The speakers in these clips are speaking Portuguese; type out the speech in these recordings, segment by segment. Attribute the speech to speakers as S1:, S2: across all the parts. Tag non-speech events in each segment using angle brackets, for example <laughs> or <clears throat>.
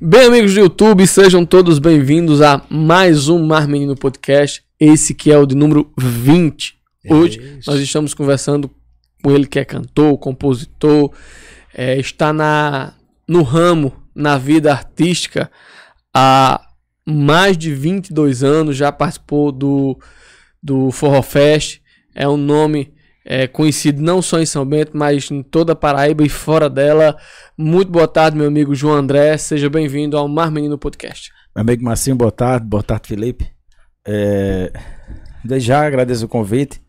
S1: Bem, amigos do YouTube, sejam todos bem-vindos a mais um Mar Menino Podcast. Esse que é o de número 20.
S2: É.
S1: Hoje
S3: Isso.
S1: nós estamos conversando com ele que é cantor, compositor, é, está na, no ramo, na vida artística há mais de 22 anos, já participou do, do Forró Fest, é um nome é, conhecido não só em São Bento, mas em toda a Paraíba e fora dela. Muito boa tarde, meu amigo João André, seja bem-vindo ao Mar Menino Podcast.
S3: Meu amigo Marcinho, boa tarde. Boa tarde, Felipe. É, desde já agradeço o convite.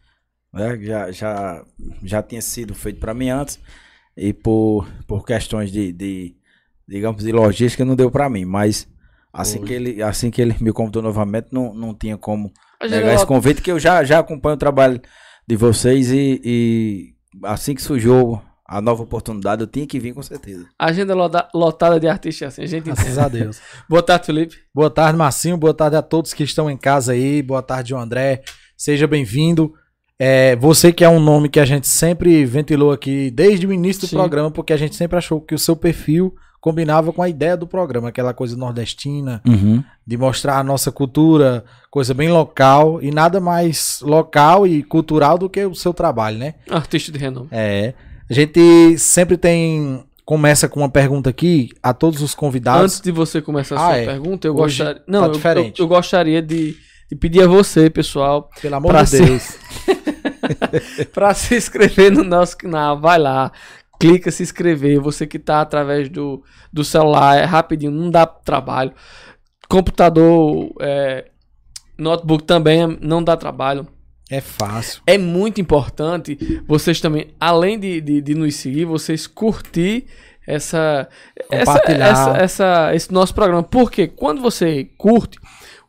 S3: né, que Já, já, já tinha sido feito para mim antes. E por, por questões de, de, digamos, de logística, não deu para mim. Mas assim que, ele, assim que ele me convidou novamente, não, não tinha como negar esse convite, que eu já, já acompanho o trabalho de vocês. E, e assim que surgiu a nova oportunidade, eu tinha que vir com certeza.
S1: Agenda loda- lotada de artistas assim, a gente
S2: Graças
S1: entende.
S2: a Deus.
S1: Boa tarde, Felipe.
S2: Boa tarde, Marcinho. Boa tarde a todos que estão em casa aí. Boa tarde, João André. Seja bem-vindo. É, você que é um nome que a gente sempre ventilou aqui desde o início do
S1: Sim.
S2: programa, porque a gente sempre achou que o seu perfil combinava com a ideia do programa, aquela coisa nordestina, de mostrar a nossa cultura, coisa bem local, e nada mais local e cultural do que o seu trabalho, né?
S1: Artista de renome.
S2: É. A gente sempre tem. Começa com uma pergunta aqui a todos os convidados.
S1: Antes de você começar a
S2: Ah,
S1: sua
S2: é.
S1: pergunta, eu
S2: Hoje
S1: gostaria. Não, eu- eu-
S2: diferente.
S1: Eu, gostaria de, de pedir a você,
S2: <laughs>
S1: pessoal,
S2: Pelo amor
S1: Pra
S2: de
S1: ser-
S2: Deus.
S1: para se inscrever no nosso canal. Vai lá, clica se inscrever. Você que tá através do, do celular, é rapidinho, não dá trabalho. Computador, é, notebook também não dá trabalho.
S2: É fácil.
S1: É muito importante vocês também, além de, de, de nos seguir, vocês curtir essa, essa,
S2: Compartilhar.
S1: essa- essa- esse nosso programa. Porque quando você curte,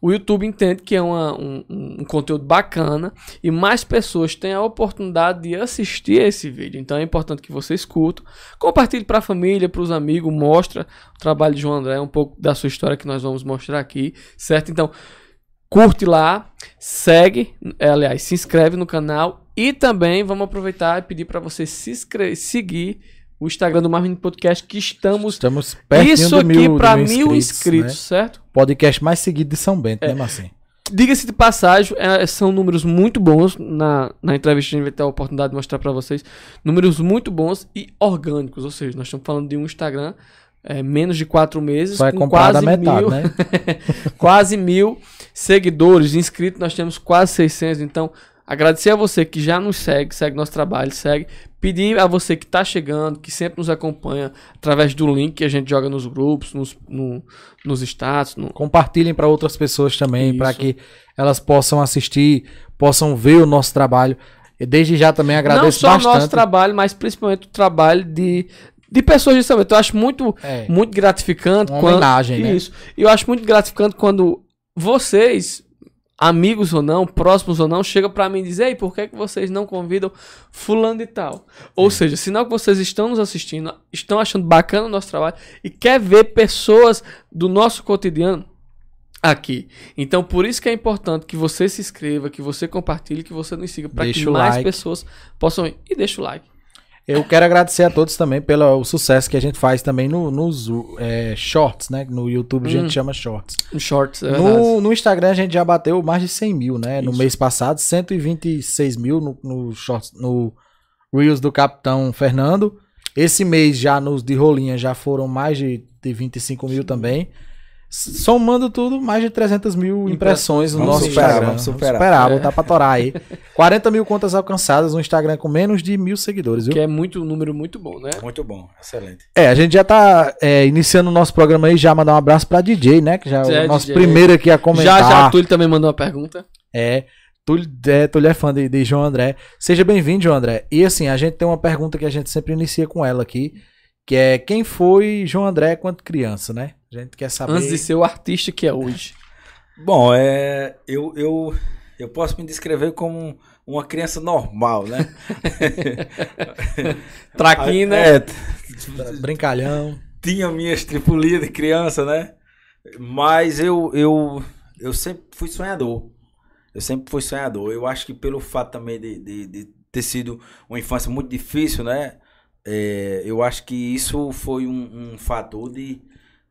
S1: o YouTube entende que é uma- um, um conteúdo bacana e mais pessoas têm a oportunidade de assistir esse vídeo. Então é importante que vocês curtam, compartilhe para a família, para os amigos, mostra o trabalho de João André, um pouco da sua história que nós vamos mostrar aqui, certo? Então curte lá, segue, eh, aliás, se inscreve no canal e também vamos aproveitar e pedir para você se inscre- seguir o Instagram do Marvin Podcast que estamos
S2: Estamos pertinho
S1: isso
S2: do
S1: aqui
S2: mil,
S1: para
S2: do
S1: mil, inscritos, É.
S2: né?
S1: certo?
S2: Podcast mais seguido de São Bento, né, Marcinho?
S1: Diga-se de passagem, eh, são números muito bons. Na, na entrevista a gente vai ter a oportunidade de mostrar para vocês. Números muito bons e orgânicos. Ou seja, nós estamos falando de um Instagram eh, menos de quatro meses,
S2: Só é
S1: com
S2: comprado a
S1: quase
S2: metade,
S1: mil,
S2: né?
S1: <laughs> quase mil seguidores inscritos, nós temos quase 600. Então, agradecer a você que já nos segue, segue nosso trabalho, segue. Pedir a você que está chegando, que sempre nos acompanha através do link que a gente joga nos grupos, nos, no- nos status. No...
S2: Compartilhem para outras pessoas também,
S1: Isso.
S2: para que elas possam assistir, possam ver o nosso trabalho. E desde já também
S1: Não
S2: agradeço
S1: só o
S2: bastante.
S1: nosso trabalho, mas principalmente o trabalho de, de pessoas de São Bento. Eu acho muito,
S2: É,
S1: muito gratificante.
S2: uma
S1: quando-
S2: homenagem, né?
S1: Isso. E eu acho muito gratificante quando vocês, amigos ou não, próximos ou não, chegam pra mim e dizem, ei, por que, que vocês não convidam fulano de tal?
S2: É.
S1: Ou seja, sinal que vocês estão nos assistindo, estão achando bacana o nosso trabalho e quer ver pessoas do nosso cotidiano aqui. Então, por isso que é importante que você se inscreva, que você compartilhe, que você nos siga, para que
S2: Deixa o
S1: mais
S2: like.
S1: pessoas possam ir. E deixa o like.
S2: Eu quero agradecer a todos também pelo sucesso que a gente faz também no- nos é, shorts, né? No YouTube a gente
S1: Hum.
S2: chama shorts.
S1: Um shorts, é verdade.
S2: No, no Instagram a gente já bateu mais de 100 mil, né? No
S1: Isso.
S2: mês passado, 126 mil no, no, shorts, no Reels do Capitão Fernando. Esse mês já nos de rolinha já foram mais de, de 25 mil também. S- Somando tudo, mais de 300 mil impressões no
S3: Vamos
S2: nosso
S3: superar,
S2: Instagram.
S3: vamos superar.
S1: É.
S2: botar tá pra
S1: <laughs>
S2: torar aí. 40 mil contas alcançadas no Instagram com menos de mil seguidores, viu?
S1: Que é muito, um número muito bom, né?
S3: Muito bom, excelente.
S2: É, a gente já tá é, iniciando o nosso programa aí, já mandar um abraço pra DJ, né? Que já é
S1: Já é
S2: o nosso
S1: DJ.
S2: primeiro aqui a comentar.
S1: Já, já, Túlio também mandou uma pergunta.
S2: É, tu, é, tu é fã de, de João André. Seja bem-vindo, João André. E assim, a gente tem uma pergunta que a gente sempre inicia com ela aqui, que é quem foi João André quando criança, né? A gente quer
S3: Tá
S2: saber.
S1: Antes de ser o artista que é hoje.
S3: Bom, é, eu, eu, eu posso me descrever como um, uma criança normal, né?
S1: Traquina.
S3: É, t-
S2: Brincalhão.
S3: tinha minhas tripulias de criança, né? Mas eu, eu, eu sempre fui sonhador. Eu sempre fui sonhador. Eu acho que pelo fato também de, de, de ter sido uma infância muito difícil, né? É, eu acho que isso foi um, um fator de,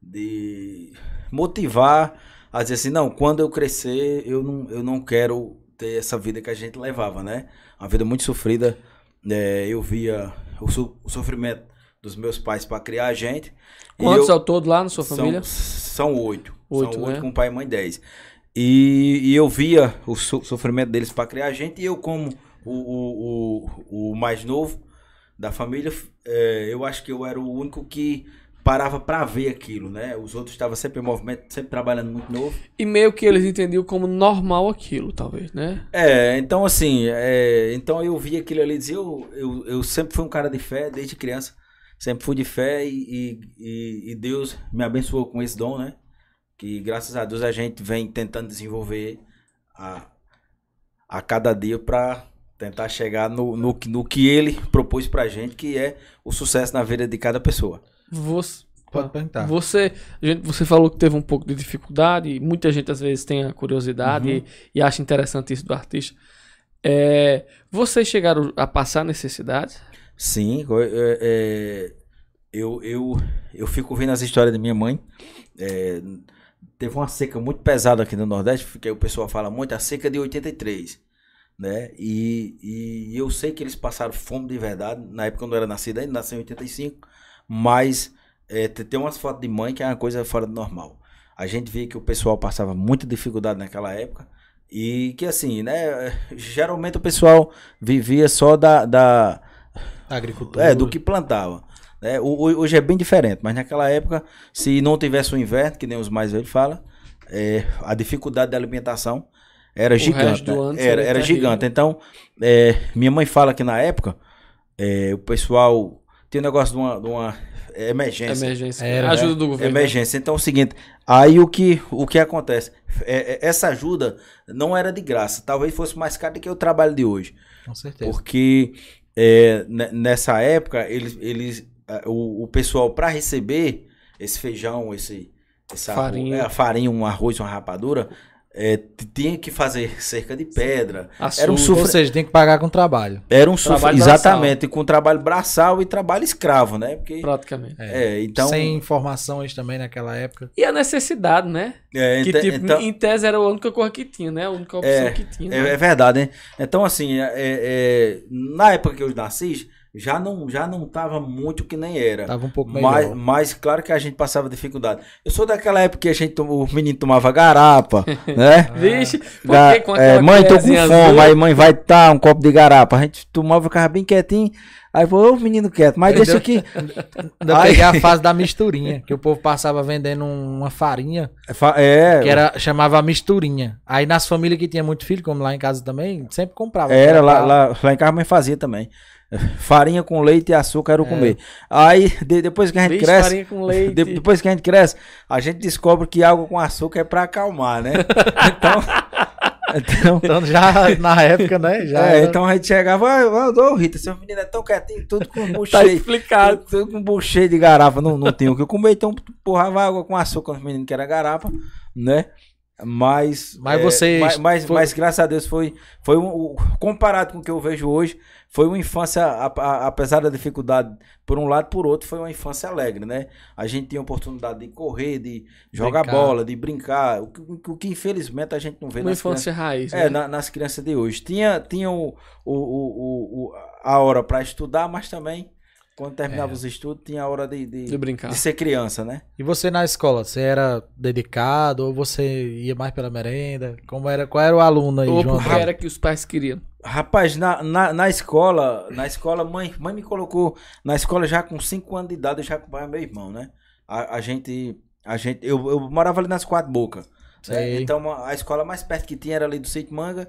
S3: de motivar a dizer assim, não, quando eu crescer, eu não, eu não quero ter essa vida que a gente levava, né? Uma vida muito sofrida. né? eu via o, so- o sofrimento dos meus pais para criar a gente. E
S1: Quantos
S3: eu-
S1: ao todo lá na sua
S3: são-
S1: família?
S3: São oito.
S1: Oito,
S3: são oito
S1: né?
S3: com pai e mãe dez. E, e eu via o so- sofrimento deles para criar a gente. E eu, como o, o, o- o mais novo da família, eh, eu acho que eu era o único que parava para ver aquilo, né? Os outros estavam sempre em movimento, sempre trabalhando muito novo.
S1: E meio que eles entendiam como normal aquilo, talvez, né?
S3: É, então assim, é, então eu vi aquilo ali e dizia, eu, eu, eu sempre fui um cara de fé desde criança, sempre fui de fé e, e, e Deus me abençoou com esse dom, né? Que graças a Deus a gente vem tentando desenvolver a, a cada dia para tentar chegar no, no, que- no que ele propôs pra gente, que é o sucesso na vida de cada pessoa.
S1: Você,
S2: Pode
S3: Tá.
S2: perguntar.
S1: Você, a gente, você falou que teve um pouco de dificuldade, e muita gente às vezes tem a curiosidade
S3: Uhum.
S1: e, e acha interessante isso do artista. É, vocês chegaram a passar necessidade?
S3: Sim, co- é, é, eu, eu, eu fico vendo as histórias da minha mãe. É, teve uma seca muito pesada aqui no Nordeste, que o pessoal fala muito, a seca de 83. Né? E, e eu sei que eles passaram fome de verdade. Na época eu não era nascido ainda, nasci em 85. Mas é, te- tem umas fotos de mãe que é uma coisa fora do normal. A gente via que o pessoal passava muita dificuldade naquela época. E que assim, né? Geralmente o pessoal vivia só da- da
S2: Agricultura.
S3: é, do que plantava. né? Ho- ho- hoje é bem diferente, mas naquela época, se não tivesse o inverno, que nem os mais velhos falam, é, a dificuldade da alimentação era gigante.
S1: resto do
S3: né?
S1: ano
S3: Era,
S1: seria
S3: era
S1: terrível.
S3: gigante. Então, é, minha mãe fala que na época, é, o pessoal tem um negócio de uma, de uma emergência. né?
S1: Emergência.
S2: Era,
S1: ajuda do governo. né?
S3: Emergência. Então é o seguinte, aí o que, o que acontece? É, é, essa ajuda não era de graça, talvez fosse mais cara do que o trabalho de hoje.
S2: Com certeza.
S3: Porque é, ne- nessa época, eles, eles, ah, o, o pessoal para receber esse feijão, esse, essa arro-
S1: Farinha.
S3: é, a farinha, um arroz, uma rapadura, é, t- tinha que fazer cerca de pedra.
S1: né?
S3: Era um
S1: Açúcar.
S3: sofrimento.
S2: Ou seja, tem que pagar com trabalho.
S3: Era um sofr-
S1: Trabalho
S3: Exatamente, com trabalho braçal e trabalho escravo, né? Porque,
S1: praticamente.
S3: é, então,
S2: Sem informações também naquela época.
S1: E a necessidade, né?
S3: é,
S1: Que
S3: ente-
S1: tipo,
S3: então-
S1: em tese era a única coisa que tinha, né? A única opção
S3: É,
S1: que tinha.
S3: É,
S1: né?
S3: é verdade, né? Então, assim, é- é- na época que eu nasci, já não, já não tava muito que nem era.
S2: Tava um pouco melhor.
S3: Mas, mas claro que a gente passava dificuldade. Eu sou daquela época que a gente, tom- o menino tomava garapa,
S1: <laughs>
S3: né?
S1: Vixe,
S3: Ga-
S1: porque É. com
S3: é,
S1: aquela
S3: mãe, tô com fome.
S1: colherzinha
S3: Aí, mãe, vai tá um copo de garapa. A gente tomava, ficava bem quietinho. Aí, falou, ô, menino quieto, mas deixa aqui.
S2: Ainda eu
S3: Ai.
S2: peguei a fase da misturinha, que o povo passava vendendo um- uma farinha,
S3: É, fa- É,
S2: que era, chamava misturinha. Aí nas famílias que tinha muito filho, como lá em casa também, sempre comprava.
S3: Era, lá, lá, lá em casa a mãe fazia também. Farinha com leite e açúcar era o comer. Aí, de- depois que a gente
S1: É. Vixe,
S3: cresce,
S1: farinha com leite. Tá
S3: De- depois que a gente cresce, a gente descobre que água com açúcar é pra acalmar,
S1: <laughs>
S3: né? Então, então,
S2: Então já na época, né? Já
S3: é,
S2: era-
S3: então a gente chegava, ah, ô Rita, seu menino é tão quietinho,
S2: <laughs>
S3: tudo com um
S1: Tá
S3: bucheio.
S1: explicado.
S3: tudo com um bucheio de garapa, não, não tem o que comer, então porrava água com açúcar nos meninos que era garapa, né? Mas, é,
S2: Mas vocês-
S3: mas, mas,
S2: foi-
S3: mas graças a Deus foi, foi um, o- comparado com o que eu vejo hoje, foi uma infância, a- a- apesar da dificuldade por um lado, por outro, foi uma infância alegre, né? A gente tinha oportunidade de correr, de jogar
S2: Brincar.
S3: bola, de brincar, o, que- o que infelizmente a gente não vê
S1: Uma
S3: nas crianças
S1: infância raiz.
S3: é,
S1: né?
S3: na- nas crianças de hoje. Tinha, tinha o, o, o, o- o- a hora para estudar, mas também, quando terminava
S2: É.
S3: os estudos, tinha a hora de, de,
S1: De brincar.
S3: de ser criança, né?
S2: E você na escola, você era dedicado ou você ia mais pela merenda? Como era, qual era o aluno aí,
S1: Ou
S2: João?
S1: porque
S3: tá.
S2: Antônio?
S1: era que os pais queriam.
S3: Rapaz, na, na, na escola, na escola, mãe, mãe me colocou na escola já com 5 anos de idade, eu já acompanhava meu irmão, né? A, a gente, a gente eu, eu morava ali nas Quatro Bocas. né?
S2: Sei.
S3: Então a- a escola mais perto que tinha era ali do Sítio Manga.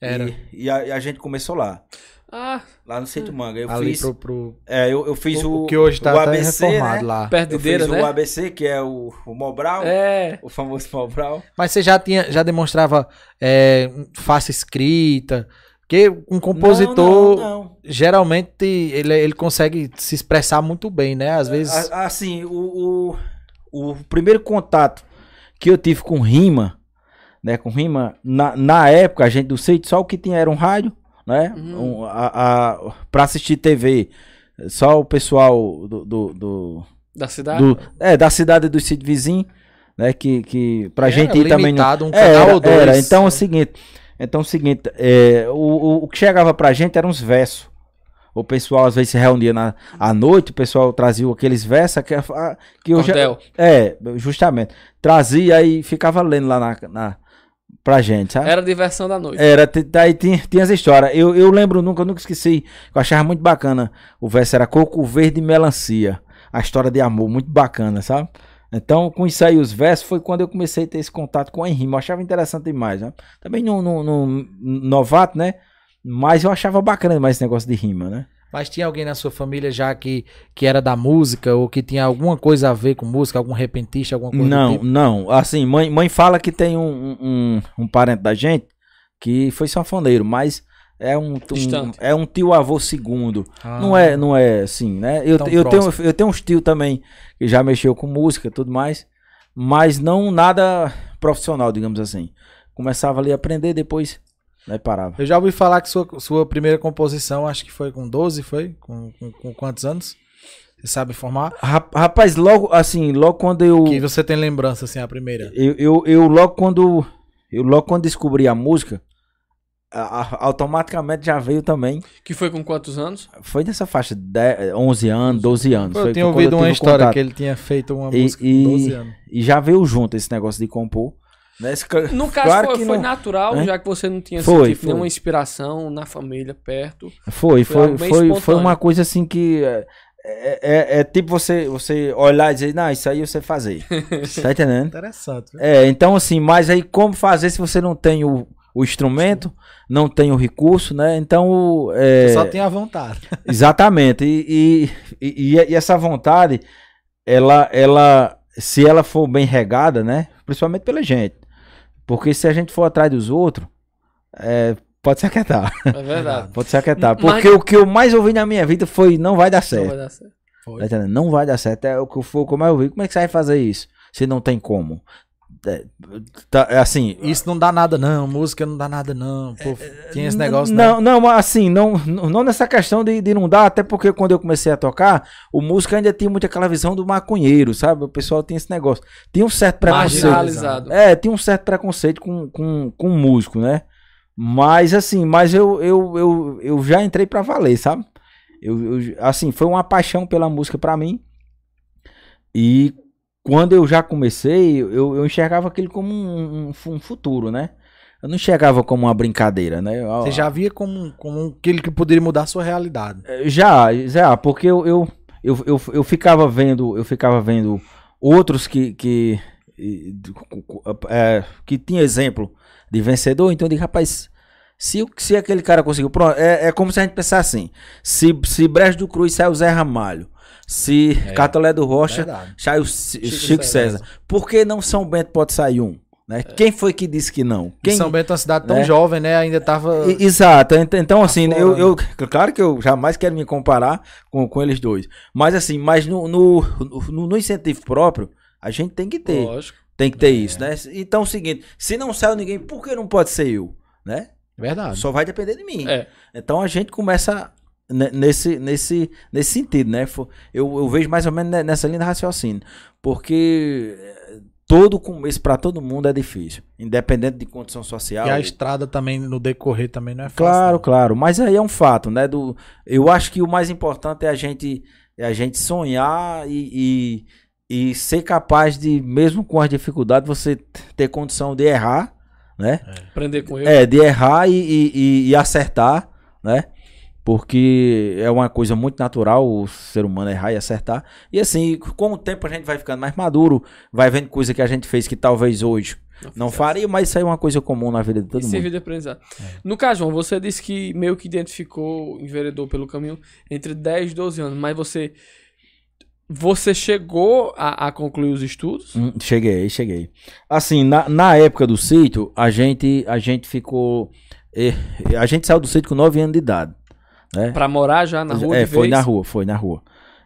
S2: Era.
S3: E, e a, e a gente começou lá,
S1: Ah,
S3: lá no Sítio Manga. Eu
S2: Hum. ali
S3: fiz,
S2: pro, pro-
S3: é, eu, eu fiz
S2: o,
S3: o,
S2: que hoje tá
S3: o
S2: até
S3: ABC,
S2: reformado
S3: né?
S2: lá.
S3: Eu
S1: perdideira,
S3: fiz
S1: né?
S3: o ABC, que é o, o Mobral,
S1: É.
S3: o famoso
S1: <laughs>
S3: Mobral.
S2: Mas você já tinha, já demonstrava é, face escrita, porque um compositor
S3: Não, não, não.
S2: geralmente ele, ele consegue se expressar muito bem, né? Às vezes
S3: A- assim, o, o, o primeiro contato que eu tive com rima, né, com rima, na, na época, a gente do sítio, só o que tinha era um rádio, né,
S1: Uhum.
S3: um, a, a, pra assistir TV, só o pessoal do, do, do,
S1: Da cidade?
S3: do, é, da cidade do sítio vizinho, né? Que, que pra
S2: É,
S3: gente ir também. Não...
S2: limitado, um
S3: É,
S2: canal ou
S3: era,
S2: dois.
S3: era. Então é o seguinte. Então é o seguinte, é, o, o, o que chegava pra gente eram uns versos. O pessoal às vezes se reunia na, à noite, o pessoal trazia aqueles versos que, a- que hoje é-
S1: Cordel.
S3: é, justamente. Trazia e ficava lendo lá na, na pra gente, sabe?
S1: Era a diversão da noite.
S3: Era, t- daí tinha, tinha essa história. Eu, eu lembro nunca, eu nunca esqueci. Eu achava muito bacana. O verso era Coco Verde e Melancia. A história de amor, muito bacana, sabe? Então, com isso aí, os versos, foi quando eu comecei a ter esse contato com a rima. Eu achava interessante demais, né? Também num, num, num novato, né? Mas eu achava bacana demais esse negócio de rima, né?
S2: Mas tinha alguém na sua família já que, que era da música ou que tinha alguma coisa a ver com música, algum repentista, alguma coisa do
S3: Não,
S2: tipo?
S3: não. Assim, mãe, mãe fala que tem um, um, um parente da gente que foi sanfoneiro, mas é um, um-
S1: Distante.
S3: é um tio avô segundo.
S2: Ah,
S3: Não é, não é assim, né? Eu,
S2: Tão
S3: eu, tenho,
S2: próximo.
S3: eu tenho uns tio também que já mexeu com música e tudo mais, mas não nada profissional, digamos assim. Começava ali a aprender, depois né, parava.
S2: Eu já ouvi falar que sua, sua primeira composição, acho que foi com 12, foi? Com, com, com quantos anos? Você sabe informar?
S3: Ra- Rapaz, logo assim, logo quando eu.
S2: Que você tem lembrança, assim, a primeira.
S3: Eu, eu, eu logo quando eu logo quando descobri a música, a- a- automaticamente já veio também.
S1: Que foi com quantos anos?
S3: Foi nessa faixa, de 10, 11 anos, 12 anos.
S2: Eu
S3: foi
S2: tinha
S3: quando
S2: ouvido
S3: tive
S2: uma
S3: o
S2: história
S3: contato.
S2: que ele tinha feito uma
S3: E-
S2: música
S3: e-
S2: com 12 anos.
S3: E já veio junto esse negócio de compor. né? Esse ca-
S1: No caso,
S3: Claro
S1: foi,
S3: que
S1: foi
S3: não.
S1: natural,
S3: Hein?
S1: já que você não tinha
S3: Foi,
S1: sentido
S3: foi.
S1: nenhuma inspiração na família, perto.
S3: Foi,
S1: Foi algo
S3: foi,
S1: bem
S3: foi, foi
S1: espontâneo.
S3: uma coisa assim que. é, É, é- é tipo você, você olhar e dizer, não, isso aí eu sei fazer. tá entendendo?
S2: Interessante. viu?
S3: É, então assim, mas aí como fazer se você não tem o, o instrumento, não tem o recurso, né? Então. É,
S2: Só tem a vontade.
S3: <laughs> Exatamente. E, e, e- e essa vontade, ela, ela, se ela for bem regada, né? Principalmente pela gente. Porque se a gente for atrás dos outros, é, pode se aquietar. <laughs>
S1: É verdade.
S3: Pode se aquietar.
S1: Mas-
S3: Porque o que eu mais ouvi na minha vida foi não vai dar
S1: Não
S3: certo.
S1: vai dar certo.
S3: Tá entendendo? Não vai dar certo. É o que foi como eu ouvi. Como é que você vai fazer isso? Se não tem como. É, tá- é assim.
S2: Isso não dá nada, não. Música não dá nada, não. Pô, tinha esse negócio, né? não.
S3: É, não, não, mas assim, não, não não nessa questão de, de não dar, até porque quando eu comecei a tocar, o músico ainda tinha muito aquela visão do maconheiro, sabe? O pessoal tinha esse negócio. Tinha um certo preconceito.
S1: Marginalizado.
S3: É, tinha um certo preconceito com, com, com o músico, né? Mas assim, mas eu, eu, eu, eu já entrei pra valer, sabe? Eu, eu- assim, foi uma paixão pela música pra mim. E quando eu já comecei, eu, eu enxergava aquilo como um, um fu- um futuro, né? Eu não enxergava como uma brincadeira, né? Eu-
S2: Você já via como, um, como aquele que poderia mudar a sua realidade.
S3: já, já, porque eu, eu, eu, eu, eu ficava vendo, eu ficava vendo outros que que, e, do- cu- cu- é, que tinha exemplo de vencedor, então eu digo, rapaz, se, o- se aquele cara conseguiu, pronto, é, é como se a gente pensasse assim, se, se Brejo do Cruz saiu Zé Ramalho, se Catolé do Rocha
S2: Verdade.
S3: saiu C-
S1: Chico
S3: Chico,
S1: César.
S3: César, por que não São Bento pode sair um? Né? Quem foi que disse que não?
S2: Quem...
S3: Quem
S2: São Bento é uma cidade tão
S3: Né?
S2: jovem, né? Ainda tava.
S3: I- Exato, Ent- então assim, eu,
S2: aflorando.
S3: eu, claro que eu jamais quero me comparar com, com eles dois, mas assim, mas no, no, no, no incentivo próprio, a gente tem que ter,
S1: Lógico.
S3: tem que ter isso, né? Então é o seguinte, se não saiu ninguém, por que não pode ser eu, né?
S2: É Verdade.
S3: Só vai depender de mim.
S1: É.
S3: Então a gente começa ne- nesse, nesse, nesse sentido, né? Fo- Eu, eu vejo mais ou menos ne- nessa linha de raciocínio. Porque eh, todo começo para todo mundo é difícil, independente de condição social.
S2: E a estrada também, no decorrer, também não é fácil.
S3: Claro,
S2: né?
S3: claro. Mas aí é um fato, né? Do, eu acho que o mais importante é a gente, é a gente sonhar e, e, e ser capaz de, mesmo com as dificuldades, você t- ter condição de errar, né?
S1: Aprender com ele.
S3: É, de errar e, e- e- e acertar, né? Porque é uma coisa muito natural o ser humano errar e acertar. E assim, com o tempo a gente vai ficando mais maduro, vai vendo coisa que a gente fez que talvez hoje não
S1: faz.
S3: faria, mas isso aí é uma coisa comum na vida de todo
S1: e
S3: mundo.
S1: servir de aprendizado. No caso, João, você disse que meio que identificou, enveredou pelo caminho entre 10 e 12 anos, mas você você chegou a, a concluir os estudos?
S3: Hum, Cheguei, cheguei. Assim, na, na época do sítio, a gente, a gente ficou. eh, A gente saiu do sítio com 9 anos de idade. Né?
S1: Pra morar já na rua
S3: é,
S1: de
S3: foi
S1: vez?
S3: na rua, foi na rua.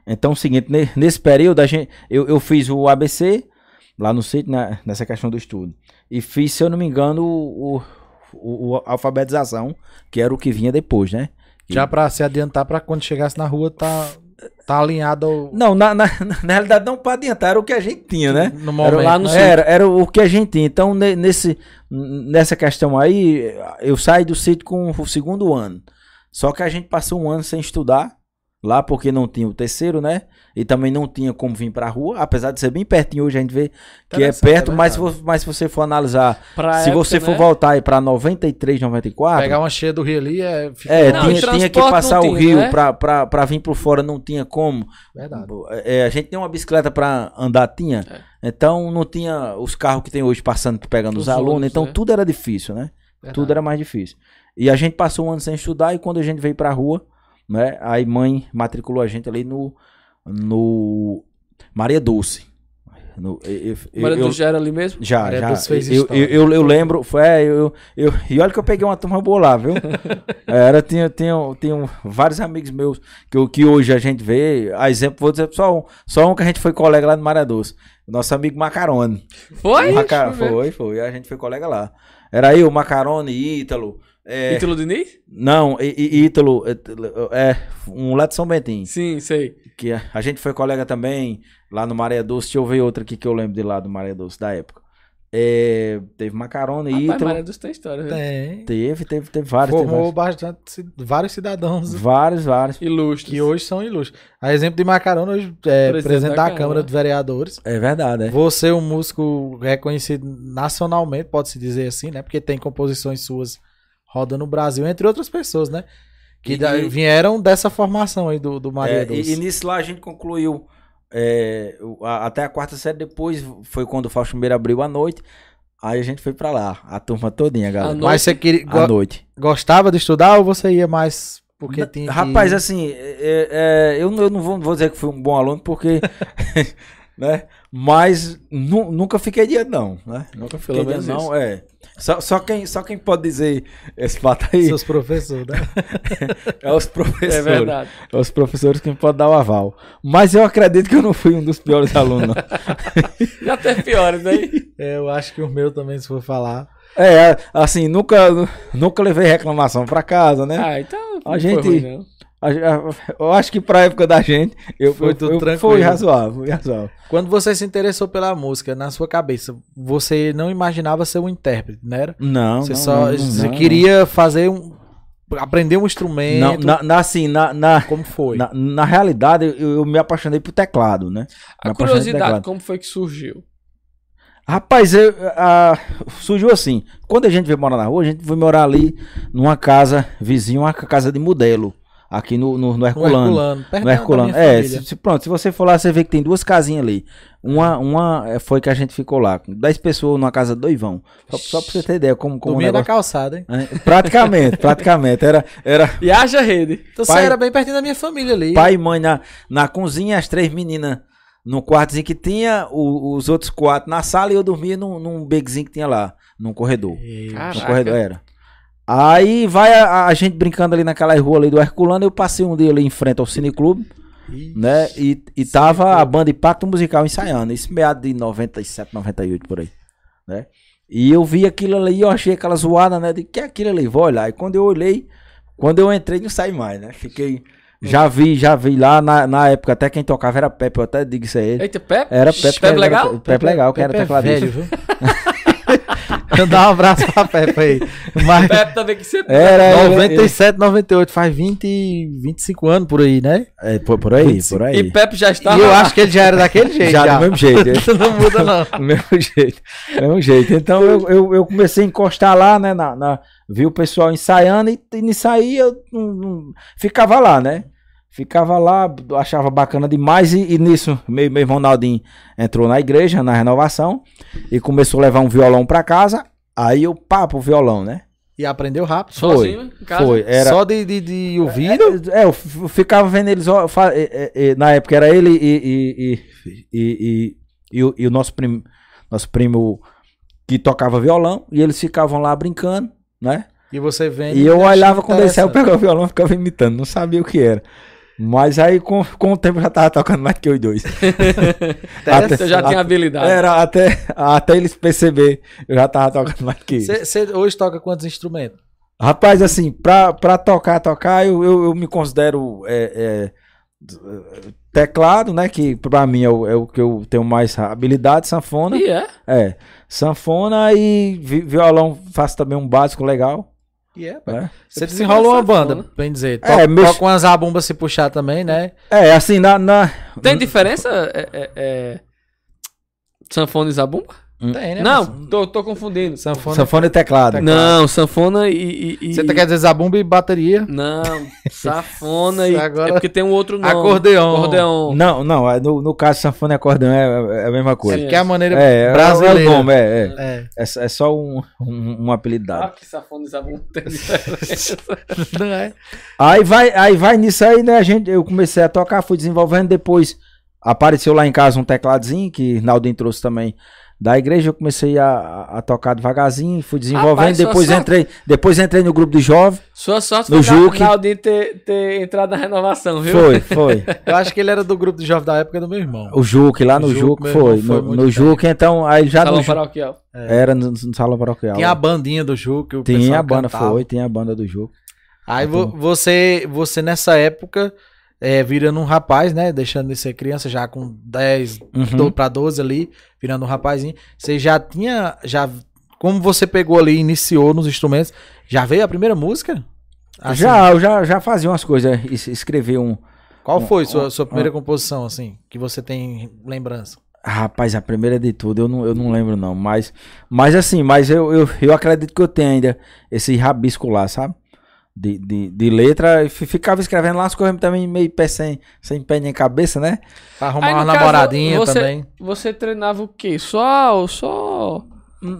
S3: Então, é o seguinte, ne- nesse período, a gente, eu, eu fiz o ABC lá no sítio, na- nessa questão do estudo. E fiz, se eu não me engano, o, o- o- a alfabetização, que era o que vinha depois, né?
S2: Já pra se adiantar, pra quando chegasse na rua, tá. Tá alinhado ao.
S3: Não, na, <laughs> na, na realidade não para adiantar, era o que a gente tinha, né?
S2: No
S3: Era,
S2: momento.
S1: lá no
S2: né?
S1: sítio.
S3: era, era o que a gente tinha. Então, ne- nesse, n- nessa questão aí, eu saí do sítio com o segundo ano. Só que a gente passou um ano sem estudar lá, porque não tinha o terceiro, né? E também não tinha como vir pra rua, apesar de ser bem pertinho hoje, a gente vê que é
S2: Interessante,
S3: perto,
S2: é
S3: mas, se
S2: verdade.
S3: vo- mas se você for analisar,
S1: Pra
S3: se
S1: época,
S3: você for
S1: né?
S3: voltar aí pra 93, 94,
S2: Pegar um uma cheia do Rio ali é. fica-
S3: é,
S1: Não,
S3: tinha,
S1: e
S3: tinha que
S1: transporte
S3: passar
S1: não
S3: o
S1: tinha,
S3: rio
S1: né?
S3: pra, pra, pra vir por fora, não tinha como.
S2: Verdade.
S3: É, a gente tem uma bicicleta pra andar, tinha. Então não tinha os carros que tem hoje passando, pegando os,
S1: Os
S3: alunos.
S1: ônibus,
S3: então
S1: né?
S3: tudo era difícil, né?
S2: verdade.
S3: Tudo era mais difícil. E a gente passou um ano sem estudar e quando a gente veio pra rua, né? Aí mãe matriculou a gente ali no, no Maria Dulce. No, eu, eu-
S1: Maria
S3: eu-
S1: do Gera ali mesmo?
S3: já,
S2: Maria
S3: já.
S2: Dulce fez
S3: eu, eu,
S2: história.
S3: eu- eu lembro, foi, é, eu, eu, e olha que eu peguei uma turma boa lá,
S1: <laughs>
S3: viu? É, Era, tinha, tinha, tinha vários amigos meus que, eu- que hoje a gente vê, a exemplo, vou dizer só um, só um que a gente foi colega lá no Maria Doce, nosso amigo Macarone.
S1: Foi?
S3: Maca-
S1: Deixa eu ver.
S3: foi, foi, a gente foi colega lá. Era eu, Macarone, Ítalo, é,
S1: Ítalo Diniz?
S3: não, e- e- Ítalo, é, é, um lá de São Bentinho,
S1: Sim, sei.
S3: que a, a gente foi colega também lá no Maré Doce. Deixa eu ver outra aqui que eu lembro de lá do Maré Doce da época. É, teve Macarona e
S1: Rapaz,
S3: Ítalo.
S1: Maria dos tem história. viu?
S2: Tem.
S3: Teve, teve, teve vários. Teve
S2: Formou
S3: vários.
S2: bastante ci- vários cidadãos
S3: vários, vários.
S1: Ilustres.
S2: que hoje são ilustres. A exemplo de Macarona, hoje é
S1: Presidente
S2: presidente,
S1: da
S2: da,
S1: Câmara.
S2: Câmara. de Vereadores.
S3: É verdade, é.
S2: Você é um músico reconhecido nacionalmente, pode-se dizer assim, né? Porque tem composições suas rodando no Brasil, entre outras pessoas, né? Que
S3: E-
S2: da-
S3: e-
S2: vieram dessa formação aí do, do Maria
S3: É,
S2: Dulce.
S3: e, e nisso lá a gente concluiu é, o- a- até a quarta série. Depois foi quando o Fausto Meira abriu a noite. Aí a gente foi pra lá, a turma todinha, galera.
S1: noite.
S2: Mas você queria,
S3: À
S2: go-
S3: noite.
S2: gostava de estudar ou você ia mais porque
S3: Na-
S2: tinha que-
S3: Rapaz, assim, é- é- eu, não- eu não vou, não vou dizer que fui um bom aluno, porque. <laughs> né? Mas nu- nunca fiquei de não, né? Nunca fiquei
S1: Pelo menos
S3: de não, é. Só, só quem, só quem pode dizer esse fato aí
S2: seus professores, né?
S3: <laughs> é os professores.
S1: É verdade.
S3: É os professores que podem dar o aval. Mas eu acredito que eu não fui um dos piores alunos.
S2: <laughs>
S3: não.
S1: Já teve piores, né?
S3: <laughs>
S2: É, Eu acho que o meu também, se for falar.
S3: É, assim, nunca, nunca levei reclamação pra casa, né?
S1: Ah, então.
S3: A
S1: não
S3: gente-
S1: Foi ruim, não.
S3: A- a- Eu acho que pra época da gente, eu,
S2: Foi
S3: eu-
S2: tudo
S3: eu- foi
S2: tranquilo.
S3: razoável, foi razoável.
S2: Quando você se interessou pela música, na sua cabeça, você não imaginava ser um intérprete, não era?
S3: Não,
S2: você
S3: não,
S2: só
S3: não, não,
S2: você
S3: não.
S2: queria fazer um. aprender um instrumento.
S3: Não, na, na- assim, na, na,
S2: Como foi?
S3: na, na realidade, eu, eu me apaixonei por teclado, né?
S1: A
S3: Me apaixonei por
S1: curiosidade,
S3: teclado.
S1: como foi que surgiu?
S3: Rapaz, eu- a- surgiu assim. Quando a gente veio morar na rua, a gente foi morar ali numa casa vizinha, uma casa de modelo, aqui no, no, no
S2: No
S3: Herculano.
S2: Herculano. Perto
S3: No
S2: da-
S3: Herculano.
S2: da minha
S3: É,
S2: família.
S3: se- se- pronto, se você for lá, você vê que tem duas casinhas ali. Uma, uma eh, foi que a gente ficou lá, com 10 pessoas numa casa doivão. Só, só pra você ter ideia como, como o
S2: Dormia na
S3: negócio...
S2: calçada, hein?
S3: É, Praticamente, praticamente. Era, era
S1: E haja rede.
S2: Então
S3: Pai-
S2: você era bem pertinho da minha família ali.
S3: pai e mãe na, na cozinha, as três meninas no quartozinho que tinha, o- os outros quatro na sala e eu dormia num, num bequezinho que tinha lá, num corredor.
S1: Caraca.
S3: No corredor era. Aí vai a, a gente brincando ali naquela rua ali do Herculano, eu passei um dia ali em frente ao Cineclube,
S2: Ih,
S3: né? E, e tava a banda Impacto Musical ensaiando, isso meado de 97, 98 por aí, né? E eu vi aquilo ali, eu achei aquela zoada, né? De que é aquilo ali, vou olhar. E quando eu olhei, quando eu entrei, não saí mais, né? Fiquei. Já vi, já vi lá na, na época, até quem tocava era Pepe, eu até digo isso a ele.
S1: Eita, Pepe?
S3: Era Pepe,
S1: Pepe
S3: era-
S1: legal?
S3: Pepe legal, que era
S2: Pepe é
S3: tecladista.
S2: velho, viu? <laughs> Dá um abraço pra Pepe é aí. Mas
S1: Pepe também que sempre.
S3: Era, era-
S2: 97, 98, faz 20, e 25 anos por aí, né?
S3: É, por, por aí, por aí.
S1: E Pepe já estava.
S2: E eu
S1: lá.
S2: acho que ele Tá já era <laughs> daquele jeito.
S3: já, do mesmo jeito. é.
S2: não muda, não.
S3: <laughs> do mesmo jeito. Do mesmo jeito. Então eu, eu, eu comecei a encostar lá, né? Na, na- vi o pessoal ensaiando e, e nisso aí eu não- não- ficava lá, né? Ficava lá, achava bacana demais e, e nisso meu, meu irmão Naldinho entrou na igreja, na renovação e começou a levar um violão pra casa. Aí eu papo o violão, né?
S2: E aprendeu rápido.
S1: Sozinho, em casa.
S3: Foi, era
S2: Só de, de, de ouvir.
S3: É, eu f- ficava vendo eles. ó, fa- é, é, é, na época era ele e, e, e, e, e, e o, e o nosso, primo, nosso primo que tocava violão. E eles ficavam lá brincando, né?
S2: E você vem.
S3: E eu olhava quando eles saíam, eu pegava o violão e ficava imitando. Não sabia o que era. Mas aí com, com o tempo eu já tava tocando mais que os dois.
S1: Você
S3: Até-
S1: já
S3: a-
S1: tem habilidade.
S3: Era até, até eles perceber, eu já tava tocando mais que eles.
S2: Você hoje toca quantos instrumentos?
S3: Rapaz, assim, pra, pra tocar, tocar, eu, eu, eu me considero é, é, eh, teclado, né? Que pra mim é o, é o que eu tenho mais habilidade, sanfona.
S1: E é.
S3: É. Sanfona e vi- violão, faço também um básico legal.
S2: E é, pai.
S3: Né?
S2: Você desenrola uma
S1: Engraçado,
S2: banda,
S1: né?
S2: bem dizer.
S3: É,
S2: Toca,
S3: mex-
S2: toca umas abumbas se puxar também, né?
S3: É, assim, na. na...
S1: Tem diferença? É, é, é... Sanfona e zabumba?
S2: Tem, né? mas-
S1: Não, tô, tô confundindo.
S2: Sanfona.
S3: Sanfona e teclado.
S1: Não, sanfona e. e- e-
S2: Você tá quer dizer zabumba e bateria?
S1: Não,
S2: <laughs>
S1: safona e.
S2: Agora-
S1: É porque tem um outro nome.
S2: Acordeon.
S1: Acordeon.
S3: Não, não. é No, no caso, sanfona e acordeão é, é a mesma
S2: É
S3: coisa.
S1: Sim.
S2: porque é a maneira
S3: É, é,
S2: brasileira.
S3: é o nome, é. é.
S2: É. <laughs>
S3: É, só- é só um, um, um
S1: Ah,
S3: apelidado.
S1: que safona e zabumba tem diferença.
S2: Não é?
S3: Aí vai, aí vai nisso aí, né? A gente, eu comecei a tocar, fui desenvolvendo. Depois apareceu lá em casa um tecladozinho que Naldinho trouxe também da igreja. Eu comecei a, a- a tocar devagarzinho, fui desenvolvendo.
S1: Rapaz, sua
S3: depois
S1: sorte.
S3: entrei, depois entrei no grupo de jovens.
S1: Sua sorte
S3: No
S1: foi o
S3: Juque.
S1: Naldinho ter, ter entrado na renovação, viu?
S3: Foi, foi.
S2: Eu acho que ele era do grupo de jovem da época do meu irmão.
S3: O Juque lá
S2: O
S3: no
S2: Juque,
S3: Juque,
S2: meu
S3: foi.
S2: irmão, foi
S3: No,
S2: muito
S3: no
S2: bem.
S3: Juque, então, aí já
S1: Salão
S3: no Juque.
S1: paroquial.
S3: Era no, no salão paroquial.
S2: Tinha a bandinha do Juque. o
S3: Tinha
S2: pessoal
S3: a banda,
S2: cantava.
S3: foi, tinha a banda do Juque.
S2: Aí
S3: Muito
S2: vo- você, você nessa época, é, virando um rapaz, né? Deixando de ser criança, já com 10 do-
S3: Uhum.
S2: pra 12 ali, virando um rapazinho. Você já tinha. já Como você pegou ali, iniciou nos instrumentos, já veio a primeira música? Assim,
S3: Já, eu já, já fazia umas coisas, es- escrevi um.
S2: Qual foi sua, sua primeira composição, assim, que você tem lembrança?
S3: Rapaz, a primeira de tudo, eu não, eu não lembro não, mas, mas assim, mas eu, eu, eu acredito que eu tenho ainda esse rabisco lá, sabe? De, de, de letra, e fi- ficava escrevendo lá as coisas também meio pé sem, sem pé nem cabeça, né?
S2: Pra
S1: Aí,
S2: arrumar
S1: no
S2: uma
S1: caso,
S2: namoradinha
S1: você-
S2: também.
S1: Você treinava o quê? Só, só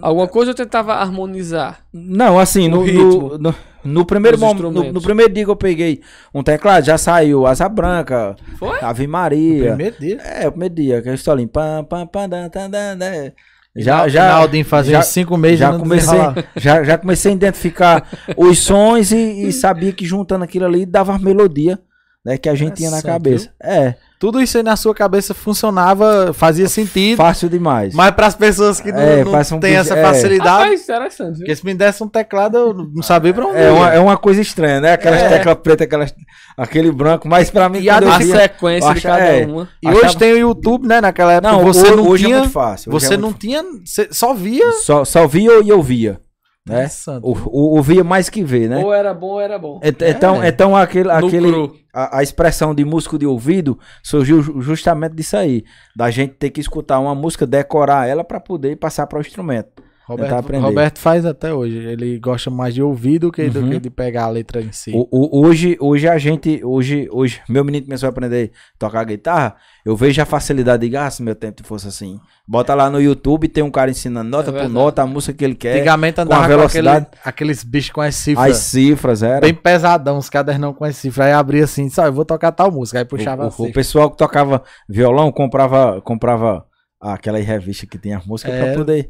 S1: alguma coisa eu tentava harmonizar.
S3: Não, assim,
S1: O
S3: no,
S1: ritmo.
S3: no, no, no primeiro
S1: Os
S3: momento, no,
S1: instrumentos.
S3: no primeiro dia que eu peguei um teclado, já saiu Asa Branca,
S1: Foi?
S3: Ave Maria.
S2: Primeiro dia.
S3: É, o primeiro dia, que eu estou ali, pam, pam, pam, dan, dan, dan, dan. Já,
S2: Na-
S3: já,
S2: Naldinho fazia
S3: já-
S2: uns cinco meses e
S3: já
S2: não
S3: comecei,
S2: desenrolava.
S3: <laughs> já, já comecei a identificar os sons e, e sabia que juntando aquilo ali dava a melodia né, que a gente tinha na
S2: Interessante,
S3: cabeça. É,
S2: Tudo isso aí na sua cabeça funcionava, fazia sentido.
S3: fácil demais.
S2: Mas para as pessoas que não,
S3: É,
S2: não
S3: passa um
S2: têm
S3: bis-
S2: essa
S3: é.
S2: facilidade,
S1: Rapaz, interessante.
S2: porque
S1: Viu?
S2: se me desse um teclado, eu não sabia pra onde.
S3: É
S2: eu
S3: uma,
S2: ia.
S3: é uma coisa estranha, né? Aquelas teclas pretas, aquelas, aquele branco, mas pra mim
S2: E a
S3: quando eu
S1: A
S3: via-
S1: sequência
S3: eu
S1: de
S3: acho-
S1: cada
S3: é.
S1: uma.
S2: E hoje
S3: achava-
S2: tem o YouTube, né? Naquela época
S3: Não,
S2: você
S3: hoje,
S2: não
S3: hoje
S2: tinha.
S3: é muito fácil. hoje
S2: você
S3: é
S2: não
S3: muito
S2: tinha. Você só via.
S3: fácil. Só, só via e ouvia. Né?
S2: Interessante.
S3: O- o- Ouvia mais que ver, né?
S1: Ou era bom ou era bom.
S3: Et- Então,
S2: É.
S3: então aquele,
S1: No
S3: aquele,
S1: cru.
S3: a, a expressão de músico de ouvido surgiu ju- justamente disso aí, da gente ter que escutar uma música, decorar ela pra poder passar para o instrumento. tentar
S2: Roberto,
S3: aprender.
S2: Roberto faz até hoje. Ele gosta mais de ouvir do que, do
S3: Uhum.
S2: que de pegar a letra em si.
S3: O- o- hoje, hoje a gente, hoje, hoje meu menino começou a aprender a tocar guitarra, eu vejo a facilidade de gasto se meu tempo fosse assim. Bota lá no YouTube, tem um cara ensinando
S2: É
S3: nota por
S1: verdade.
S3: nota a música que ele quer,
S2: Antigamente andava com, aquele-
S3: velocidade.
S2: aqueles bichos com as
S3: as
S2: cifras.
S3: cifras, era.
S2: Bem pesadão, os cadernão com as cifras. Aí abria assim, sabe, eu vou tocar tal música. Aí puxava a
S3: o, o- o
S2: cifra.
S3: pessoal que tocava violão comprava, comprava aquela revista que tem as músicas
S2: É.
S3: pra poder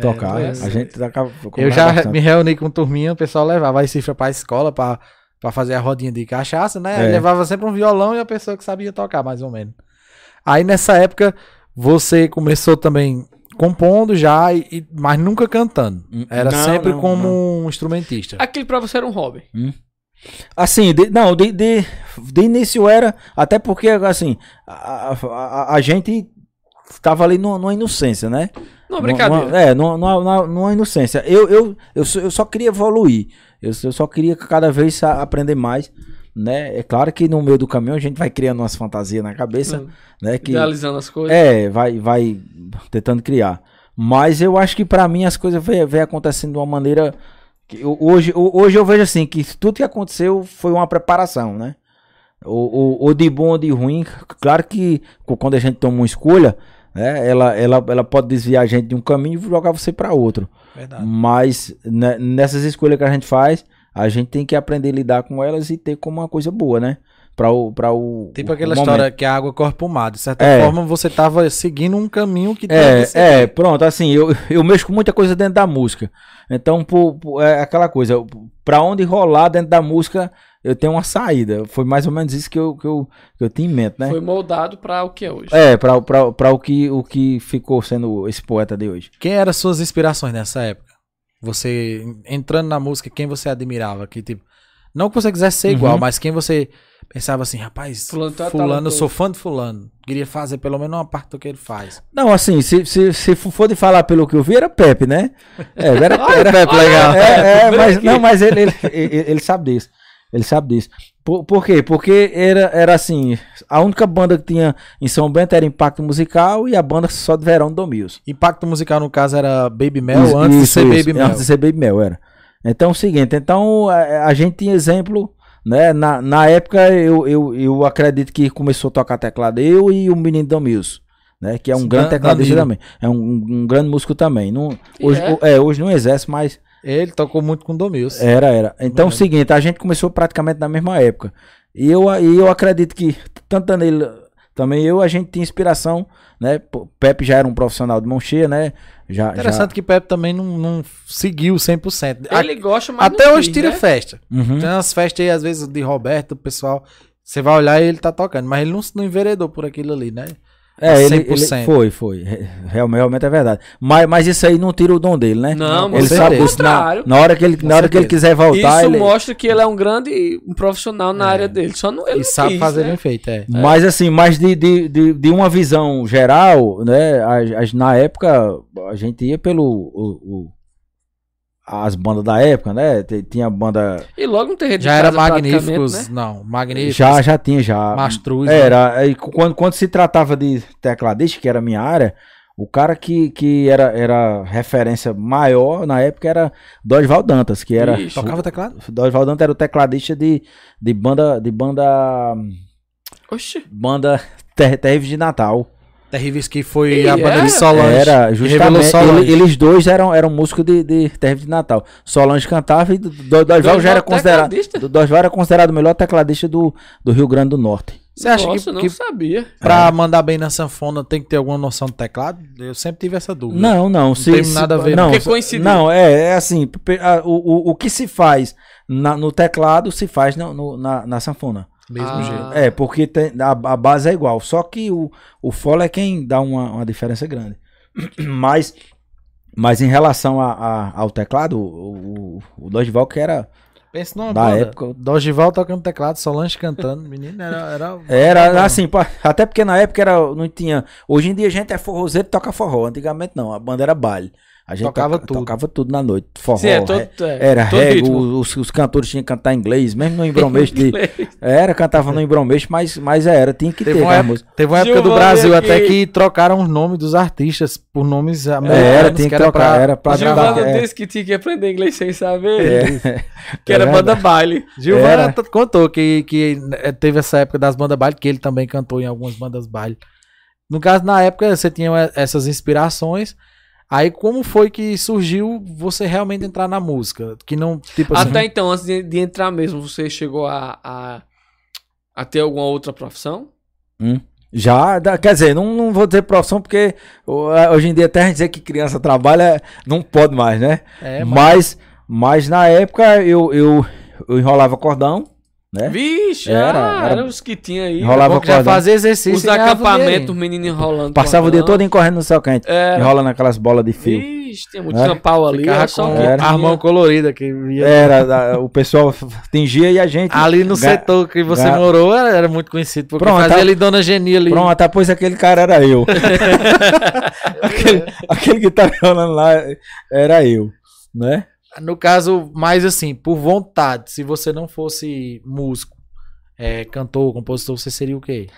S3: tocar.
S2: é,
S3: a gente tocava.
S2: Eu
S3: comprava
S2: já
S3: bastante.
S2: me reuni com turminha, o pessoal levava as cifras pra escola pra, pra fazer a rodinha de cachaça, né? Aí
S3: É.
S2: Levava sempre um violão e a pessoa que sabia tocar, mais ou menos. Aí nessa época, você começou também compondo já, e- e- mas nunca cantando. Era
S3: Não,
S2: sempre
S3: não,
S2: como
S3: não.
S2: um instrumentista.
S1: Aquilo pra você era um hobby.
S3: Assim, de- não, de, de, de início era, até porque, assim, a, a, a- a gente tava ali numa, numa inocência, né?
S1: Não, brincadeira.
S3: Numa- é, numa, numa, numa inocência. Eu, eu, eu, só, eu só queria evoluir, eu, só- eu só queria cada vez a- aprender mais, né? É claro que no meio do caminho a gente vai criando umas fantasias na
S2: é
S3: cabeça,
S1: Hum,
S3: né? Que,
S1: Idealizando as coisas.
S3: é, vai, vai tentando criar. Mas eu acho que pra mim as coisas vem, vem acontecendo de uma maneira. Que eu- hoje, ho- hoje eu vejo assim, que tudo que aconteceu foi uma preparação, né? O, o, o de bom ou de ruim, claro que co- quando a gente toma uma escolha, né, ela, ela, ela pode desviar a gente de um caminho e jogar você pra outro.
S2: Verdade.
S3: Mas né, nessas escolhas que a gente faz, a gente tem que aprender a lidar com elas e ter como uma coisa boa, né? Pra o, pra o,
S2: Tipo
S3: o
S2: aquela
S3: momento.
S2: história que a água corre pro mar. De certa
S3: É.
S2: forma, você tava seguindo um caminho que deve ser-
S3: É, é, pronto, assim, eu, eu mexo com muita coisa dentro da música. Então, pô, pô, é aquela coisa, pra onde rolar dentro da música, eu tenho uma saída. Foi mais ou menos isso que eu, que eu, que eu tinha em
S2: É,
S3: mente, né?
S1: Foi moldado pra o que é hoje.
S3: É, pra, pra, pra o, que, o que ficou sendo esse poeta de hoje.
S2: Quem eram suas inspirações nessa época? Você entrando na música, quem você admirava? Que tipo, Não que você quisesse ser igual,
S3: Uhum.
S2: mas quem você pensava assim, rapaz,
S1: Fulano
S2: fulano,
S1: tá
S2: eu
S1: talentoso.
S2: sou fã de fulano. Queria fazer pelo menos uma parte do que ele faz.
S3: Não, assim, se, se, se for de falar pelo que eu vi, era Pepe, né? É, era Pepe. Era Pepe,
S1: legal.
S3: É, é,
S1: Vem
S3: mas,
S1: aqui.
S3: não, mas ele, ele, ele- ele sabe disso. Ele sabe disso. Por, por quê? Porque era, era assim, a única banda que tinha em São Bento era Impacto Musical e a banda só de verão do Dom Mills.
S2: Impacto musical, no caso, era Baby Mel
S3: Isso,
S2: É antes de
S3: isso,
S2: ser
S3: isso.
S2: Baby Mel.
S3: Antes de ser Baby Mel, era. Então é o seguinte, então a, a gente tinha exemplo, né? Na, na época eu, eu, eu acredito que começou a tocar teclado eu e o menino Dom Mills, né? Que é um
S2: Dan-
S3: grande tecladista
S2: Danilo.
S3: também. É um, um grande músico também. Não,
S1: E
S3: hoje,
S1: é?
S3: o- é, hoje não exerce, mas
S2: Ele tocou muito com o Domilson.
S3: era, era. Então é o seguinte, a gente começou praticamente na mesma época. E eu, e eu acredito que, tanto Danilo, também eu, a gente tinha inspiração, né? Pô, Pepe já era um profissional de mão cheia, né? Já,
S2: Interessante que Pepe também não, não seguiu 100%. É, A-
S1: Ele gosta, mas
S2: até
S1: não
S2: hoje
S1: quis,
S2: tira
S1: né?
S2: festa.
S3: já... Uhum.
S2: Tem umas festas aí, às vezes, de Roberto, o pessoal. Você vai olhar e ele tá tocando, mas ele não, não enveredou por aquilo ali, né?
S3: É, ele, ele
S2: 100%.
S3: foi, foi. Re- Realmente, realmente é verdade. Mas, mas isso aí não tira o dom dele, né?
S1: Não,
S3: ele
S1: mas
S3: sabe
S1: pelo
S3: disso. Na,
S1: contrário.
S3: na hora que ele, na hora que ele quiser voltar,
S1: Isso
S3: ele...
S1: mostra que ele é um grande profissional na área dele. Só não, ele
S2: É. E
S1: não
S2: sabe
S1: quis,
S2: fazer
S1: né?
S2: bem feito, é.
S3: Mas assim, mas de, de, de, de uma visão geral, né? as- as- na época, a gente ia pelo. o- o- as bandas da época, né? te- Tinha a banda.
S1: E logo não tem rede de
S2: Já era
S1: casa praticamente,
S2: Magníficos,
S1: né?
S2: não, Magníficos,
S3: Já, já tinha, já.
S2: Mastruz,
S3: É,
S2: né?
S3: Era. aí, cu- quando, quando se tratava de tecladista, que era a minha área, o cara que, que era, era referência maior na época era Dorival Dantas, que era.
S1: Ixi.
S2: Tocava teclado?
S3: Dorival Dantas era o tecladista de, de banda. De banda.
S1: Oxi.
S3: Banda <laughs> Ter- Terríveis de Natal.
S2: Terríveis que foi
S1: E
S2: a banda
S1: era?
S2: de Solange.
S3: Era,
S2: revelou
S3: justamente.
S2: Solange.
S3: ele- eles dois eram, eram músicos de, de Terra de Natal. Solange cantava e do- do- Dorival já era considerado.
S1: tecladista?
S3: do- Dorival era considerado o melhor tecladista do, do Rio Grande do Norte.
S2: Você acha
S1: Nossa,
S2: que,
S1: não
S2: que
S1: sabia.
S3: É.
S2: pra mandar bem na sanfona tem que ter alguma noção de teclado? Eu sempre tive essa dúvida.
S3: Não, não. se,
S2: tem
S3: se-
S2: nada a ver,
S3: Não,
S1: porque
S3: se-
S1: coincidiu.
S3: não é, é assim. pe- a- o, o, o que se faz na- no teclado se faz no- no- na, na sanfona.
S2: Mesmo
S1: Ah.
S2: jeito.
S3: É, porque tem- a, a base é igual. Só que o, o fole é quem dá uma, uma diferença grande. <clears throat> Mas, mas em relação a, a- ao teclado, o, o, o Dorival que era.
S2: Pensa numa
S3: Da
S2: banda.
S3: época-
S2: Dogival tocando teclado, Solange cantando. Menino, era... era...
S3: <laughs> Era assim, pá, até porque na época era, não tinha. Hoje em dia a gente é forrozeiro e toca forró. Antigamente não, a banda era baile. A gente
S2: Tocava
S3: toca-
S2: tudo.
S3: tocava tudo na noite. Forró.
S1: Sim, é todo,
S3: re-
S1: é,
S3: era
S1: todo
S3: rego,
S1: ritmo. É.
S3: os, os cantores tinham que cantar em inglês, mesmo no embromeixo
S1: <laughs>
S3: de. Era, cantava no embromeixo, mas, mas era, tinha que né?
S2: Teve
S3: ter
S2: uma,
S3: a
S2: época,
S3: música.
S2: teve uma época do
S1: Giovanni
S2: Brasil
S1: aqui.
S2: até que trocaram os nomes dos artistas por nomes americanos.
S3: era, tinha que
S2: era
S3: trocar,
S2: pra-
S3: era pra
S2: Giovanni-
S3: dar-
S1: Giovanna
S3: é.
S1: disse que tinha que aprender inglês sem saber. Que
S3: É
S1: era
S3: verdade.
S1: banda baile.
S2: Gilmar
S3: Era.
S2: t- contou que, que eh, teve essa época das bandas baile, que ele também cantou em algumas bandas baile. No caso, na época, você tinha eh, essas inspirações. Aí, como foi que surgiu você realmente entrar na música? Que não, tipo
S3: é.
S2: assim,
S1: Até então, antes de, de entrar mesmo, você chegou a, a, a ter alguma outra profissão?
S3: Já, dá- quer dizer, não, não vou dizer profissão, porque ó, hoje em dia até a gente dizer que criança trabalha, não pode mais, né?
S2: é, mas
S3: mas, mas na época eu, eu, eu enrolava cordão, né?
S1: Vixe,
S3: Era,
S1: era,
S3: era-
S1: era os que tinha aí.
S3: Enrola- rolava
S2: bom que já
S3: cordão.
S2: fazia exercício.
S1: Os
S2: e ganhava
S1: acampamentos, os
S2: dinheirinho.
S1: meninos enrolando.
S3: Passava o dia
S1: cordão.
S3: todo encorrendo no céu quente,
S1: Era.
S3: enrolando aquelas bolas de fio.
S1: Vixe, tem muito
S3: É.
S1: campau ali.
S2: Ficava
S1: Era só um
S2: com
S1: o
S3: Era.
S1: que
S2: a mão
S1: tinha.
S2: colorida que via.
S3: Era, da- o pessoal tingia e a gente.
S2: Ali no
S3: É. Ga-
S2: setor que você
S3: ga-
S2: morou, era, era muito conhecido. Porque
S3: Pronto,
S2: fazia
S3: tá-
S2: ali Dona Geni ali. <laughs>
S3: Pronto, ah, pois aquele cara era eu. aquele, aquele que tava enrolando lá era eu, né?
S2: No caso, mais assim, por vontade, se você não fosse músico, é, cantor, compositor, você seria o quê?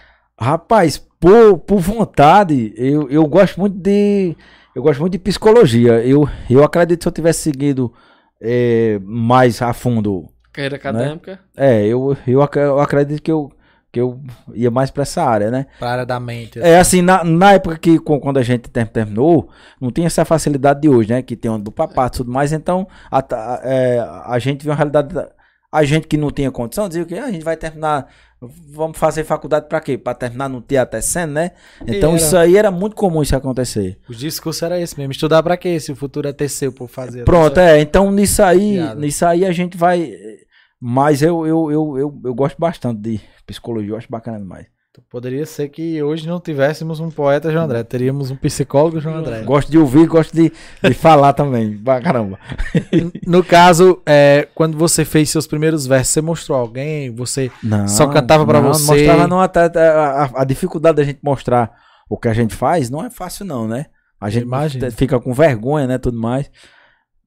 S3: Rapaz, por, por vontade, eu, eu gosto muito de. Eu gosto muito de psicologia. Eu, eu acredito que se eu tivesse seguido eh, mais a fundo.
S1: Carreira
S3: né?
S1: acadêmica.
S3: É, eu, eu, ac- eu acredito que eu, que eu ia mais pra essa área, né?
S2: Pra área da mente. assim.
S3: É assim, na, na época que qu- quando a gente ter- terminou, não tinha essa facilidade de hoje, né? Que tem onda do
S2: É.
S3: papato e tudo mais. Então, a, ta- é, a gente viu uma realidade. da- A gente que não tinha condição dizia que "Ah, a gente vai terminar. Vamos fazer faculdade pra quê? Pra terminar no teatro sendo, né? Então,
S2: Era.
S3: isso aí era muito comum isso acontecer.
S2: Os discursos era esse mesmo. Estudar pra quê? Se o futuro é ter seu por fazer.
S3: Pronto, é. Então, nisso aí,
S2: Piada.
S3: nisso aí a gente vai. Mas eu, eu, eu, eu, eu gosto bastante de psicologia, eu acho bacana demais.
S2: Então, Poderia ser que hoje não tivéssemos um poeta João André, teríamos um psicólogo João André.
S3: Gosto de ouvir, gosto de, de falar também. Pra caramba.
S2: No caso, é, quando você fez seus primeiros versos, você mostrou alguém, você
S3: Não,
S2: Só cantava pra
S3: não,
S2: você.
S3: Mostrava não, até, até a, a- a dificuldade da gente mostrar o que a gente faz não é fácil não, né? A gente
S2: Imagino.
S3: te- fica com vergonha, né, tudo mais.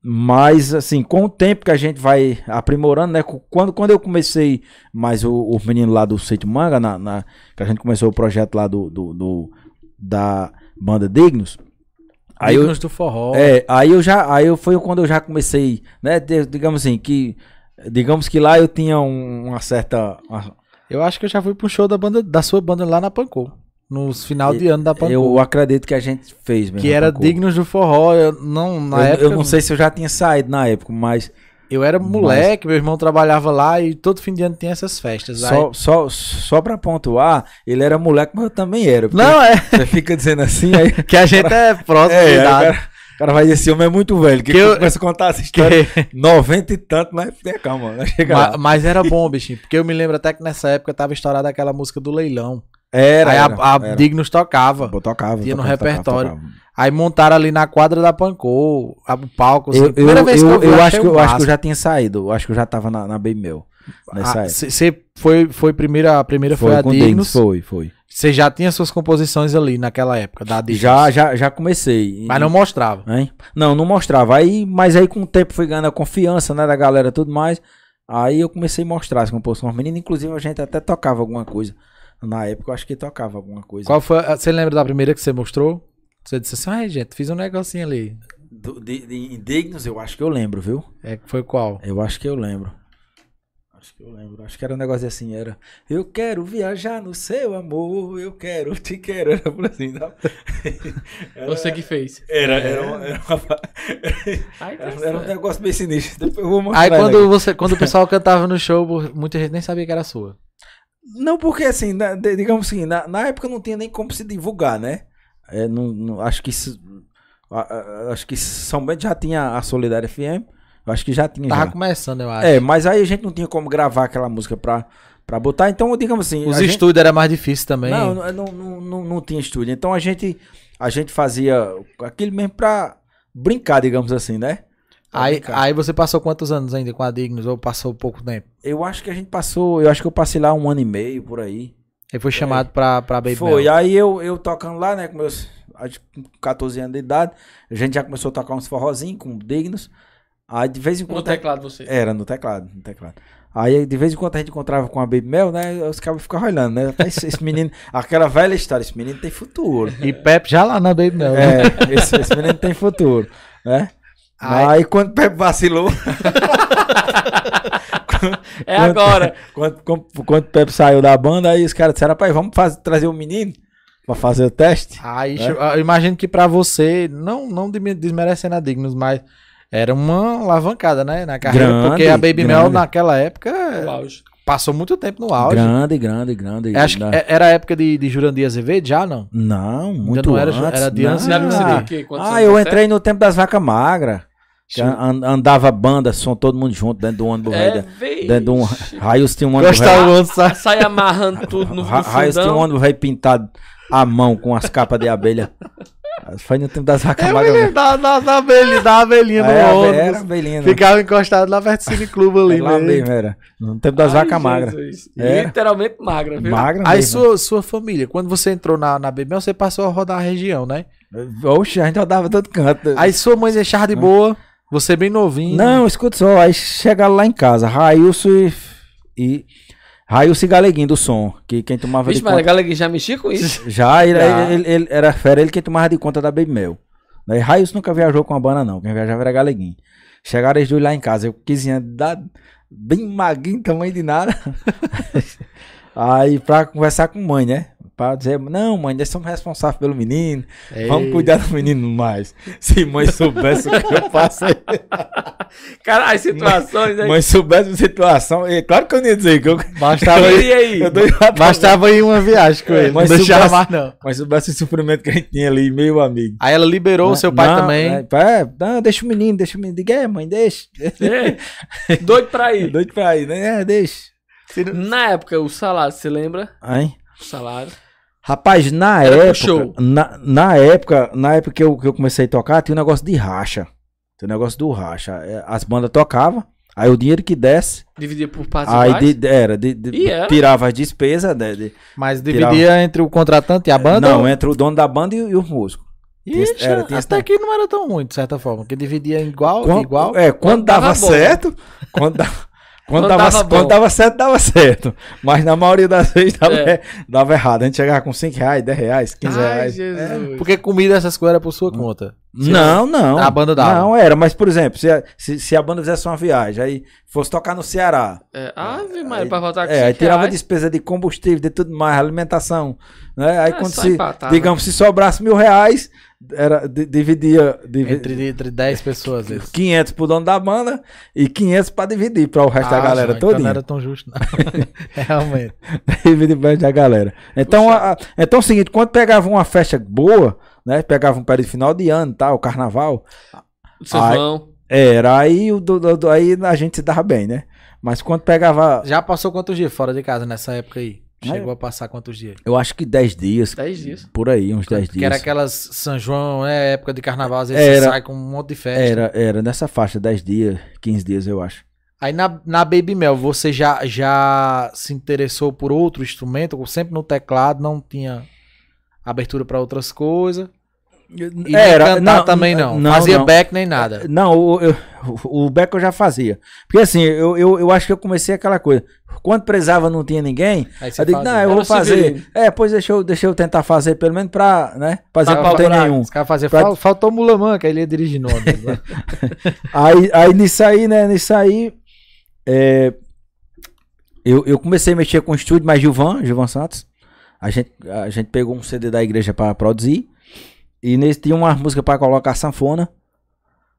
S3: Mas assim, com o tempo que a gente vai aprimorando, né? cu- Quando, quando eu comecei mais o, o menino lá do Sítio Manga, na, na- que a gente começou o projeto lá do, do- do- da banda Dignos, aí eu,
S2: ícones do forró.
S3: é, aí eu já, aí eu foi quando eu já comecei, né? de- digamos assim, que digamos que lá eu tinha um- uma certa uma-
S2: Eu acho que eu já fui pro show da banda da sua banda lá na Pancô, nos final de ano da Pancô,
S3: Eu acredito que a gente fez mesmo.
S2: que era
S3: Pancô.
S2: dignos do forró. Eu não na
S3: eu,
S2: época
S3: eu não sei se eu já tinha saído na época, mas
S2: Eu era moleque, meu irmão trabalhava lá e todo fim de ano tinha essas festas. Aí-
S3: só, só, só pra pontuar, ele era moleque, mas eu também era. porque
S2: Não, é
S3: <laughs> Você fica dizendo assim, aí
S2: <laughs> que a gente é próximo de
S3: <laughs> é, o,
S2: idade.
S3: cara, o cara vai dizer, esse homem é muito velho, que,
S2: Que eu-
S3: começa a contar essa
S2: <laughs>
S3: história,
S2: Que-
S3: 90 e tanto, mas tem calma, né? chega
S2: Ma-
S3: lá.
S2: mas era bom, bichinho, porque eu me lembro até que nessa época tava estourada aquela música do leilão.
S3: Era,
S2: aí a,
S3: era,
S2: a
S3: era.
S2: Dignos tocava.
S3: Pô, tocava,
S2: tinha no
S3: tocava, tocava,
S2: repertório.
S3: tocava.
S2: Aí montaram ali na quadra da Pancô, a- o palco. assim.
S3: Eu, eu,
S2: Primeira vez que
S3: eu-
S2: vi,
S3: eu acho
S2: achei um
S3: que eu
S2: o
S3: acho que eu
S2: máximo.
S3: já tinha saído, eu acho que eu já tava na, na Baimel nessa
S2: Ah,
S3: época.
S2: cê- cê foi, foi primeira, a primeira foi, a
S3: com Dignos,
S2: Dignos.
S3: foi, foi.
S2: Você já tinha suas composições ali naquela época, da Dignos.
S3: Já, já, já comecei.
S2: Mas não mostrava.
S3: Hein? Não, não mostrava. Aí, mas aí com o tempo fui ganhando a confiança, né, da galera e tudo mais. Aí eu comecei a mostrar as composições. Menina, inclusive a gente até tocava alguma coisa. Na época eu acho que tocava alguma coisa.
S2: Qual foi? Você lembra da primeira que você mostrou? Você disse assim, ai gente, fiz um negocinho ali.
S3: Do- de, de Indignos eu acho que eu lembro, viu?
S2: É, foi qual?
S3: Eu acho que eu lembro. Acho que eu lembro. Acho que era um negócio assim, era. Eu quero viajar no seu amor, eu quero, te quero. <laughs> Era por assim, não?
S1: Você que fez.
S3: Era, era, uma- era uma-
S1: Aí tá
S3: era um
S1: certo.
S3: negócio bem sinistro. Depois eu vou mostrar.
S2: Aí
S3: né?
S2: quando, você, quando o pessoal cantava no show, muita gente nem sabia que era sua.
S3: Não, porque assim, na- de- digamos assim, na, na época não tinha nem como se divulgar, né? É, não, não- acho que isso- a- a- acho que São Bento já tinha a Solidária FM, eu acho que já tinha.
S2: Tava
S3: já.
S2: começando, eu acho.
S3: Uhum. É, mas aí a gente não tinha como gravar aquela música pra, pra botar, então digamos assim.
S2: Os
S3: a gente-
S2: estúdios era mais difícil também.
S3: não, é não, não, não, não- não tinha estúdio. Então a gente, a gente fazia aquilo mesmo pra brincar, digamos assim, né? Pra
S2: aí,
S3: brincar.
S2: aí você passou quantos anos ainda com a Dignos? Ou passou pouco tempo?
S3: Eu acho que a gente passou, eu acho que eu passei lá um ano e meio por aí.
S2: Aí foi chamado pra, pra Baby
S3: É. Foi,
S2: Mel.
S3: aí eu, eu tocando lá, né, com meus acho que com 14 anos de idade, a gente já começou a tocar uns forrozinhos com dignos. Aí de vez em
S1: No
S3: quando.
S1: um teclado você.
S3: Era no teclado, no teclado. Aí de vez em quando a gente encontrava com a Baby Mel, né? Os caras ficavam olhando, né? Rapaz, Esse, esse menino, aquela velha história, esse menino tem futuro.
S2: E Pepe já lá na Baby Mel. né?
S3: É, esse, esse menino tem futuro, né?
S2: Ai.
S3: Aí quando o Pepe vacilou, <laughs>
S1: É agora.
S3: quando, quando, quando o Pepe saiu da banda, aí os caras disseram, rapaz, vamos faz- trazer o menino pra fazer o teste.
S2: Aí cho-
S3: É.
S2: eu imagino que pra você, não, não de- desmerecendo a Dignos, mas era uma alavancada, né? Na carreira.
S3: Grande,
S2: porque a Baby Mel
S3: grande.
S2: naquela época
S1: O auge.
S2: passou muito tempo no auge.
S3: Grande, grande, grande.
S2: Acho que
S3: né?
S2: é- era a época de, de Jurandir Azevedo já, não?
S3: Não,
S2: Ainda
S3: muito
S2: não era
S3: antes.
S2: ju- era de antes,
S1: Você
S2: Ah.
S1: deve ser de quê? Quantos
S3: Ah,
S1: anos?
S3: eu
S1: Dezessete?
S3: entrei no tempo das vacas magras. que an- andava banda, som todo mundo junto dentro do ônibus.
S1: É,
S3: velho.
S1: vez.
S3: Dentro de um. Raios tinha um ônibus.
S2: Gostava
S3: velho-
S2: do outro,
S3: <laughs>
S2: sabe?
S1: Sai amarrando tudo no, no
S3: Ra- Raios tinha um
S1: fundão.
S3: ônibus velho pintado à mão com as capas de
S2: <laughs>
S3: abelha. Foi no tempo das
S2: Eu
S3: vacas
S2: me
S3: magras.
S2: lembro
S3: velho.
S2: da, da, da abelhinha, da abelhinha É no
S3: Era,
S2: ônibus.
S3: era abelhinha, né?
S2: Ficava encostado lá perto do Cine Clube ali,
S3: É Lá
S2: mesmo.
S3: mesmo, era. No tempo das
S1: Ai,
S3: vacas magras.
S1: Jesus.
S3: Era.
S1: Literalmente magra, viu?
S3: É. Magra
S2: é Aí
S3: é mesmo.
S2: sua, sua família, quando você entrou na, na Bebel, você passou a rodar a região, né?
S3: Oxe, a gente andava todo canto.
S2: Aí sua mãe deixava de boa, você bem novinho.
S3: Hum. Não, escuta só, aí chegaram lá em casa, Railson e. e Railson e Galeguinho do som, que quem tomava
S1: Vixe,
S3: de
S1: mas a
S3: conta.
S1: galera que já mexia com
S3: <laughs>
S1: isso.
S3: Já, ele,
S2: Já.
S3: ele- ele- era fera, ele quem tomava de conta da Baby Mel. Daí Railson nunca viajou com a banda, não. Quem viajava era Galeguinho. Chegaram eles dois lá em casa, eu 15 anos de idade, bem magrinho, tamanho de nada. <laughs> aí pra conversar com mãe, né? Pra dizer, não, mãe, nós somos responsáveis pelo menino, vamos cuidar do menino mais. Se mãe soubesse o que eu passei.
S1: Cara, as situações aí.
S3: Mas se soubesse a situação, é claro que eu não ia dizer que eu,
S2: Bastava,
S3: <laughs>
S1: E aí?
S3: eu dou igual pra-
S2: bastava ir uma viagem com
S3: É,
S2: ele, não
S3: mas se
S2: deixava
S3: soubesse-
S2: mais não.
S3: Mas se soubesse o sofrimento que a gente tinha ali, meu amigo.
S2: Aí ela liberou o seu pai
S3: Não,
S2: também.
S3: É, é, não, deixa o menino, deixa o menino. Diga, é, mãe, deixa.
S1: É. Doido pra
S3: <laughs> É
S1: ir.
S3: doido pra ir, né? É, deixa.
S1: Na época, o salário, você lembra?
S3: Hein?
S1: salário.
S3: Rapaz, na
S1: Era pro show.
S3: época, na, na época, na época que eu, que eu comecei a tocar, tinha um negócio de racha. Tinha um negócio do racha. É, As bandas tocavam, aí o dinheiro que desce,
S1: Dividir por partes
S3: aí
S1: iguais.
S3: de- de- era, de- de-
S1: E era?
S3: tirava as despesas, né, de-
S2: Mas
S3: Tirava.
S2: dividia entre o contratante e a banda?
S3: não, entre o dono da banda e, e o músico.
S2: Ixi,
S3: Tinha- era- tinha esse
S2: até que não era tão ruim, de certa forma. Porque dividia igual,
S3: Quando,
S2: igual.
S3: É, quando,
S1: Quando
S3: dava,
S1: dava bom.
S3: certo, quando,
S1: <laughs>
S3: da- quando
S1: Quando
S3: dava,
S1: dava bom.
S3: quando dava certo, dava certo. Mas na maioria das vezes dava,
S1: É.
S3: dava errado. A gente chegava com 5 reais, 10 reais, 15
S1: Ai,
S3: reais.
S1: Jesus.
S2: Porque comida essas coisas era por
S3: Hum.
S2: sua conta.
S3: Não, não.
S2: A banda dava.
S3: Não, era, mas por exemplo, se a, se, se a banda fizesse uma viagem, aí fosse tocar no Ceará.
S1: É, ave Maria, pra voltar com
S3: É, aí
S1: cinco
S3: tirava
S1: reais.
S3: despesa de combustível, de tudo mais, alimentação. Né? Aí
S1: É,
S3: quando
S1: só
S3: se.
S1: empatava.
S3: Digamos, se sobrasse mil reais, era, di- dividia. divi-
S2: Entre, entre 10 pessoas, às
S3: <laughs>
S2: vezes.
S3: 500 pro dono da banda e 500 pra dividir pra o resto da
S2: Ah,
S3: galera
S2: João,
S3: toda.
S2: Então não era tão justo, não. <laughs> Realmente.
S3: <laughs> Dividir pro resto da galera. Então, a, a- então é o seguinte, quando pegava uma festa boa, né? Pegava um período de final de ano, tal, carnaval, Ai.
S1: Silvão.
S3: Era, aí, o, do- do- do- aí a gente se dava bem, né? Mas quando pegava,
S2: Já passou quantos dias fora de casa nessa época aí?
S3: É.
S2: Chegou a passar quantos dias?
S3: eu acho que 10 dias.
S1: 10 dias.
S3: Por aí, uns 10
S2: Que era
S3: dias.
S2: aquelas São João, é época de carnaval, às vezes você
S3: Era.
S2: sai com um monte de festa.
S3: Era, era nessa faixa, 10 dias, 15 dias, eu acho.
S2: Aí na, na Baby Mel, você já, já se interessou por outro instrumento? Sempre no teclado, não tinha abertura pra outras coisas. E nem cantar também não. Fazia back nem nada.
S3: Não, o, eu- o Beck eu já fazia. Porque assim, eu, eu, eu acho que eu comecei aquela coisa. Quando precisava não tinha ninguém,
S2: Aí você
S3: eu digo,
S2: fazia.
S3: não, eu
S1: Era
S3: vou
S1: Severino.
S3: fazer. É, pois deixa eu, deixa eu tentar fazer, pelo menos pra, né? Fazer
S1: Pra
S3: pra não ter
S1: procurar.
S3: nenhum.
S2: Os caras faziam,
S3: Pra-
S2: "Fal- faltou Mula Manca, ele ia dirigir nome.
S3: Aí, aí nisso aí, né? Nisso aí. é, eu, eu comecei a mexer com o estúdio, mas Gilvan, Gilvan Santos. A gente, a gente pegou um CD da igreja pra produzir. E nesse tinha uma música pra colocar sanfona.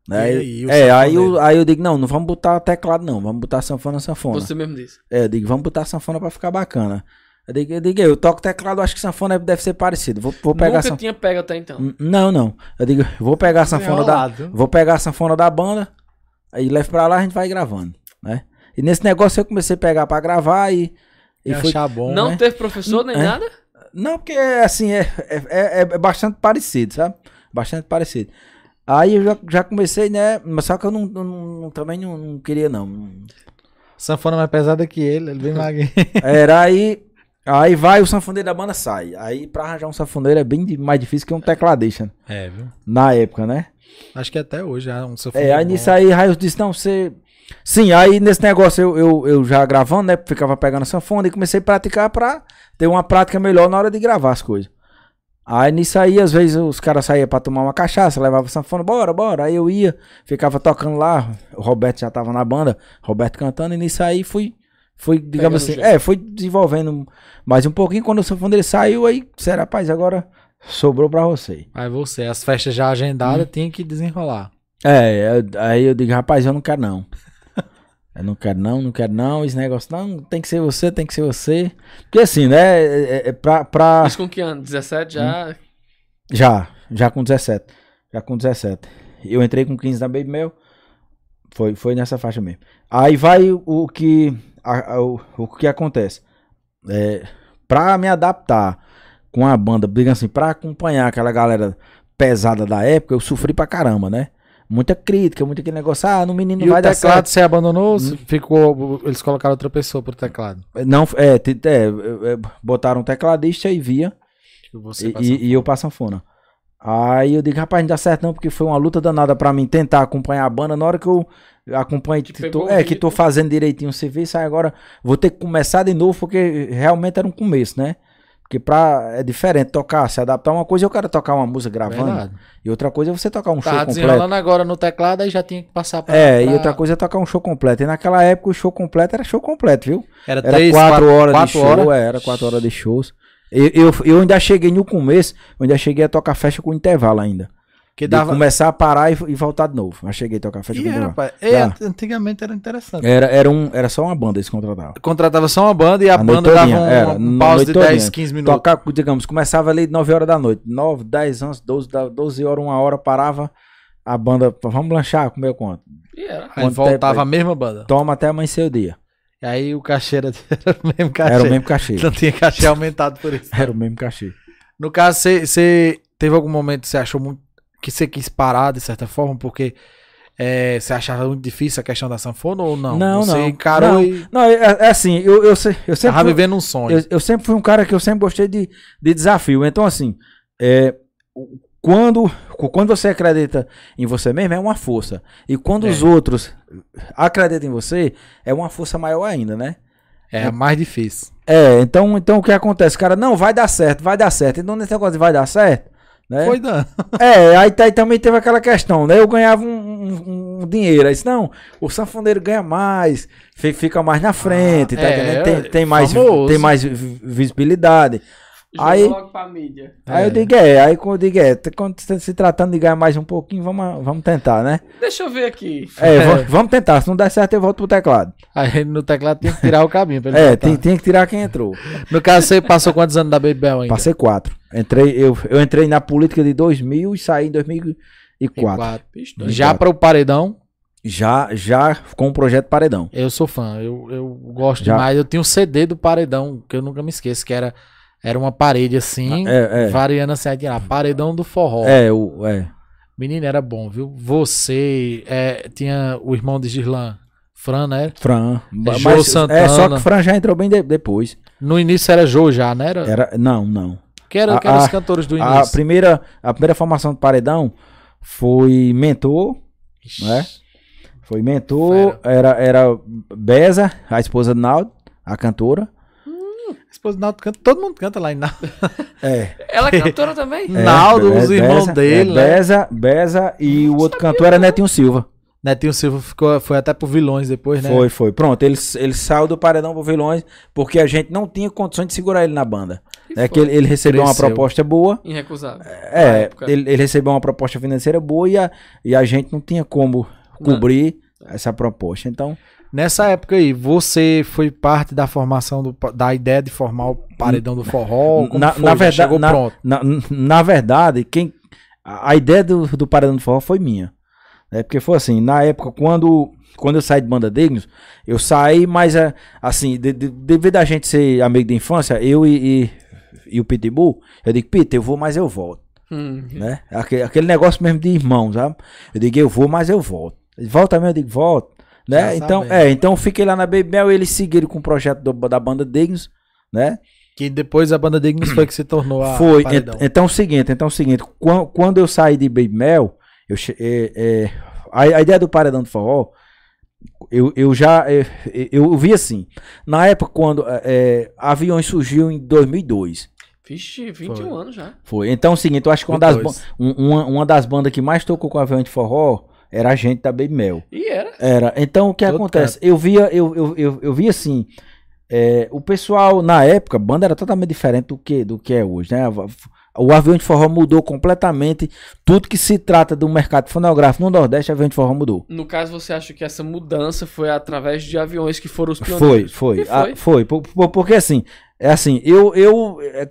S3: Né?
S2: E <laughs> aí, o
S3: é, aí eu,
S2: sanfoneiro?
S3: aí eu digo, não, não vamos botar teclado, não. Vamos botar sanfona, sanfona.
S1: Você mesmo disse.
S3: É, eu digo, vamos botar sanfona pra ficar bacana. Eu digo, eu, digo, eu toco teclado, acho que sanfona é, deve ser parecido. Vou, vou pegar
S1: Nunca
S3: sanfona.
S1: tinha pego até então.
S3: Não, não. Eu digo, vou pegar a sanfona da,
S1: né?
S3: Vou pegar a sanfona da banda, aí levo pra lá a gente vai gravando, né? E nesse negócio eu comecei a pegar pra gravar e, e
S1: É
S2: E
S3: foi...
S2: achar bom,
S1: não
S2: né?
S1: teve professor nem
S3: É.
S1: nada?
S3: Não, porque assim, é, é, é, é bastante parecido, sabe? Bastante parecido. Aí eu já, já comecei, né? Mas só que eu não, não- não- também não, não queria, não.
S2: Sanfona mais pesada que ele, ele bem magrinho. <laughs>
S3: Era aí. Aí vai o sanfoneiro da banda sai. Aí pra arranjar um sanfoneiro é bem di- mais difícil que um tecladista.
S2: É, viu?
S3: Na época, né?
S2: Acho que até hoje é um sanfona.
S3: É, aí
S2: bom.
S3: nisso aí, Raios disse, não, você... Sim, aí nesse negócio eu, eu, eu já gravando, né? Ficava pegando sanfona e comecei a praticar pra ter uma prática melhor na hora de gravar as coisas. Aí nisso aí, às vezes os caras saíam pra tomar uma cachaça, levava sanfona, bora, bora. Aí eu ia, ficava tocando lá, o Roberto já tava na banda, Roberto cantando, e nisso aí fui, fui digamos
S1: Pegando
S3: assim,
S1: o jeito.
S3: é, fui desenvolvendo mais um pouquinho. Quando o sanfoneiro saiu, aí, sério, rapaz, agora sobrou pra você.
S2: Aí você, as festas já agendadas, tem que desenrolar.
S3: É, eu- aí eu digo, rapaz, eu não quero não. <laughs> Eu não quero não, não quero não, esse negócio não, tem que ser você, tem que ser você. Porque assim, né, é, é, é pra, pra...
S1: Isso com que ano? 17 já?
S3: Hum. Já, já com 17, já com 17. Eu entrei com 15 na Baby Mel, foi, foi nessa faixa mesmo. Aí vai o, o que, a- a- o, o que acontece. É, pra me adaptar com a banda, digamos assim, pra acompanhar aquela galera pesada da época, eu sofri pra caramba, né? Muita crítica, muito aquele negócio, ah, no menino
S2: e
S3: vai
S2: o
S3: dar certo.
S2: teclado você abandonou ou se ficou. Eles colocaram outra pessoa pro teclado.
S3: Não, é, te- é, é, botaram um tecladista e via,
S2: Que
S3: e,
S2: você
S3: e- e eu passo a fona. Aí eu digo, rapaz, não dá certo não, porque foi uma luta danada pra mim tentar acompanhar a banda. Na hora que eu acompanho,
S1: Que
S3: que
S1: pegou
S3: tô,
S1: o
S3: é, que
S1: ritmo.
S3: tô fazendo direitinho o serviço, aí agora vou ter que começar de novo, porque realmente era um começo, né? Porque pra, é diferente tocar, se adaptar a uma coisa, eu quero tocar uma música gravando,
S2: Verdade.
S3: e outra coisa é você tocar um
S2: Tava
S3: show completo.
S2: desenrolando agora no teclado, aí já tinha que passar pra.
S3: É, e
S2: pra-
S3: outra coisa é tocar um show completo. E naquela época o show completo era show completo, viu?
S2: Era
S3: Era
S2: três,
S3: quatro, horas
S2: quatro
S3: de show, é, era quatro horas de shows. Eu, eu, eu ainda cheguei no começo, eu ainda cheguei a tocar festa com intervalo ainda.
S2: Que
S3: De
S2: dava.
S3: começar a parar e, e voltar de novo. Mas cheguei a tocar
S2: Ih,
S3: festa com
S2: era,
S3: intervalo.
S2: rapaz. É,
S3: Dá.
S2: ant- antigamente era interessante.
S3: Era, era, um, era só uma banda eles contratavam.
S2: É. Contratava só uma banda e a,
S3: A noite
S2: banda dava
S3: todinha,
S2: um,
S3: era,
S2: um
S3: na
S2: pause
S3: noite
S2: de 10,
S3: todinha.
S2: 15 minutos.
S3: Tocar, digamos, começava ali 9 horas da noite. 9, 10, 11, 12, da- 12 horas, uma hora, parava. A banda, vamos lanchar, comer quanto?
S1: E era.
S2: Aí
S3: Quanto tempo
S2: voltava
S3: aí?
S2: a mesma banda.
S3: Toma até amanhecer o dia.
S2: E aí o cachê era, <laughs> era o mesmo cachê.
S3: Era o
S2: <laughs>
S3: mesmo cachê.
S2: Não tinha cachê aumentado por
S3: <laughs>
S2: isso.
S3: Era o mesmo cachê.
S2: No caso, você teve algum momento que você achou muito. que você quis parar de certa forma, porque você achava muito difícil a questão da sanfona ou não?
S3: Não,
S2: você
S3: não.
S2: encarou
S3: Não,
S2: e
S3: Não, é, é assim, eu, eu, se- eu sempre.
S2: tava
S3: fui-
S2: vivendo um sonho.
S3: Eu, eu sempre fui um cara que eu sempre gostei de, de desafio. Então, assim, é, o- quando, cu- quando você acredita em você mesmo, é uma força. E quando
S2: É.
S3: os outros acreditam em você, é uma força maior ainda, né?
S2: É a mais difícil.
S3: É, então, então o que acontece? Cara, não, vai dar certo, vai dar certo. Então, nesse negócio de vai dar certo, né?
S2: Foi dando.
S3: É, aí, tá- aí também teve aquela questão, né? Eu ganhava um, um- um dinheiro. Aí disse, não, o sanfoneiro ganha mais, fi- fica mais na frente, tá
S2: é,
S3: entendendo? Tem, tem mais,
S2: famoso.
S3: tem mais vi- visibilidade.
S1: Joga
S3: Aí-
S1: logo pra mídia.
S3: Aí
S2: É.
S3: eu digo, é, aí quando eu digo, é, t- quando se se tratando de ganhar mais um pouquinho, vamos, vamos tentar, né?
S1: Deixa eu ver aqui.
S3: É, va- vamos tentar, se não der certo eu volto pro teclado.
S2: Aí no teclado tinha que tirar o caminho pra ele
S3: É,
S2: voltar.
S3: tem, tem que tirar quem entrou.
S2: No caso, você passou quantos anos da Babybel ainda?
S3: Passei quatro. Entrei, eu, eu entrei na política de 2000 e saí em 2004.
S1: Pistão.
S3: Dois,
S2: Já
S3: quatro.
S2: para o Paredão,
S3: Já, já com o projeto Paredão.
S2: eu sou fã. Eu, eu gosto
S3: Já.
S2: demais. Eu tinha um CD do Paredão, que eu nunca me esqueço, que era, era uma parede assim,
S3: É, é.
S2: variando assim, aí tinha lá, Paredão do Forró.
S3: É, o, é.
S2: Menino, era bom, viu? Você, é, tinha o irmão de Girlan, Fran, né?
S3: Fran. Ba-
S2: Jô Santana.
S3: É, só que Fran já entrou bem de- depois.
S2: No início era Jô já, né? Era,
S3: Era, não, não.
S2: que era,
S3: É. a-
S2: que eram os
S3: a-
S2: cantores do
S3: A
S2: início.
S3: primeira, a primeira formação do Paredão foi Mentor,
S2: Ixi,
S3: né? Foi Mentor, era, era Beza, a esposa do Naldo, a cantora.
S2: a esposa do Naldo canta, todo mundo canta lá em Naldo.
S3: <laughs> É.
S1: Ela é cantora também?
S2: Naldo, os irmãos dele, né?
S3: É, Beza, Beza e o outro cantor era Netinho Silva.
S2: Netinho Silva ficou, foi até pro Vilões depois, né?
S3: Foi, foi. Pronto, ele, ele saiu do Paredão pro Vilões porque a gente não tinha condições de segurar ele na banda.
S1: Que
S3: É
S1: foi?
S3: que ele, ele recebeu
S2: Cresceu.
S3: uma proposta boa.
S1: Irrecusável. Na
S3: É,
S1: época.
S3: ele, ele recebeu uma proposta financeira boa e a, e a gente não tinha como cobrir essa proposta. Então,
S2: Nessa época aí, você foi parte da formação do, pa- da ideia de formar o paredão do forró? Como
S3: na,
S2: foi?
S3: na
S2: Já
S3: verdade,
S2: chegou
S3: na,
S2: pronto.
S3: na- na verdade, quem a, a ideia do, do Paredão do Forró foi minha. É porque foi assim, na época, quando, quando eu saí de Banda Dignos, eu saí, mas é, assim, de- de- devido a gente ser amigo de infância, eu e, e, e o Pitbull, eu digo, Pita, eu vou, mas eu volto.
S1: Hum.
S3: né? Aquele, aquele negócio mesmo de irmão, sabe? Eu digo, eu vou, mas eu volto. Ele volta mesmo, eu digo,
S2: Já
S3: volto. Né? Então,
S2: sabendo.
S3: é, então eu fiquei lá na Baby Mel, eles seguiram com o projeto do- da banda Dignos, né?
S2: Que depois a banda Dignos foi que se tornou a
S3: Foi.
S2: a paredão.
S3: en- então é o seguinte, então é o seguinte, quan- quando eu saí de Baby Mel, eu che- é, é, a, a ideia do Paredão do Forró, eu, eu já é, eu, eu vi assim, na época quando é, é, Aviões surgiu em 2002,
S1: Vixe, 21
S2: Foi.
S1: anos já.
S3: foi. Então é o seguinte, eu acho que uma das,
S2: Depois.
S3: ban- um- uma, uma das bandas que mais tocou com avião de forró era a gente da Baby Mel.
S1: E era.
S3: Era. Então o que
S2: Todo
S3: acontece? Eu via, eu, eu, eu, eu via assim. é, o pessoal, na época, a banda era totalmente diferente do que, do que é hoje, né? O avião de forró mudou completamente. Tudo que se trata do mercado fonográfico no Nordeste, o avião de forró mudou.
S1: No caso, você acha que essa mudança foi através de aviões que foram os
S3: Foi,
S1: pioneiros?
S3: foi.
S1: E
S3: Ah,
S1: foi.
S3: foi. Por- por- porque assim, é assim, eu, eu, é,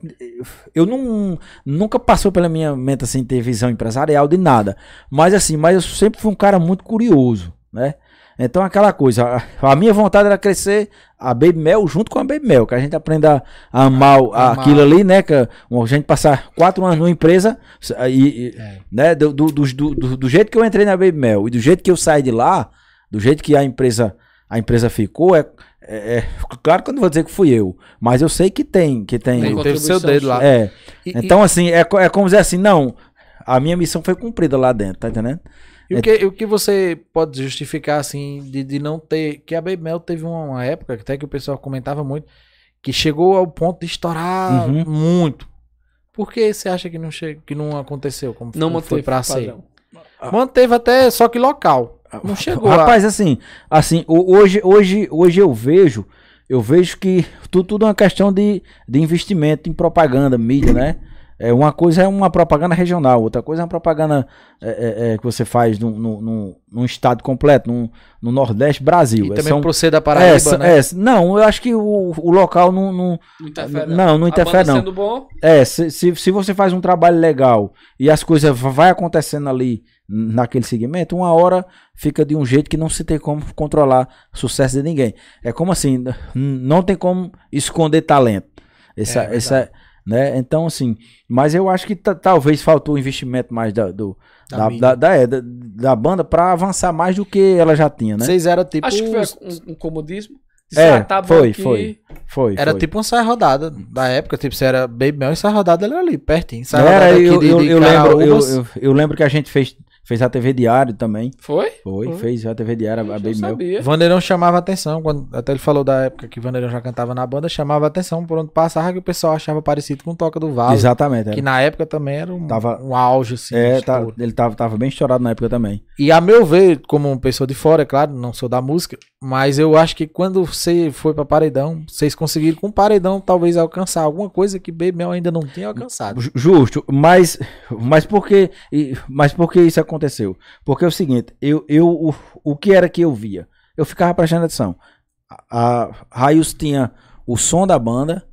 S3: eu não, nunca passou pela minha mente assim ter visão empresarial de nada. Mas assim, mas eu sempre fui um cara muito curioso, né? Então aquela coisa, a, a minha vontade era crescer a Baby Mel junto com a Baby Mel, que a gente aprenda a amar, o-
S2: Amar.
S3: aquilo ali, né? Que a, a gente passar quatro anos numa empresa e, e-
S2: É.
S3: né? Do, do, dos- do, do, do jeito que eu entrei na Baby Mel e do jeito que eu saí de lá, do jeito que a empresa, a empresa ficou, é, é, é- claro que eu não vou dizer que fui eu, mas eu sei que tem, que tem.
S1: Tem
S2: Ele teve seu
S1: contribuição
S2: dedo lá.
S3: É.
S2: E- e-
S3: Então, assim, é, co- é como dizer assim, não, a minha missão foi cumprida lá dentro, tá entendendo?
S2: E o que, e o que você pode justificar, assim, de, de não ter. Que a Baby Mel teve uma, uma época, até que o pessoal comentava muito, que chegou ao ponto de estourar
S3: Uhum.
S2: muito. Por que você acha que não, che... que não aconteceu? Como
S1: Não
S2: como
S1: manteve
S2: foi pra
S1: o
S2: ser?
S1: padrão.
S2: Manteve até, só que local. Não chegou. a-
S3: Ah, Rapaz, assim, assim, ho- hoje, hoje, hoje eu vejo, eu vejo que tudo, tudo é uma questão de, de investimento em propaganda, mídia, né? É, uma coisa é uma propaganda regional, outra coisa é uma propaganda é, é, é, que você faz num, num- num- num estado completo, num, no Nordeste Brasil.
S2: E
S3: É,
S2: também
S3: são-
S2: pro ser da Paraíba,
S3: é, são-
S2: né?
S3: é, não, eu acho que o, o local não, não-
S1: Não interfere.
S3: Ah,
S2: né?
S3: Não, não interfere,
S1: a banda
S3: não.
S1: sendo bom,
S3: É, se, se, se você faz um trabalho legal e as coisas va- vai acontecendo ali naquele segmento, uma hora fica de um jeito que não se tem como controlar o sucesso de ninguém. É como assim, n- não tem como esconder talento. Essa,
S2: É,
S3: essa, né? Então, assim, mas eu acho que ta- talvez faltou o investimento mais da, do,
S2: Da
S3: da,
S2: mídia.
S3: da, da- é, da- da banda para avançar mais do que ela já tinha, né?
S2: Vocês eram tipo.
S1: acho que foi um, um comodismo.
S3: É,
S1: Ah, tá bom
S3: foi,
S1: aqui.
S3: foi. Foi.
S2: Era
S3: foi.
S2: tipo uma saia rodada da época, tipo, você era Baby Mel e saia rodada era ali, pertinho. Saia
S3: Era,
S2: rodada aqui
S3: É, eu,
S2: de,
S3: eu,
S2: de
S3: eu lembro, eu,
S2: Caraúbas.
S3: eu- eu lembro que a gente fez, fez a TV Diário também.
S1: Foi?
S3: Foi,
S2: Foi.
S3: fez a TV Diária, a
S1: Eu
S3: Baby Mel.
S1: sabia.
S2: Vandeirão chamava atenção, quando, até ele falou da época que Vandeirão já cantava na banda, chamava atenção por onde passava que o pessoal achava parecido com Toca do Vale.
S3: Exatamente.
S2: Que
S3: era.
S2: na época também era um,
S3: né? Tava-
S2: um auge, assim.
S3: É,
S2: de
S3: tá-
S2: estouro.
S3: ele tava, tava bem estourado na época também.
S2: E a meu ver, como uma pessoa de fora, é claro, não sou da música, mas eu acho que quando você foi pra Paredão, vocês conseguiram com Paredão talvez alcançar alguma coisa que Baby Mel ainda não tinha alcançado.
S3: Ju- Justo, mas, mas, por que, e- mas por que isso aconteceu? Porque é o seguinte, eu, eu, o, o que era que eu via? Eu ficava prestando atenção. A, a Raios tinha o som da banda,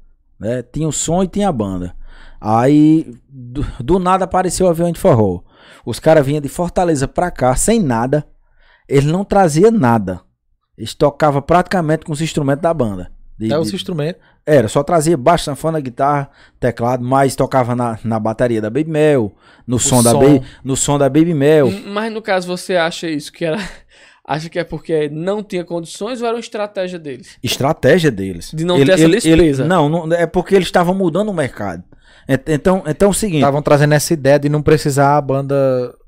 S3: né? Tinha o som e tinha a banda. Aí, do, do nada, apareceu o avião de forró. Os caras vinham de Fortaleza pra cá, sem nada. Eles não traziam nada. Eles tocavam praticamente com os instrumentos da banda. De-
S2: Até É os
S3: de-
S2: instrumentos.
S3: Era, só trazia baixo, sanfona, guitarra, teclado, mas tocava na, na bateria da Baby Mel, no som, da
S2: som.
S3: Baby, no som da Baby Mel.
S1: Hum, Mas no caso você acha isso que era <laughs> acha que é porque não tinha condições ou era uma estratégia deles?
S3: Estratégia deles.
S1: De não ter essa despesa.
S3: não, não, é porque eles estavam mudando o mercado. Ent- Então, então é o seguinte.
S2: Estavam trazendo essa ideia de não precisar a banda.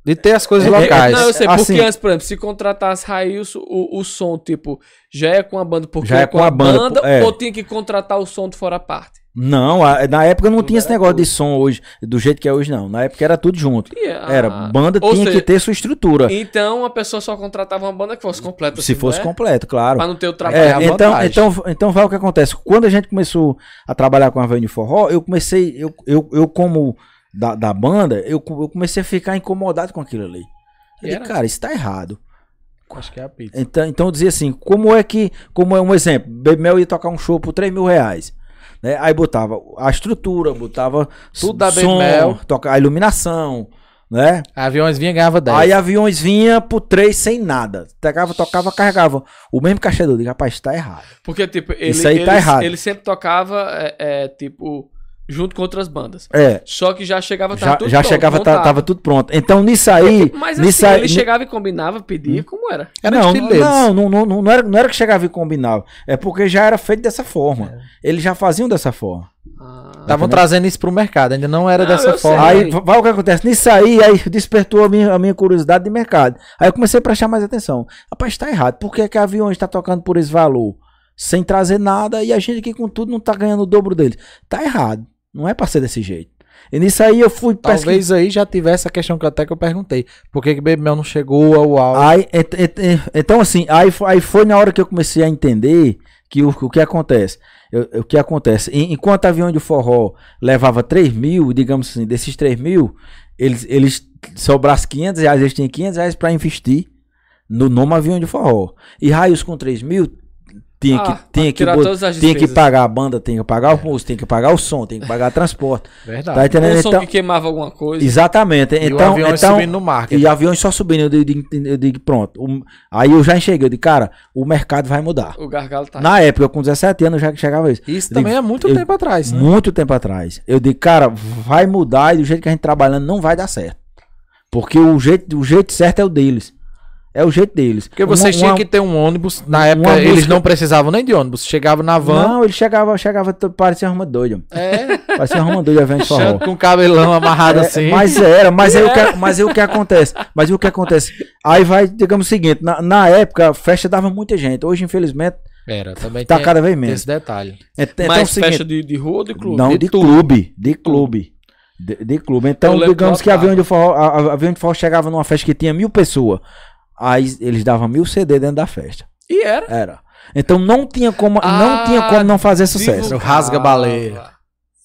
S2: de ter as coisas
S3: É, é,
S2: locais.
S1: Não, eu sei,
S3: assim-
S1: porque antes, por exemplo, se contratasse Railson, o, o som, tipo, já é com a banda porque
S3: Já é com a banda, pô, é.
S1: ou tinha que contratar o som de fora a parte?
S3: Não, a- na época não
S1: Tudo
S3: tinha esse
S1: era
S3: negócio
S1: tudo.
S3: de som hoje, do jeito que é hoje, não. Na época era tudo junto.
S1: E a-
S3: Era, banda
S1: Ah. ou
S3: tinha
S1: seja,
S3: que ter sua estrutura.
S1: Então a pessoa só contratava uma banda que fosse completa.
S3: Se
S1: assim,
S3: fosse
S1: né?
S3: completo, claro.
S1: Pra não ter o
S3: É,
S1: trabalho.
S2: trabalhar à
S3: então,
S2: vontade.
S3: então, então vai o que acontece. Quando a gente começou a trabalhar com a Avenida Forró, eu comecei, eu, eu, eu como da, da banda, eu, co- eu comecei a ficar incomodado com aquilo ali. Eu
S1: Era?
S3: disse, cara, isso tá errado.
S2: Acho que é a pizza.
S3: Então, então eu dizia assim, como é que, como é um exemplo, Baby Mel ia tocar um show por 3 mil reais. Né? Aí botava a estrutura, botava
S2: Tudo da Baby Mel.
S3: toca a iluminação, né?
S2: Aviões vinha e ganhava 10.
S3: Aí aviões vinha por 3 sem nada. Tocava, tocava, carregava. O mesmo cachê do rapaz, tá errado.
S1: Porque, tipo, ele,
S3: Isso aí tá
S1: ele-
S3: errado.
S1: ele sempre tocava, é, é, tipo, junto com outras bandas.
S3: É,
S1: Só que já chegava, tava
S3: já,
S1: tudo
S3: já
S1: pronto,
S3: chegava, tá-
S1: montado.
S3: tava tudo pronto. Então nisso aí.
S1: <laughs> Mas
S3: nisso
S1: assim,
S3: aí Hum?
S1: ele chegava e combinava, pedia, como era?
S2: Era
S3: não,
S2: o estilo deles.
S3: não, não, não, não era, não era que chegava e combinava. É porque já era feito dessa forma. Eles já faziam dessa forma.
S1: Ah,
S2: Estavam
S3: Entendeu?
S2: trazendo isso pro mercado, ainda não era
S1: Não, eu
S2: dessa
S1: sei.
S2: forma.
S3: Aí
S1: Sim.
S3: va- vai o que acontece. Nisso aí, aí despertou a minha, a minha curiosidade de mercado. Aí eu comecei a prestar mais atenção. Rapaz, tá errado. Por que, que a aviões está tocando por esse valor? Sem trazer nada e a gente aqui com tudo não tá ganhando o dobro deles. Tá errado. Não é pra ser desse jeito. E nisso aí eu fui pesquisar.
S2: Talvez aí já tivesse a questão que até que eu perguntei. Por que que Baby Mel não chegou ao auge?
S3: Aí, et- et- et- então, assim, aí, fo- aí foi na hora que eu comecei a entender que o, o que acontece. Eu- eu- o que acontece? En- enquanto avião de forró levava 3 mil, digamos assim, desses 3 mil, eles, eles sobrasse 500 reais, eles tinham 500 reais para investir no nome avião de forró. E raios com 3 mil tinha
S1: Ah,
S3: que, tinha que,
S1: tirar
S3: bot-
S1: todas as
S3: tinha que
S1: despesas.
S3: pagar a banda, tinha que pagar o músico, tinha que pagar o som, tinha que pagar transporte.
S2: Verdade.
S3: Tá entendendo?
S1: um som
S3: Então,
S1: que queimava alguma coisa.
S3: exatamente.
S2: E o
S3: Então,
S2: avião é
S3: então,
S2: subindo no market.
S3: e aviões só subindo. Eu digo, eu digo, pronto. O- aí eu já enxerguei, eu digo, cara, o mercado vai mudar.
S1: O gargalo tá.
S3: Na época, eu com 17 anos, eu já chegava isso.
S2: Isso
S3: Eu
S2: também
S3: digo,
S2: é muito
S3: eu-
S2: tempo atrás, né?
S3: Muito tempo atrás. Eu digo, cara, vai mudar e do jeito que a gente tá trabalhando não vai dar certo. Porque o jeito, o jeito certo é o deles. É o jeito deles.
S2: Porque vocês tinham que ter um ônibus. Na época
S3: uma
S2: eles
S3: música-
S2: não precisavam nem de ônibus. Chegavam na van.
S3: Não, ele chegava, chegava, t- parecia uma doida. mano.
S2: É, <laughs>
S3: <laughs> Parecia uma doida vendo forró.
S2: com o cabelão amarrado
S3: É,
S2: assim. É.
S3: Mas era, mas aí, o que, mas aí o que acontece? Mas aí o que acontece? Aí vai, digamos o seguinte, na, na época a festa dava muita gente. Hoje, infelizmente,
S2: Era, também
S3: tá
S2: tem,
S3: cada vez
S2: tem
S3: menos.
S2: esse detalhe.
S3: É, t- então é o
S1: Mais festa
S3: seguinte,
S1: de, de rua ou de clube?
S3: não,
S1: De-
S3: de, clube, de clube. De, de clube. Então,
S1: lembro
S3: digamos
S1: que
S3: que
S1: eu
S3: avião de, forró, a- a- avião de forró chegava numa festa que tinha mil pessoas. Aí eles davam mil CD dentro da festa.
S1: E era.
S3: Era. Então não tinha como,
S1: Ah,
S3: não tinha como não fazer sucesso. Ah,
S2: divulgava. rasga-baleia.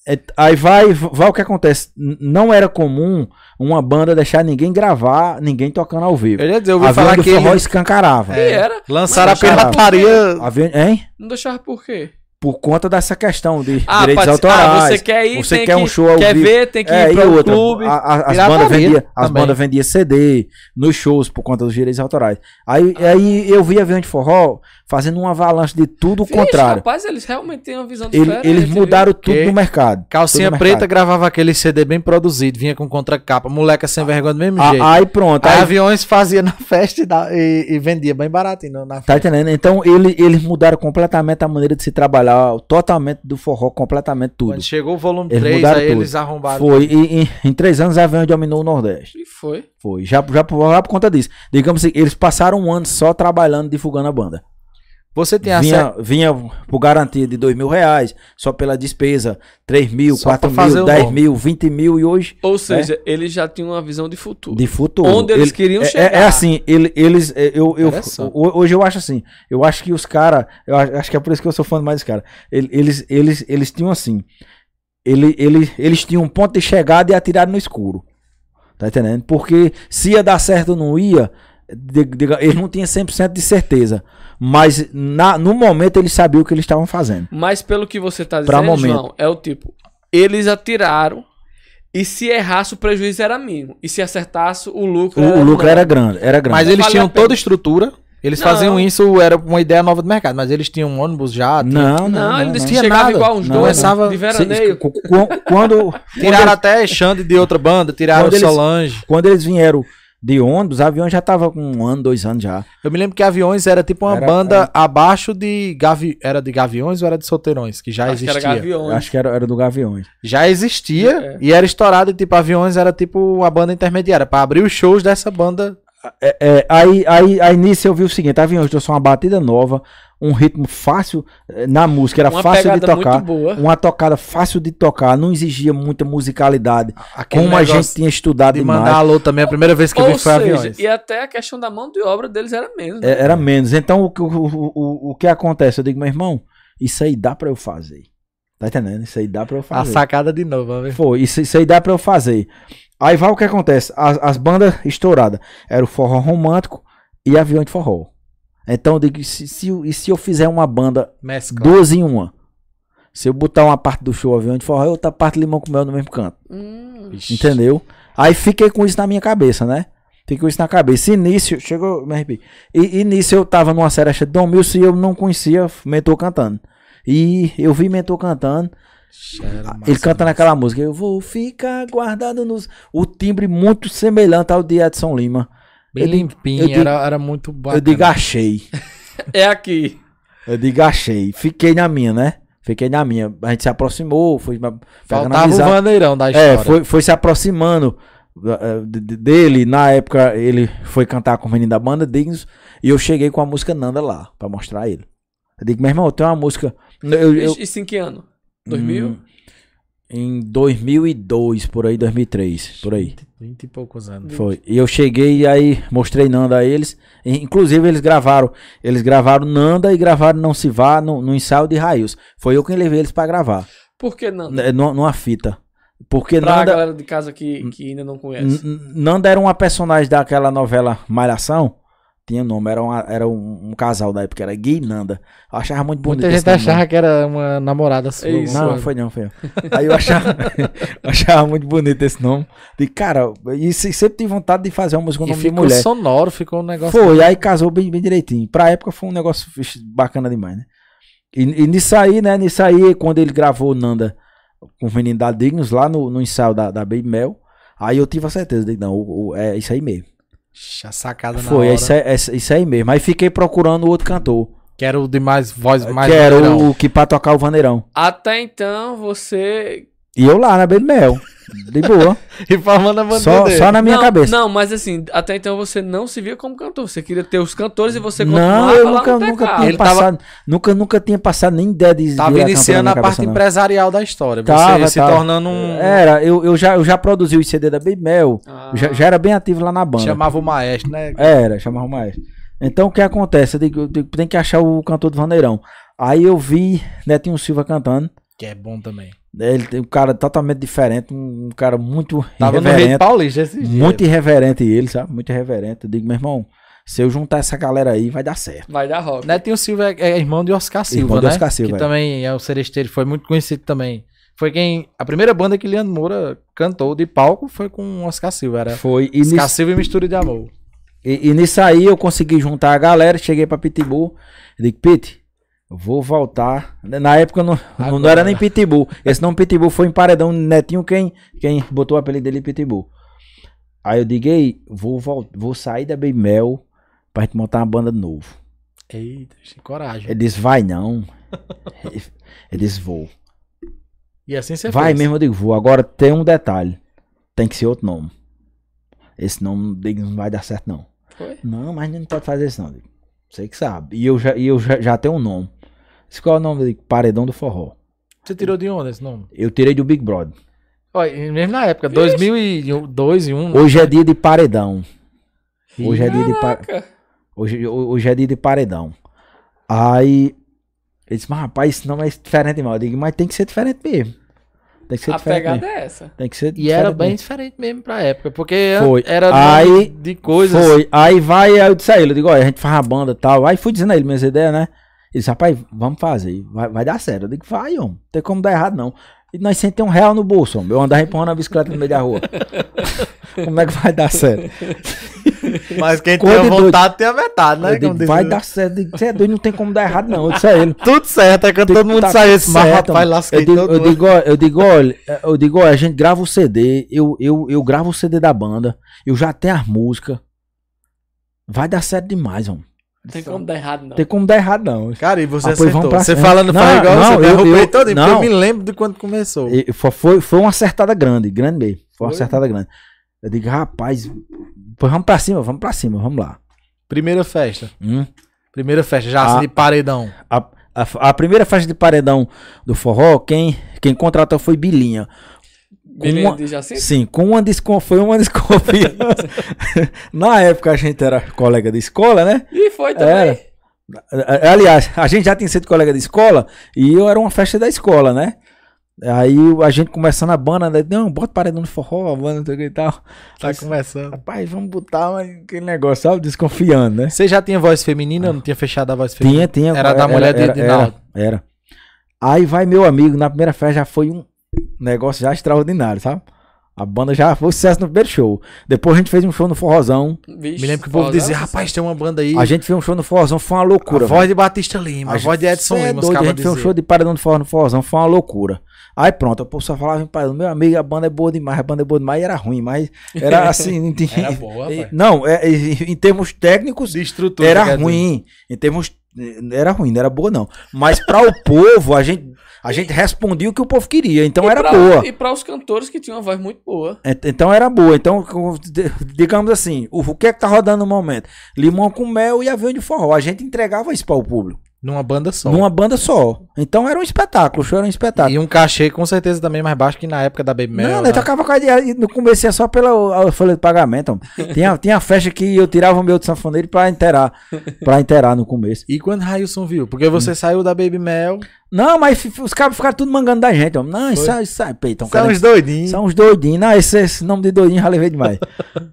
S3: é, aí vai, vai o que acontece. N- Não era comum uma banda deixar ninguém gravar, ninguém tocando ao vivo.
S2: Eu ia dizer, eu
S3: a
S2: ouvi falar
S3: do
S2: que
S3: forró
S2: eles
S3: escancarava.
S1: E era.
S2: lançaram a
S3: Mas tá deixaram-
S2: pirataria.
S3: A venda- hein?
S1: Não deixava por quê?
S3: Por conta dessa questão de
S1: Ah,
S3: direitos
S1: pode-
S3: autorais.
S1: ah, você quer ir,
S3: você
S1: tem
S3: quer
S1: que,
S3: um show ao
S1: quer
S3: vivo.
S1: ver, tem que
S3: É,
S1: ir
S3: e
S1: para o
S3: outra,
S1: clube.
S3: a- a- as
S2: Pirataria
S3: bandas vendiam as
S2: também.
S3: bandas vendia CD nos shows por conta dos direitos autorais. Aí, aí eu vi a Avião de Forró fazendo uma avalanche de tudo o
S1: Vixe,
S3: contrário.
S1: Rapaz, eles realmente têm uma visão
S3: Ele-
S1: diferente.
S3: eles
S1: viu?
S3: mudaram tudo
S2: Que-
S3: no mercado.
S2: Calcinha
S3: Tudo no
S2: preta
S3: mercado.
S2: gravava aquele CD bem produzido, vinha com contracapa. Moleca sem vergonha do mesmo
S3: A-
S2: jeito.
S3: Ah, aí pronto.
S2: Aí
S3: aí-
S2: aviões fazia na <laughs> festa e, da- e- e vendia bem barato. e não- na
S3: Tá entendendo? Então ele- eles mudaram completamente a maneira de se trabalhar, totalmente do forró, completamente tudo.
S2: Quando chegou o volume
S3: Eles
S2: 3,
S3: mudaram
S2: aí
S3: tudo.
S2: eles arrombaram.
S3: Foi, e, e- em três anos a Avião dominou o Nordeste.
S1: E foi.
S3: Foi, já, já, por- já por conta disso. Digamos assim, eles passaram um ano só trabalhando, divulgando a banda.
S2: Você tem acesso.
S3: Vinha, vinha por garantia de dois mil reais, só pela despesa, três mil,
S2: Só pra
S3: quatro
S2: fazer
S3: mil,
S2: o
S3: dez
S2: nome.
S3: mil, vinte mil e hoje
S1: Ou seja, eles já tinham uma visão de futuro.
S3: É. de futuro.
S1: Onde eles
S3: Ele-
S1: queriam
S3: é,
S1: chegar.
S3: É, é assim, ele- eles. é, Eu, eu,
S2: Interessante.
S3: ho- hoje eu acho assim. Eu acho que os caras. Eu a- acho que é por isso que eu sou fã mais dos caras. Ele- Eles, eles, eles tinham assim. Ele, ele, eles tinham um ponto de chegada e atirado no escuro. Tá entendendo? Porque se ia dar certo ou não ia, de- diga- eles não tinham 100% de certeza. Mas na- no momento eles sabiam o que eles estavam fazendo.
S1: Mas pelo que você tá
S3: Pra
S1: dizendo,
S3: momento.
S1: João, é o tipo, eles atiraram e se errasse o prejuízo era mínimo. E se acertasse o lucro
S3: O, o lucro
S1: enorme.
S3: era grande, era grande.
S2: Mas eles
S1: Valeu a
S2: tinham
S1: pena.
S2: toda a estrutura. Eles
S1: Não.
S2: faziam isso, era uma ideia nova do mercado. Mas eles tinham um ônibus já. tinha-
S3: Não, não.
S1: Não,
S3: não,
S1: ele disse
S3: não.
S1: que
S2: Tinha
S1: chegava
S2: nada.
S1: igual uns
S3: Não,
S1: dois né?
S2: não.
S1: de
S3: Se-
S1: veraneio.
S3: cu- cu- cu- quando,
S2: Tiraram até Xande de outra banda, tiraram
S3: Quando eles-
S2: Solange.
S3: Quando eles vieram de ônibus, o avião já tava com um ano, dois anos já.
S2: Eu me lembro que Aviões era tipo uma
S3: Era-
S2: banda abaixo de Gavi... Era de Gaviões ou era de Solteirões? Que já
S1: Acho que
S2: existia.
S1: era Gaviões.
S3: Acho que era, era do Gaviões.
S2: Já existia
S1: É.
S2: e era estourado. E tipo, Aviões era tipo a banda intermediária. Pra abrir os shows dessa banda.
S3: É, é, aí, aí, aí nisso eu vi o seguinte: aviões trouxe uma batida nova, um ritmo fácil eh, na música, era
S1: Uma
S3: fácil de
S1: pegada
S3: tocar.
S1: muito boa.
S3: Uma tocada fácil de tocar, não exigia muita musicalidade.
S2: Aquele
S3: como a
S2: negócio
S3: gente tinha estudado
S2: de
S3: demais.
S2: mandar alô também. A primeira vez que eu
S1: Ou
S2: vi foi
S1: seja,
S2: Aviões.
S1: e até a questão da mão de obra deles era menos. né?
S3: É, Era menos. Então, o, que- o, o, o- o que acontece? Eu digo, meu irmão, isso aí dá pra eu fazer. Tá entendendo? Isso aí dá pra eu
S2: A
S3: fazer.
S2: sacada de novo. vamos ver.
S3: Foi, isso, isso aí dá pra eu fazer. Aí vai o que acontece, as, as bandas estouradas, era o forró romântico e avião de forró. Então eu digo, se, se, eu- e se eu fizer uma banda
S2: Mescla.
S3: 12 em uma? Se eu botar uma parte do show avião de forró e outra parte limão com mel no mesmo canto,
S1: Hum,
S2: Ixi.
S3: entendeu? Aí fiquei com isso na minha cabeça, né? Fiquei com isso na cabeça. Início, chegou, me arrepi. E início eu tava numa série de Dom Milson e eu não conhecia Mentor cantando. E eu vi Mentor cantando,
S2: Era massa.
S3: ele canta naquela música, eu vou ficar guardado nos. O timbre muito semelhante ao de Edson Lima.
S2: Bem
S3: ele-
S2: limpinho.
S3: eu digo-
S2: era, era muito bacana.
S3: Eu digo, achei.
S1: É aqui.
S3: Eu digo, achei. Fiquei na minha, né? Fiquei na minha. A gente se aproximou, foi ma- pegando
S2: Faltava o
S3: amizade.
S2: bandeirão da história.
S3: né? É, foi, foi se aproximando eh, de- de- dele. Na época, ele foi cantar com o menino da banda Dignos. E eu cheguei com a música Nanda lá, pra mostrar a ele. Eu digo, meu irmão, tem uma música. Eu, eu,
S1: E cinco anos. 2000?
S3: Hum, em 2002, por aí, 2003, por aí.
S2: 20, 20 e poucos anos.
S3: Foi. E eu cheguei e aí mostrei Nanda a eles. E, inclusive, eles gravaram. Eles gravaram Nanda e gravaram Não Se Vá no, no ensaio de Raios. Foi eu quem levei eles pra gravar.
S1: Por que não?
S3: N- numa, numa fita. Porque
S1: Pra
S3: Nanda,
S1: galera de casa que, que ainda não
S3: N-
S1: conhece.
S3: N- Nanda era uma personagem daquela novela Malhação. Tinha nome, era, uma- era um, um casal da época, era Gui e Nanda. Eu achava muito bonito.
S2: Muita
S3: esse
S2: gente
S3: nome, né?
S2: achava que era uma namorada sua. um
S1: Isso.
S3: Não,
S2: Uma-
S3: foi não, foi não. Aí eu achava, <laughs> achava muito bonito esse nome. De cara, e se- sempre tive vontade de fazer uma música com
S2: E
S3: nome de
S2: ficou
S3: mulher.
S2: sonoro, ficou um negócio.
S3: Foi, aí casou bem, bem direitinho. Pra época foi um negócio vixe, bacana demais, né? E, e nisso aí, né? Nisso aí, quando ele gravou Nanda com o menino da Dignos lá no, no ensaio da, da Baby Mel, aí eu tive a certeza de não, o- o- é isso aí mesmo.
S2: Ixi, A sacada na
S3: Foi, é
S2: hora.
S3: isso, aí- é isso- isso aí mesmo. Aí fiquei procurando o outro cantor,
S2: Que era o de mais voz, mais
S3: que era
S2: bandeirão.
S3: o que pra tocar o Vaneirão.
S1: Até então, você
S3: E eu lá na Baby Mel, de
S2: <laughs>
S3: boa,
S2: E formando a bandeira.
S3: só, só na minha
S1: não,
S3: cabeça.
S1: Não, mas assim, até então você não se via como cantor. Você queria ter os cantores e você
S3: Não,
S1: continuava
S3: eu
S1: lá
S3: nunca,
S1: no
S3: nunca
S1: teclado.
S3: tinha
S2: Ele tava-
S3: passado, nunca, nunca tinha passado nem ideia de
S2: Tava
S3: virar cantor na
S2: iniciando
S3: minha
S2: a
S3: cabeça,
S2: parte
S3: não.
S2: empresarial da história. Você
S3: Tava,
S2: se
S3: tava. É,
S2: tornando um.
S3: Era, eu, eu, já, eu já produzi o CD da Baby Mel,
S1: Ah,
S3: já, já era bem ativo lá na banda.
S2: Chamava o maestro, né?
S3: Era, chamava o maestro. Então o que acontece? Eu digo, eu digo, tem que achar o cantor do Vaneirão. Aí eu vi Netinho Silva cantando.
S2: Que é bom também.
S3: né, Ele tem um cara totalmente diferente, um, um cara muito
S2: Tava no Rei
S3: irreverente.
S2: Paulista esses dias.
S3: Muito irreverente ele, sabe? Muito irreverente. Eu digo, meu irmão, se eu juntar essa galera aí, vai dar certo.
S1: Ah, Vai dar
S3: Né,
S1: rock.
S2: Netinho Silva é, é irmão de Oscar Silva,
S3: Irmão de
S2: né?
S3: Oscar Silva,
S2: que
S3: é.
S2: também é um seresteiro, foi muito conhecido também. Foi quem... A primeira banda que Leandro Moura cantou de palco foi com Oscar Silva, era...
S3: Foi. E
S2: Oscar
S3: nisso,
S2: Silva e Mistura de Amor.
S3: e- e nisso aí eu consegui juntar a galera, cheguei pra Pitbull. Eu digo, Pit, eu vou voltar. Na época eu não, não,
S2: Agora.
S3: era nem Pitbull. Esse nome Pitbull foi em Paredão Netinho quem, quem botou o apelido dele Pitbull. Aí eu digo, ei, vou, vol- vou sair da Baby Mel pra gente montar uma banda de novo.
S2: Eita, gente, coragem.
S3: Ele disse, vai não. Ele disse, vou.
S2: E assim você
S3: Vai
S2: fez.
S3: mesmo, eu digo, vou. Agora tem um detalhe. Tem que ser outro nome. Esse nome digo, não vai dar certo, não.
S1: Foi.
S3: Não, mas não pode fazer isso, não. Eu digo, Você que sabe. E eu já, e eu já, já tenho um nome. Esse qual é o nome? Eu digo, Paredão do Forró.
S2: Você tirou de onde esse nome?
S3: Eu tirei do Big Brother.
S2: Olha, mesmo na época, 2002 e né? 1.
S3: Hoje é dia de paredão. Hoje é dia de paredão.
S1: Caraca.
S3: Hoje, hoje é dia de paredão. Aí ele disse, mas rapaz, isso não é diferente demais. Eu digo, mas tem que ser diferente mesmo. Tem que ser
S1: A
S3: diferente.
S1: pegada
S3: mesmo.
S1: é essa.
S3: Tem que ser
S2: E era
S3: diferente
S2: bem
S3: mesmo."
S2: diferente mesmo pra época, porque
S3: Foi.
S2: era
S3: Aí-
S2: nome de coisas.
S3: Foi. Aí vai, aí eu disse a ele, eu digo, olha, a gente faz a banda e tal. Aí fui dizendo a ele minhas ideias, né? Ele disse, rapaz, vamos fazer, vai, vai dar certo. Eu digo, vai, homem, não tem como dar errado, não. E nós sem ter um real no bolso, homem. Eu andava empurrando a bicicleta no meio da rua. <laughs> como é que vai dar certo?
S2: Mas quem
S3: Coisa de doido.
S2: tem a metade, né?
S3: Eu digo,
S2: é Como diz
S3: vai
S2: o-
S3: dar certo. Eu digo, Você é doido, não tem como dar errado, não. Eu disse a ele.
S2: Tudo certo, é quando
S3: Tem-
S2: todo mundo
S3: tá
S2: sai esse mas
S3: certo,
S2: rapaz
S3: mano.
S2: lasquei
S3: eu digo,
S2: todo
S3: eu
S2: mundo.
S3: digo, ó, eu digo, olha, eu digo, olha, a gente grava o CD, eu, eu, eu gravo o CD da banda, eu já tenho as músicas. Vai dar certo demais, homem.
S1: Não tem como dar errado, não.
S3: Tem como dar errado, não.
S2: Cara, e você
S3: Ah, pois
S2: acertou.
S3: vamos pra
S2: Você
S3: frente.
S2: falando
S3: Não,
S2: faz igual,
S3: não,
S2: você
S3: eu-
S2: derrubei
S3: eu-
S2: todo mundo. porque Eu
S3: não.
S2: me lembro de quando começou.
S3: E fo- Foi, foi uma acertada grande, grande mesmo. Foi uma
S1: Foi?
S3: acertada grande. Eu digo, rapaz, pois vamos pra cima, vamos pra cima, vamos lá.
S2: Primeira festa.
S3: Hum.
S2: Primeira festa, já
S3: Ah.
S2: assim, de paredão.
S3: A, a- a primeira festa de paredão do forró, quem, quem contratou foi Bilinha.
S1: Beleza,
S3: uma-
S1: de Jacinto?
S3: Sim, com uma descon... foi uma <laughs> desconfiança. Na época a gente era colega de escola, né?
S1: E foi também.
S3: A- a- Aliás, a gente já tinha sido colega de escola e eu era uma festa da escola, né? Aí a gente começando a banda, né? não, bota paredão no forró, a banda, não sei o que e tal.
S2: Tá começando.
S3: Rapaz, vamos botar mas aquele negócio, sabe? Desconfiando, né?
S2: Você já tinha voz feminina?
S3: Ah.
S2: Não tinha fechado a voz feminina?
S3: Tinha, tinha.
S2: Era da mulher de- de
S3: era,
S2: Naldo.
S3: era. Aí vai meu amigo, na primeira festa já foi um negócio já extraordinário, sabe? A banda já foi sucesso no primeiro show. Depois a gente fez um show no Forrozão.
S1: Vixe,
S2: Me lembro que o povo
S1: foda.
S2: dizia, rapaz, tem uma banda aí.
S3: A gente fez um show no Forrozão, foi uma
S2: a
S3: loucura.
S2: voz de Batista Lima, a,
S3: A
S2: voz de Edson
S3: é Cê é
S2: Lima, os
S3: doido, A
S2: caras
S3: gente fez um
S2: diziam.
S3: show de paredão no Forró- no forrozão, foi uma loucura. Aí pronto, o povo só falava em paredão. Meu amigo, a banda é boa demais, a banda é boa demais, e era ruim, mas
S2: <laughs>
S3: era assim. não tinha- <laughs>
S2: Era boa,
S3: e-
S2: pai.
S3: Não, é- e- em termos técnicos,
S2: de estrutura.
S3: era
S2: quer dizer.
S3: ruim. Em termos. Era ruim, não era boa, não. Mas para o povo, a gente, a gente respondia o que o povo queria, então
S1: E
S3: era
S1: pra-
S3: boa.
S1: E pra os cantores que tinham uma voz muito boa.
S3: Ent- Então era boa. Então, co- de- digamos assim, o, o que é que tá rodando no momento? Limão com mel e avião de forró. A gente entregava isso para o público.
S2: Numa banda só.
S3: Numa banda só. Então era um espetáculo, o show era um espetáculo.
S2: E um cachê com certeza também mais baixo que na época da Baby Mel.
S3: não,
S2: né?
S3: eu tocava com a ideia, no começo ia só pela a folha de pagamento.
S2: <laughs>
S3: homem. Tinha, tinha festa que eu tirava o meu de sanfoneiro pra inteirar. Pra inteirar no começo.
S2: E quando Railson viu? Porque
S3: Hum.
S2: você saiu da Baby Mel.
S3: Não, mas fi- fi- os caras ficaram tudo mangando da gente. homem. Não, isso,
S2: Foi.
S3: é- isso é peito.
S2: São uns doidinhos.
S3: São uns doidinhos. Não, esse, esse nome de doidinho já levei demais.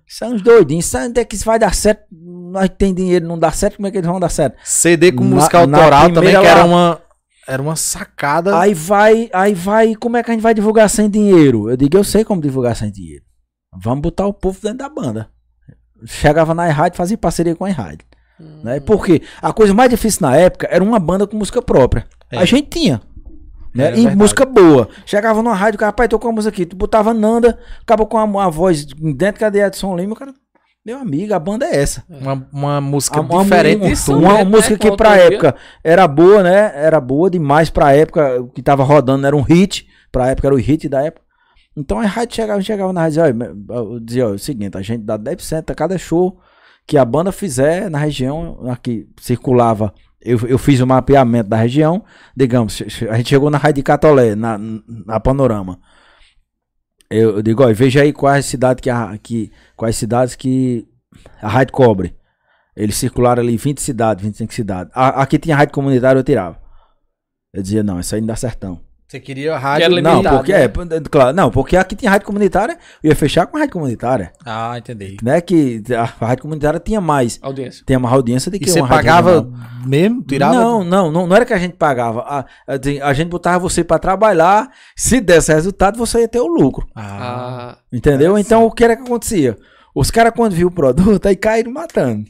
S3: são uns doidinhos. Sabe onde é que isso vai dar certo? Nós tem dinheiro, não dá certo. Como é que eles vão dar certo?
S2: CD com
S3: Na-
S2: música
S3: na
S2: autoral também,
S3: primeira
S2: que era
S3: lá-
S2: uma, era uma sacada.
S3: Aí vai, aí vai, como é que a gente vai divulgar sem dinheiro? Eu digo, eu sei como divulgar sem dinheiro. Vamos botar o povo dentro da banda. Chegava na rádio, fazia parceria com a rádio,
S2: Hum.
S3: né? Porque a coisa mais difícil na época era uma banda com música própria.
S2: É.
S3: A gente tinha. Né?
S2: É, é
S3: e
S2: verdade.
S3: música boa. Chegava numa rádio, o cara, pai, tô com a música aqui. Tu botava Nanda, acabou com a, a voz dentro da de Edson Lima, o cara. Meu amigo, a banda é essa.
S2: Uma, uma música
S3: A- Ah, uma,
S2: diferente.
S3: uma-
S1: disso,
S3: uma
S1: né?
S3: música que
S1: Quanto
S3: pra
S1: eu via.
S3: época era boa, né? Era boa demais pra época. O que tava rodando era um hit. Pra época era o hit da época. Então a rádio chegava, chegava na rádio e dizia, "Olha, eu dizia, "Olha, é o seguinte, a gente dá 10% a cada show que a banda fizer na região aqui circulava. Eu, eu fiz o mapeamento da região, digamos, che- che- a gente chegou na Rádio de Catolé, na, na Panorama. Eu, eu digo, olha, veja aí quais cidades que, a, que quais cidades que a rádio cobre. Eles circularam ali 20 cidades, 25 cidades. A, aqui tinha rádio comunitária, eu tirava. Eu dizia, não, isso aí não dá certão.
S2: Você queria rádio
S1: Quero
S3: Não,
S1: limitado,
S3: porque
S1: né?
S3: é, p- claro, não, porque aqui tinha rádio comunitária, eu ia fechar com a rádio comunitária,
S2: Ah, entendi.
S3: né? Que a rádio comunitária tinha mais,
S1: Audiência.
S3: tinha mais audiência do
S2: E
S3: que
S2: você
S3: uma rádio
S2: pagava
S3: regional.
S2: mesmo? Tirava?
S3: Não, não, não, não era que a gente pagava. A, a, a gente botava você pra trabalhar, se desse resultado, você ia ter o lucro.
S1: Ah,
S2: Ah,
S3: Entendeu? Então o que era que acontecia? Os caras, quando viu o produto, <laughs> tá aí caíram matando.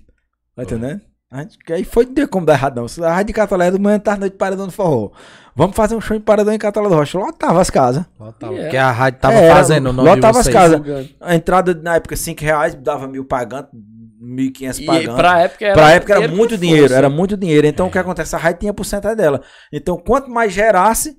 S3: Tá entendendo? A gente- Aí foi, não tem como dar errado, não. A Rádio de Catalé do manhã, tarde, noite, paradão do forró. Vamos fazer um show em paradão em Catalé do Rocha. Lotava as casas.
S2: lotava.
S1: Yeah.
S2: Porque a rádio tava
S3: É,
S2: fazendo o nome de
S3: lotava as
S2: vocês.
S3: casas.
S1: divulgando.
S3: A entrada na época, 5 reais, dava mil pagando, 1.500
S1: E
S3: pagando.
S1: pra época era,
S3: Pra época era
S1: dinheiro É.
S3: muito
S1: com
S3: dinheiro,
S1: força.
S3: era muito dinheiro. Então o que acontece? A rádio tinha porcentagem dela. Então quanto mais gerasse,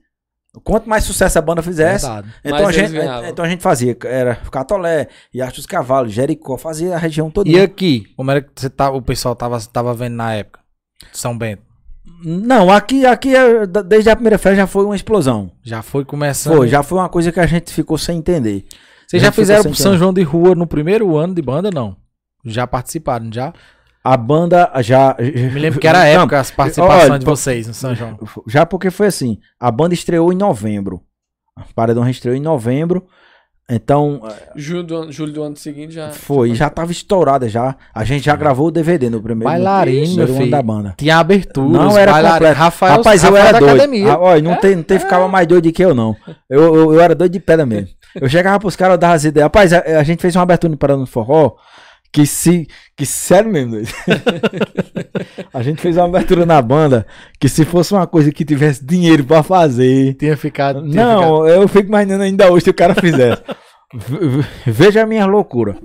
S3: quanto mais sucesso a banda fizesse,
S2: Verdade.
S3: então a,
S1: Mais eles
S3: gente,
S1: ganhavam.
S3: então a gente fazia. Era Catolé, Iarte dos Cavalos, Jericó, fazia a região toda.
S2: E aqui, como era que você tá, o pessoal tava, tava vendo na época? São Bento.
S3: Não, aqui, aqui é- da- desde a primeira festa já foi uma explosão.
S2: Já foi começando.
S3: Foi, já foi uma coisa que a gente ficou sem entender.
S2: Vocês já
S3: Já ficou
S2: fizeram
S3: sem
S2: pro São
S3: tempo.
S2: João de Rua no primeiro ano de banda, não? Já participaram, já?
S3: A banda já.
S2: Eu me
S3: <laughs>
S2: lembro que era a
S3: Não,
S2: época as participações
S3: olha,
S2: de
S3: pa-
S2: vocês no São João.
S3: Já porque foi assim, a banda estreou em novembro. A Paredão estreou em novembro. Então,
S2: É,
S1: Julho do, ano, julho do ano seguinte já.
S3: Foi, já tava estourada já. A gente já gravou o DVD no primeiro,
S2: É. Bailarino,
S3: no
S2: meu
S3: primeiro ano
S2: filho.
S3: da banda.
S2: Tinha abertura,
S3: Não
S2: os
S3: era
S2: bailar-
S3: completo.
S2: Rafael,
S3: Rapaz, eu
S2: Rafael
S3: era
S2: da
S3: doido.
S2: academia. É,
S3: Ah, olha, não, tem, não tem, ficava mais doido que eu, não. Eu, eu, eu era doido de pedra mesmo. Eu chegava pros caras, eu dava as ideias. Rapaz, a, a gente fez uma abertura no Parando no Forró que se... Que sério mesmo, doido. <laughs> a gente fez uma abertura na banda que se fosse uma coisa que tivesse dinheiro pra fazer...
S2: Tinha ficado. tinha ficado-
S3: Não, eu fico imaginando ainda hoje se o cara fizesse. V- v- Veja a minha loucura.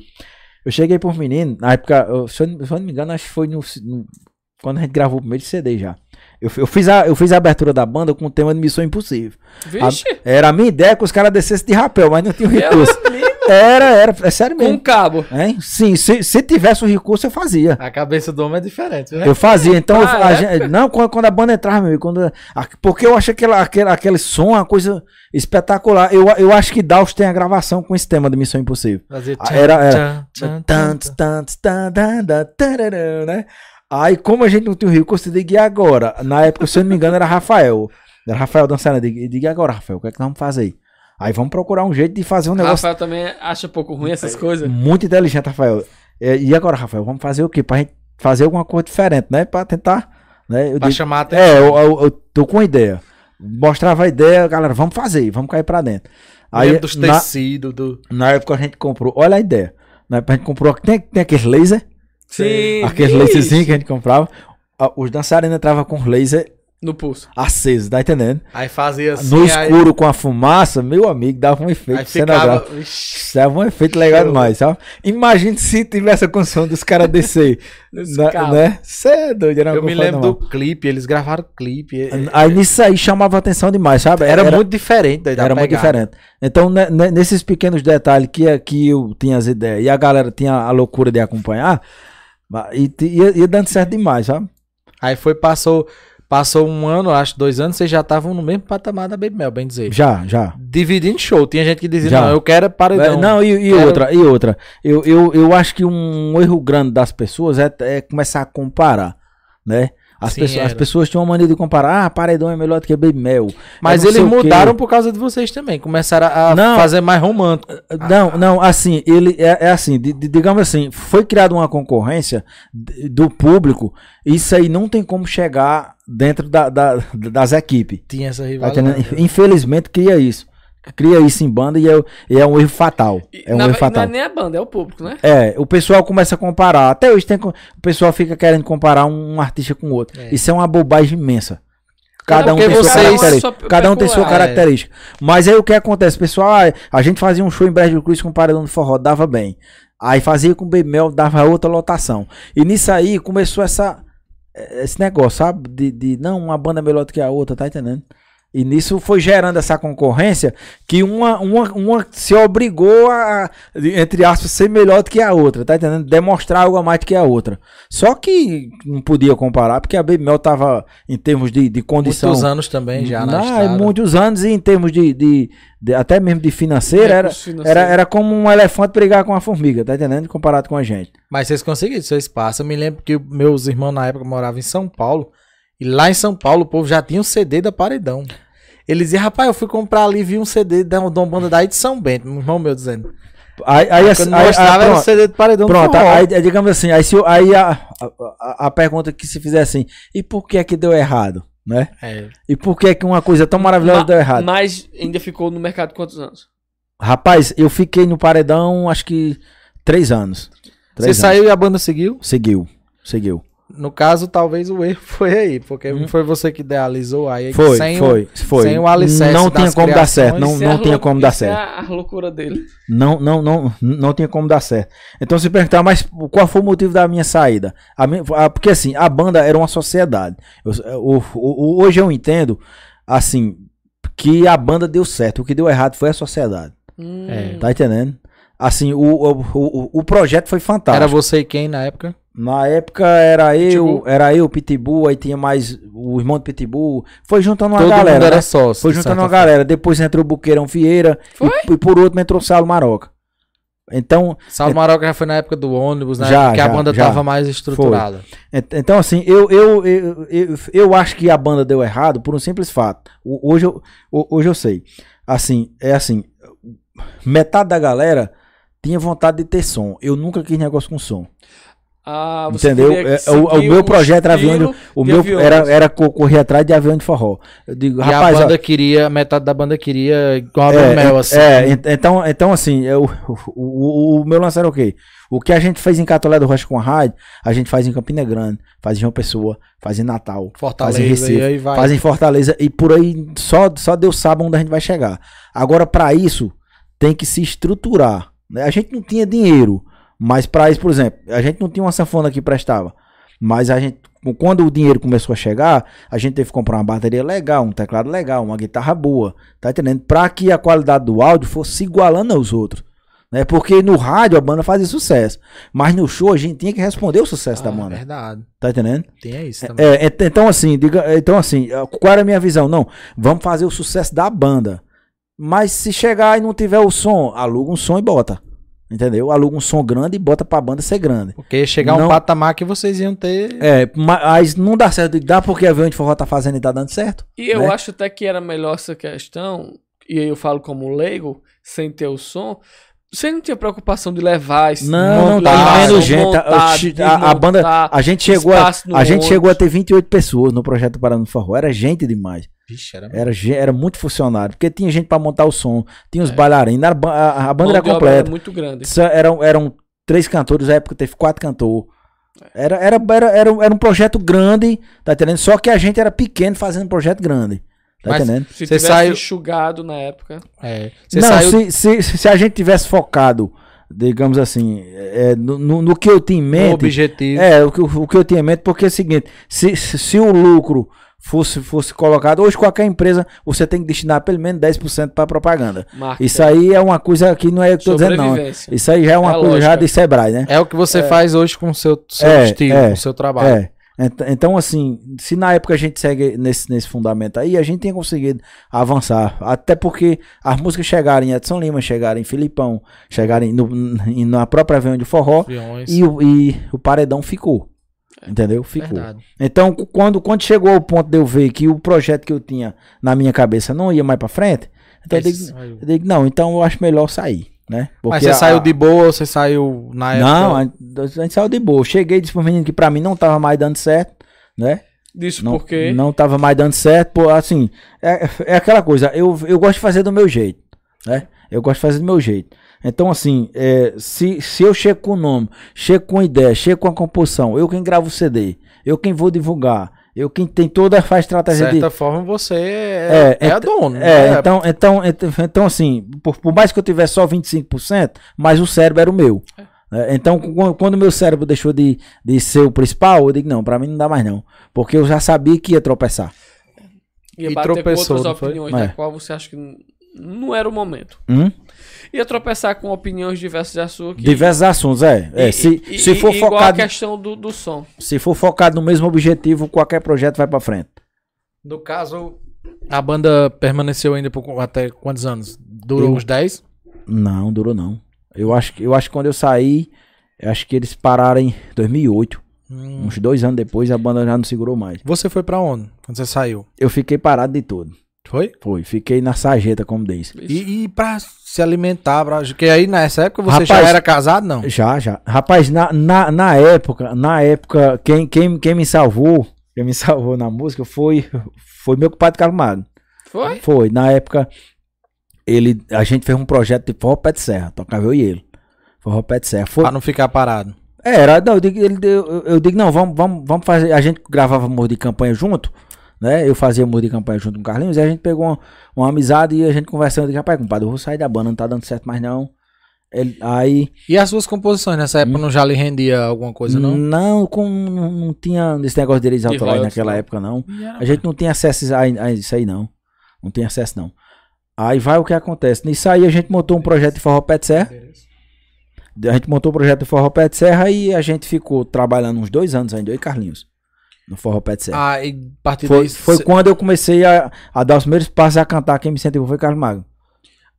S3: Eu cheguei por menino, na época, eu- se eu, não- se eu não me engano, acho que foi no, c- no- quando a gente gravou o primeiro CD já. Eu, fi- eu fiz a, eu fiz a abertura da banda com o tema de Missão Impossível. A-
S1: Vixe,
S3: era a minha ideia que os caras descessem de rapel, mas não tinha o
S1: Meu
S3: recurso. Era, era, é sério
S1: com um
S3: mesmo.
S1: cabo.
S3: Hein? Sim, se, se tivesse o recurso, eu fazia.
S2: A cabeça do homem é diferente, né?
S3: Eu fazia, então eu-
S1: Ah,
S3: a
S1: é?
S3: gente- não quando, quando a banda entrava, meu amigo, quando, a- porque eu achei aquele, aquele, aquele som uma coisa espetacular. Eu, eu acho que Daus tem a gravação com esse tema de Missão Impossível.
S2: Fazia
S3: Ah, era- era.
S2: tchan, tchan, tchan,
S3: Tantos, tantos, tan, dan, dan, tararã, né? Aí, como a gente não tinha o Rio, consegui guiar agora. Na época, se eu não me engano, era Rafael. Era Rafael dançando. Diga agora, Rafael, o que é que nós vamos fazer aí? Aí vamos procurar um jeito de fazer um negócio
S1: Rafael também acha um pouco ruim essas coisas.
S3: muito inteligente, Rafael. É, E agora, Rafael, vamos fazer o quê? Pra gente fazer alguma coisa diferente, né? Pra tentar. Né? Eu
S2: Pra
S3: digo,
S2: chamar a atenção.
S3: é, eu, eu- eu tô com ideia. Mostrava a ideia, galera, vamos fazer, vamos cair pra dentro. Aí,
S2: Lembro dos
S3: na,
S2: tecidos, do.
S3: na época a gente comprou, olha a ideia. Na época a gente comprou, tem, tem aqueles laser,
S1: Sim.
S3: aqueles
S1: vixe.
S3: laserzinhos que a gente comprava. Ah, Os dançarinos entravam com laser
S1: No pulso.
S3: aceso, tá entendendo?
S2: Aí fazia assim.
S3: no
S2: aí-
S3: escuro com a fumaça, meu amigo, dava um
S2: Aí,
S3: efeito cenográfico.
S2: ficava. Ixi,
S3: Isso dava um efeito legal
S2: Show.
S3: demais, sabe? Imagina se tivesse a condição dos caras descer.
S2: <laughs>
S1: Nesse
S3: na,
S1: cabo.
S3: né? Cê é doido, era
S2: Eu
S3: uma
S2: me
S3: coisa
S2: lembro
S3: normal.
S2: do clipe, eles gravaram clipe. é-
S3: Aí nisso aí chamava atenção demais, sabe?
S2: Era, muito diferente da da
S3: Era muito
S2: pegada.
S3: diferente. Então, né, né, nesses pequenos detalhes que aqui eu tinha as ideias e a galera tinha a loucura de acompanhar, ma- e te- ia, ia dando certo demais, sabe?
S2: Aí foi, passou, passou um ano, acho, dois anos, vocês já estavam no mesmo patamar da Baby Mel, bem dizer.
S3: Já, já.
S2: Dividindo show. Tinha gente que dizia,
S3: Já.
S2: não, eu quero é
S3: É,
S2: paredão.
S3: Não, e, e
S2: Era-
S3: outra, e outra. Eu, eu, eu acho que um erro grande das pessoas é, é começar a comparar, né? As,
S2: Sim,
S3: pessoas, as
S2: era.
S3: pessoas tinham uma mania de comparar, ah, paredão é melhor do que Baby Mel.
S2: Mas
S3: Eu não
S2: eles
S3: sei o quê.
S2: mudaram por causa de vocês também. Começaram a
S3: Não.
S2: fazer mais romântico.
S1: Ah, tá.
S3: Não, não, assim, ele é, é assim, di- di- digamos assim, foi criada uma concorrência d- do público, isso aí não tem como chegar dentro da- da- das equipes.
S2: Tinha essa
S3: tá
S2: rivalidade.
S3: entendendo? Infelizmente cria isso. Cria isso em banda e é, e é um erro fatal.
S1: E,
S3: É um
S1: na
S3: erro
S1: ve- não é
S3: fatal.
S1: nem a banda, é o público, né?
S3: É, o pessoal começa a comparar. Até hoje tem, co- o pessoal fica querendo comparar um artista com o outro.
S2: É.
S3: Isso é uma bobagem imensa. Cada um
S1: Porque
S3: tem sua
S1: vocês-
S3: característica.
S1: Cada um é sua
S3: Cada um tem sua
S1: peculiar.
S3: característica. Mas aí o que acontece, pessoal? ah, A gente fazia um show em Brejo Cruz com o Paredão do Forró, dava bem. Aí fazia com o Bemel, dava outra lotação. E nisso aí começou essa, esse negócio, sabe? De, de, não, uma banda é melhor do que a outra, tá entendendo? E nisso foi gerando essa concorrência que uma, uma, uma se obrigou a, entre aspas, ser melhor do que a outra, tá entendendo? Demonstrar algo a mais do que a outra. Só que não podia comparar, porque a Baby Mel tava, em termos de, de condição.
S2: Muitos anos também já na
S3: Não, é
S2: estrada.
S3: muitos anos, e em termos de, de- de- até mesmo de financeira, era,
S1: Recurso financeiro.
S3: era, era como um elefante brigar com uma formiga, tá entendendo? Comparado com a gente.
S2: Mas vocês conseguiram seu espaço. Eu me lembro que meus um irmãos na época moravam em São Paulo. E lá em São Paulo o povo já tinha o CD da Paredão. Ele dizia, rapaz, eu fui comprar ali e vi um CD da uma banda daí de São Bento, meu irmão meu dizendo.
S3: Aí, aí,
S2: Ah, Quando
S3: aí- aí-
S2: mostrava era um
S3: pronto.
S2: CD do Paredão do
S3: Pronto,
S2: Forró.
S3: aí, aí digamos assim, aí, se, eu- aí a, a- a, a pergunta que se fizer assim, e por que é que deu errado, né?
S2: É.
S3: E por que é que uma coisa tão maravilhosa
S1: Ma-
S3: deu errado?
S1: Mas ainda ficou no mercado quantos anos?
S3: Rapaz, eu fiquei no paredão acho que três anos.
S2: Você
S3: Três anos.
S2: saiu e a banda seguiu?
S3: Seguiu, seguiu.
S2: No caso, talvez o erro <laughs> foi aí, porque foi você que idealizou aí.
S3: Uhum. Foi,
S2: sem o-
S3: foi, foi.
S2: sem o alicerce
S3: não
S2: das
S3: tinha como dar
S2: criações.
S3: certo, não,
S1: Isso é
S3: não
S1: a
S3: tinha
S1: lou-
S3: como dar
S1: isso é
S3: certo.
S1: a loucura dele.
S3: Não, não, não, não tinha como dar certo. Então se perguntar, mas qual foi o motivo da minha saída? A minha- a- porque assim, a banda era uma sociedade. Eu- o- o- hoje eu entendo, assim, que a banda deu certo. O que deu errado foi a sociedade.
S1: Hum.
S2: É.
S3: Tá entendendo? Assim, o, o, o, o projeto foi fantástico.
S2: Era você e quem na época?
S3: Na época era eu,
S1: Pitbull.
S3: era eu, Pitbull, aí tinha mais o irmão do Pitbull. Foi juntando uma
S2: Todo
S3: galera.
S2: mundo
S3: né?
S2: era sócio.
S3: Foi
S2: de
S3: juntando
S2: certa
S3: uma galera. Depois entrou o Buqueirão Vieira.
S1: Foi?
S3: E, e por outro entrou o Saulo Maroca. Então,
S2: forma. Salve Maroca já foi na época do ônibus, né?
S3: Já,
S2: que a
S3: já,
S2: banda
S3: já.
S2: tava mais estruturada.
S3: ent- então assim, eu, eu, eu, eu, eu acho que a banda deu errado por um simples fato. O- Hoje eu, ho- hoje eu sei. Assim, é assim, metade da galera tinha vontade de ter som. Eu nunca quis negócio com som.
S1: Ah, você
S3: Entendeu?
S1: teria que
S3: É, o- o
S1: seguir
S3: meu
S1: um
S3: projeto era
S1: estilo
S3: avião O
S1: de
S3: meu
S1: aviões.
S3: era, era co- correr atrás de avião de forró. Eu digo,
S2: E
S3: rapaz,
S2: a
S3: ó,
S2: banda queria, metade da banda queria igual
S3: É,
S2: a Mel, assim.
S3: É, ent- então, então assim, eu, o, o- o meu lance era o quê? O que a gente fez em Catolé do Rocha com a Rádio, a gente faz em Campina Grande, faz em João Pessoa, faz em Natal, faz em
S2: Fortaleza,
S3: Recife,
S2: e aí vai.
S3: faz em Fortaleza e por aí só, só Deus sabe onde a gente vai chegar. Agora, pra isso, tem que se estruturar. né? A gente não tinha dinheiro, mas pra isso, por exemplo, a gente não tinha uma sanfona que prestava. Mas a gente, quando o dinheiro começou a chegar, a gente teve que comprar uma bateria legal, um teclado legal, uma guitarra boa, tá entendendo? Pra que a qualidade do áudio fosse igualando aos outros. Né? Porque no rádio a banda fazia sucesso, mas no show a gente tinha que responder o sucesso da
S2: Ah,
S3: banda,
S2: Verdade.
S3: tá entendendo?
S2: Tem isso também.
S3: É, ent- então assim, diga, então assim, eh, qual era a minha visão? Não, vamos fazer o sucesso da banda. Mas se chegar e não tiver o som, aluga um som e bota. Entendeu? Aluga um som grande e bota pra banda ser grande.
S2: Porque chegar
S3: Não-
S2: um patamar que vocês iam ter.
S3: É, mas não dá certo. Digo, Dá porque a Avião de Forró tá fazendo e tá dando certo.
S1: E eu
S3: né?
S1: acho até que era melhor essa questão, e aí eu falo como leigo, sem ter o som. Você não tinha preocupação de levar esse
S3: Não, não, tá
S2: Montar,
S3: menos
S1: montar,
S3: gente. A-
S1: montar,
S3: a- a, banda,
S1: desmontar.
S3: a gente chegou a,
S1: espaço no
S3: a gente
S1: ônibus.
S3: chegou a ter 28 pessoas no projeto Parando Forró. Era gente demais.
S2: Vixe, era.
S3: Era, ge- era muito funcionário, porque tinha gente pra montar o som, tinha os bailarinos, era ba- a, a banda
S1: Mão
S3: era
S1: de obra
S3: completa.
S1: muito grande.
S3: Só é, eram, eram três cantores, na época teve quatro cantores. Era, era, era, era, um- era um projeto grande, tá entendendo? Só que a gente era pequeno fazendo um projeto grande. Tá
S2: Mas
S3: entendendo?
S1: Se
S2: Você
S1: tivesse
S2: saiu-
S1: enxugado na época.
S2: É. Você
S3: não,
S2: saiu.
S3: se, se, se a gente tivesse focado, digamos assim, é, no, no, no que eu tinha em
S2: do
S3: mente.
S2: objetivo.
S3: É, o que, eu- o que eu tinha em mente, porque é o seguinte: se, se se o lucro fosse, fosse colocado, hoje qualquer empresa você tem que destinar pelo menos 10% para propaganda.
S1: Marca,
S3: Isso aí é uma coisa que não é eu que tô dizendo, não.
S1: sobrevivência.
S3: Isso aí já é uma
S1: É a
S3: coisa já
S1: lógica.
S3: de Sebrae, né?
S2: É, o que você faz hoje com o seu, seu
S3: É,
S2: estilo,
S3: é,
S2: com o seu trabalho.
S3: É. Ent- Então, assim, se na época a gente segue nesse, nesse fundamento aí, a gente tem conseguido avançar. Até porque as músicas chegaram em Edson Lima, chegaram em Filipão, chegaram em- no- em- na própria Avião de Forró
S2: Aviões.
S3: e, o- e o Paredão ficou. Entendeu? Ficou.
S2: É, Verdade.
S3: Então, cu- quando, quando chegou ao ponto de eu ver que o projeto que eu tinha na minha cabeça não ia mais pra frente, então eu
S2: Esse
S3: digo,
S2: saiu.
S3: eu digo, não, então eu acho melhor sair,
S2: Mas
S3: né? Porque
S2: você
S3: a-
S2: saiu de boa, você saiu na época.
S3: Não, a a gente saiu de boa. Cheguei e disse pro menino que pra mim não tava mais dando certo, né?
S1: Disso
S3: não,
S1: porque.
S3: não tava mais dando certo, pô, assim, é, é aquela coisa, eu, eu gosto de fazer do meu jeito, né? Eu gosto de fazer do meu jeito. Então, assim, é, se, se eu chego com o nome, chego com a ideia, chego com a composição, eu quem gravo o CD, eu quem vou divulgar, eu quem tem toda a
S2: de
S3: estratégia
S2: certa
S3: de...
S2: forma, você é,
S3: É,
S2: é, a dono.
S3: É,
S2: né?
S3: então, então, então, então assim, por, por mais que eu tivesse só 25%, mas o cérebro era o meu.
S1: É.
S3: né? Então, quan- quando o meu cérebro deixou de, de ser o principal, eu digo, não, pra mim não dá mais não. Porque eu já sabia que ia tropeçar.
S1: Ia
S2: E
S1: bater com
S2: tropeçou,
S1: outras
S2: não foi?
S1: opiniões,
S3: É.
S1: da qual você acha que n- não era o momento.
S3: Hum?
S1: Ia tropeçar com opiniões diversas da sua. que-
S3: Diversos assuntos, é. É,
S1: e-
S3: se,
S1: e-
S3: se,
S1: e-
S3: for
S1: igual
S3: focado,
S1: a questão do, do som.
S3: se for focado no mesmo objetivo, qualquer projeto vai pra frente.
S2: No caso, a banda permaneceu ainda por até quantos anos? Durou
S3: Eu-
S2: uns 10?
S3: Não, durou não. Eu acho, que- eu acho que quando eu saí, eu acho que eles pararam em 2008.
S2: Hum.
S3: Uns dois anos depois, a banda já não segurou mais.
S2: Você foi pra onde? Quando você saiu?
S3: Eu fiquei parado de tudo.
S2: Foi?
S3: Foi, fiquei na sarjeta, como diz.
S2: E, e pra se alimentar, pra... porque aí nessa época você já
S3: Rapaz,
S2: era casado, não?
S3: Já, já. Rapaz, na, na, na época, na época, quem, quem, quem me salvou, quem me salvou na música foi, foi meu compadre Calmado.
S1: Foi?
S3: Foi. Na época, ele, a gente fez um projeto de forró pé de serra, tocava eu e ele. Forró pé de serra. Foi,
S2: Pra não ficar parado.
S3: É, Era, não, eu digo, ele, deu- eu, eu digo, não, vamos, vamos, vamos fazer. A gente gravava muro de campanha junto, né? Eu fazia muro de campanha junto com o Carlinhos, e a gente pegou uma, uma amizade e a gente conversando. Eu digo, rapaz, compadre, eu vou sair da banda, não tá dando certo mais não. Ele- aí.
S2: E as suas composições nessa época
S3: Hum.
S2: não já lhe rendia alguma coisa, não?
S3: Não, com, não, não tinha esse negócio de direitos
S1: De
S3: autorais
S1: royalties,
S3: naquela
S1: não.
S3: época, não. A gente não tem acesso a, a isso aí, não. Não tem acesso, não. Aí vai o que acontece. Nisso aí a gente montou um projeto de forró pé de serra. A gente montou o projeto de forró pé de serra e a gente ficou trabalhando uns dois anos ainda, eu e Carlinhos, no forró pé de serra.
S2: Ah, e a partir
S3: foi
S2: daí,
S3: foi
S2: cê-
S3: quando eu comecei a, a dar os primeiros passos a cantar. Quem me incentivou foi Carlos Magno.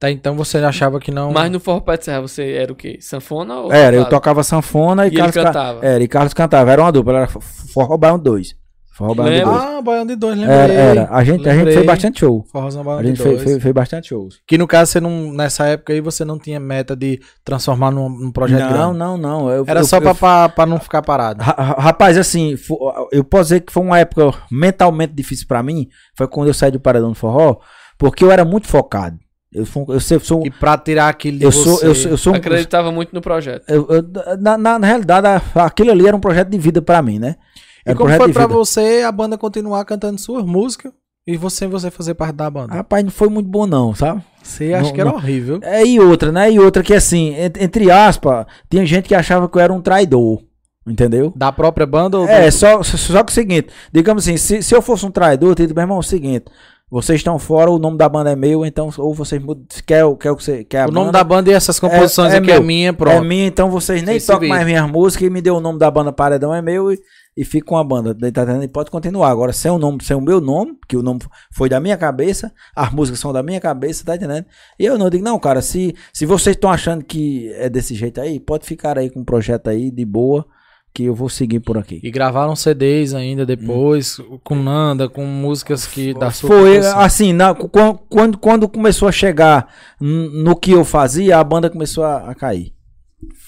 S2: tá, então você achava que não.
S1: Mas no Forró Pé de Serra você era o quê? Sanfona ou
S3: Era, eu
S1: teclado?
S3: tocava sanfona e,
S1: E ele
S3: Carlos ca-
S1: cantava.
S3: Era, e Carlos cantava. Era uma dupla, era forró baiano 2. Forró baiano
S1: Lembra?
S3: 2.
S2: Ah, Baiano de Dois, lembrei.
S3: Era, É, era. A gente, a gente
S2: Lembrei.
S3: fez bastante show.
S2: Forrozão
S3: A
S2: Baiano
S3: gente
S2: de
S3: fez,
S2: Dois.
S3: fez, fez bastante shows.
S2: Que no caso, você não, nessa época aí, você não tinha meta de transformar num, num projeto
S3: Não,
S2: grande.
S3: não, não. Eu-
S2: Era
S3: eu-
S2: só
S3: eu-
S2: pra, pra, pra não ficar parado.
S3: Ra- ra- Rapaz, assim, fo- eu posso dizer que foi uma época mentalmente difícil pra mim. Foi quando eu saí do Paradão do Forró, porque eu era muito focado. Eu sou, eu sei- sou, um,
S2: E pra tirar aquele de
S3: eu sou,
S2: você.
S3: eu sou, eu sou um-
S1: Acreditava muito no projeto.
S3: eu- eu- na, na- na realidade, a- aquilo ali era um projeto de vida pra mim, né?
S2: E
S3: Era um
S2: como
S3: projeto
S2: foi
S3: de
S2: pra
S3: vida.
S2: você a banda continuar cantando suas músicas e você você fazer parte da banda?
S3: Rapaz, não foi muito bom não, sabe?
S2: você acha
S3: Ah, não-
S2: que era
S3: não.
S2: horrível.
S3: É, e outra, né? E outra que assim, ent- entre aspas, tinha gente que achava que eu era um traidor, entendeu?
S2: Da própria banda ou
S3: É, só, só que o seguinte, digamos assim, se, se eu fosse um traidor, eu teria dito, meu irmão, é o seguinte, vocês estão fora, o nome da banda é meu, então, ou vocês mudam, se quer, o- quer o que você quer a
S2: do... o nome
S3: banda,
S2: da banda e essas composições
S3: é
S2: aqui é
S3: meu.
S2: minha,
S3: é
S2: pronto.
S3: minha, então vocês nem
S2: Vocês se
S3: tocam
S2: viram.
S3: mais minhas músicas e me deu o nome da banda Paredão é meu e, e fica com a banda, daí tá entendendo? E pode continuar, agora sem o nome, sem o meu nome, que o nome foi da minha cabeça, as músicas são da minha cabeça, tá entendendo? E eu não digo, não, cara, se, se vocês estão achando que é desse jeito aí, pode ficar aí com um projeto aí de boa, que eu vou seguir por aqui.
S2: E gravaram CDs ainda depois, com Nanda, com músicas que da sua
S3: Foi
S2: composição.
S3: assim, na- cu- quan- quando, quando começou a chegar n- no que eu fazia, a banda começou a, a cair.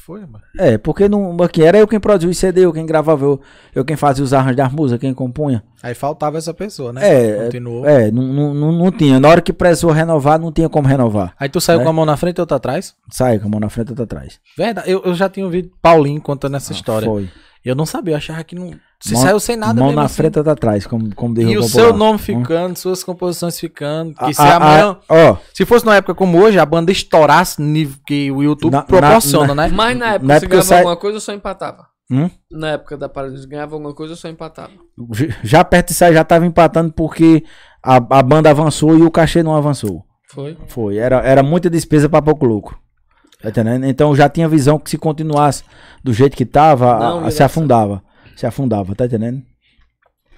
S2: Foi, mano.
S3: É, porque não, aqui, era eu quem produzia o CD, eu quem gravava, eu, eu quem fazia os arranjos das músicas, quem compunha.
S2: Aí faltava essa pessoa, né?
S3: É,
S2: Continuou.
S3: É, não, não, não, não tinha. Na hora que precisou renovar, não tinha como renovar.
S2: Aí tu saiu
S3: É.
S2: com a mão na frente e outra atrás?
S3: Sai com a mão na frente e outra atrás.
S2: Verdade, eu, eu já tinha ouvido Paulinho contando essa história.
S3: Foi.
S2: Eu não sabia, eu achava que não. Você
S3: Ah, Mão-
S2: saiu sem nada
S3: mão
S2: mesmo
S3: na
S2: assim.
S3: frente e outra atrás, como, como diz
S2: E o
S3: popular.
S2: seu nome
S3: Hum. Ah,
S2: ficando, suas composições ficando. Que
S3: A-
S2: se,
S3: a-
S2: a mão-
S3: a- ó,
S2: se fosse numa época como hoje, a banda estourasse nível que o YouTube
S3: Na- na-
S2: proporciona, né?
S1: Mas na época
S3: É, Na
S1: você
S3: época eu
S1: ganhava
S3: saí-
S1: alguma coisa ou só empatava?
S3: Hum?
S1: Na época da parada você ganhava alguma coisa ou só empatava?
S3: j- já perto disso aí já tava empatando porque a, a banda avançou e o cachê não avançou.
S1: Foi.
S3: Foi, era, era muita despesa pra pouco lucro. Tá entendendo? Então eu já tinha visão que se continuasse do jeito que tava, a-
S1: Não,
S3: a-
S1: Miraça.
S3: se afundava. Se afundava, tá entendendo?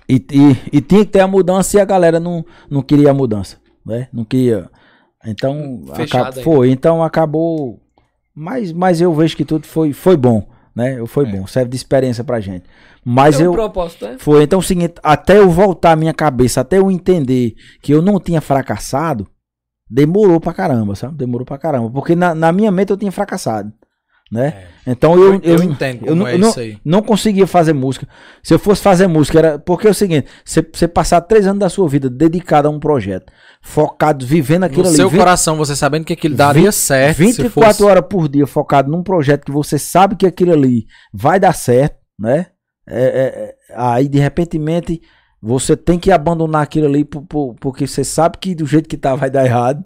S3: E, e, e tinha que ter a mudança e a galera não, não queria a mudança, né? Não queria. Então,
S1: Fechado
S3: acab-
S1: ainda.
S3: foi, então acabou. Mas, mas eu vejo que tudo foi, foi bom, né? Foi bom, serve de experiência pra gente. Mas
S1: Tem um
S3: eu,
S1: propósito, né?
S3: foi, então é o seguinte, até eu voltar a minha cabeça, até eu entender que eu não tinha fracassado, demorou pra caramba, sabe? Demorou pra caramba. Porque na, na minha mente eu tinha fracassado, né? Então eu, eu,
S2: É. entendo é
S3: eu não- eu não-
S2: aí.
S3: não conseguia fazer música. Se eu fosse fazer música, era. Porque é o seguinte, você você passar três anos da sua vida dedicado a um projeto, focado, vivendo
S2: No
S3: aquilo ali.
S2: seu
S3: vi-
S2: coração, você sabendo que aquilo daria
S3: vinte-
S2: certo.
S3: 24 horas por dia focado num projeto que você sabe que aquilo ali vai dar certo, né? É, é, é, aí de repentemente você tem que abandonar aquilo ali por- por- porque você sabe que do jeito que tá vai dar errado.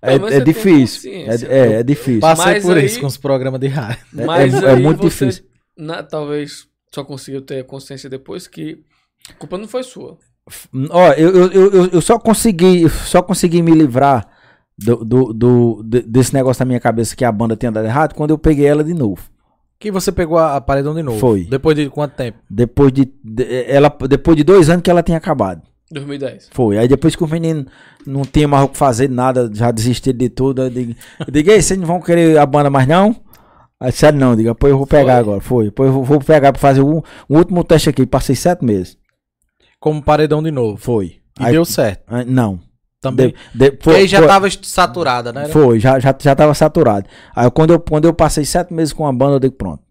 S3: É,
S1: Pelo menos
S3: é
S1: você tem
S3: difícil.
S1: consciência.
S3: É, é, é difícil.
S2: Passei
S1: Mas
S2: por
S1: aí-
S2: isso com os programas de rádio.
S3: É-
S1: Mas
S3: é- é
S1: aí
S3: muito
S1: você,
S3: difícil.
S1: na- talvez só conseguiu ter consciência depois que a culpa não foi sua.
S3: Ó, eu, eu- eu- eu- eu só consegui, só consegui me livrar do, do- do- de- desse negócio na minha cabeça que a banda tinha dado errado quando eu peguei ela de novo.
S2: Que você pegou a, a paredão de novo.
S3: Foi.
S2: Depois de quanto tempo?
S3: Depois de, de- ela, depois de dois anos que ela tinha acabado.
S1: 2010.
S3: Foi. Aí depois que o menino não tinha mais o que fazer, nada, já desistiram de tudo. Eu digo, eu digo, ei, vocês não vão querer a banda mais não? Aí disseram, não, diga, pô, eu vou pegar
S1: Foi?
S3: agora. Foi. Pô, eu vou- vou pegar pra fazer um, um último teste aqui. Passei sete meses.
S2: Como paredão de novo.
S3: Foi.
S2: E
S3: Aí-
S2: deu certo.
S3: ah, Não.
S2: também.
S3: De- de-
S2: Porque
S3: foi-
S2: aí já
S3: foi-
S2: tava est- saturada, né?
S3: Foi, já, já, já tava saturado. Aí quando eu, quando eu passei sete meses com a banda, eu digo, pronto.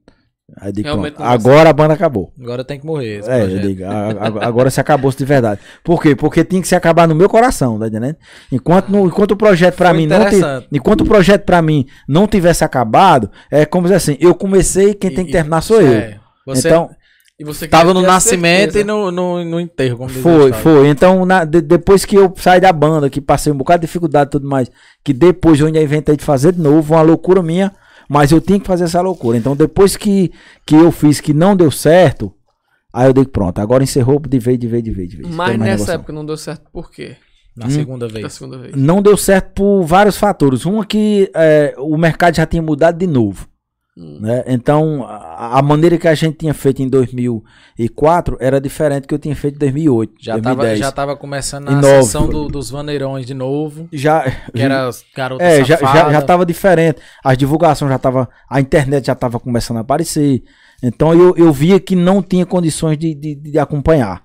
S3: Aí eu digo,
S1: Realmente
S3: pronto.
S1: não vai
S3: Agora a banda acabou.
S2: Agora tem que morrer. esse
S3: É, eu
S2: projeto.
S3: digo, a- a- agora se acabou-se de verdade. Por quê? Porque tinha que se acabar no meu coração, tá entendendo? Enquanto, não- enquanto o projeto pra
S2: Foi
S3: mim não ti-
S2: interessante.
S3: enquanto o projeto para mim não tivesse acabado, é como dizer assim, eu comecei, quem tem que
S2: E-
S3: terminar sou eu.
S2: É, Você
S3: Então,
S1: E você queria
S2: tava no
S1: ter a
S2: nascimento
S1: certeza.
S2: e no, no, no enterro, como diz a
S3: Foi,
S2: história.
S3: foi. Então, na- de- depois que eu saí da banda, que passei um bocado de dificuldade e tudo mais, que depois eu ainda inventei de fazer de novo, uma loucura minha, mas eu tinha que fazer essa loucura. Então, depois que, que eu fiz que não deu certo, aí eu digo, pronto, agora encerrou de vez, de vez, de vez, de vez.
S1: Mas
S3: Tem mais
S1: nessa
S3: negócio,
S1: época não deu certo por quê?
S3: Hum.
S2: Na segunda vez.
S1: Da segunda vez.
S3: Não Não deu certo por vários fatores. Um é que é, o mercado já tinha mudado de novo.
S1: Hum.
S3: Né? Então, a, a maneira que a gente tinha feito em 2004 era diferente do que eu tinha feito em 2008,
S2: Já tava,
S3: 2010.
S2: já tava começando
S3: E
S2: a
S3: nove.
S2: sessão do- dos vaneirões de novo.
S3: já,
S2: Que era as garotas
S3: É, já, já, já
S2: safadas.
S3: tava diferente. As divulgações já tava. A internet já tava começando a aparecer. Então eu, eu via que não tinha condições de, de, de acompanhar.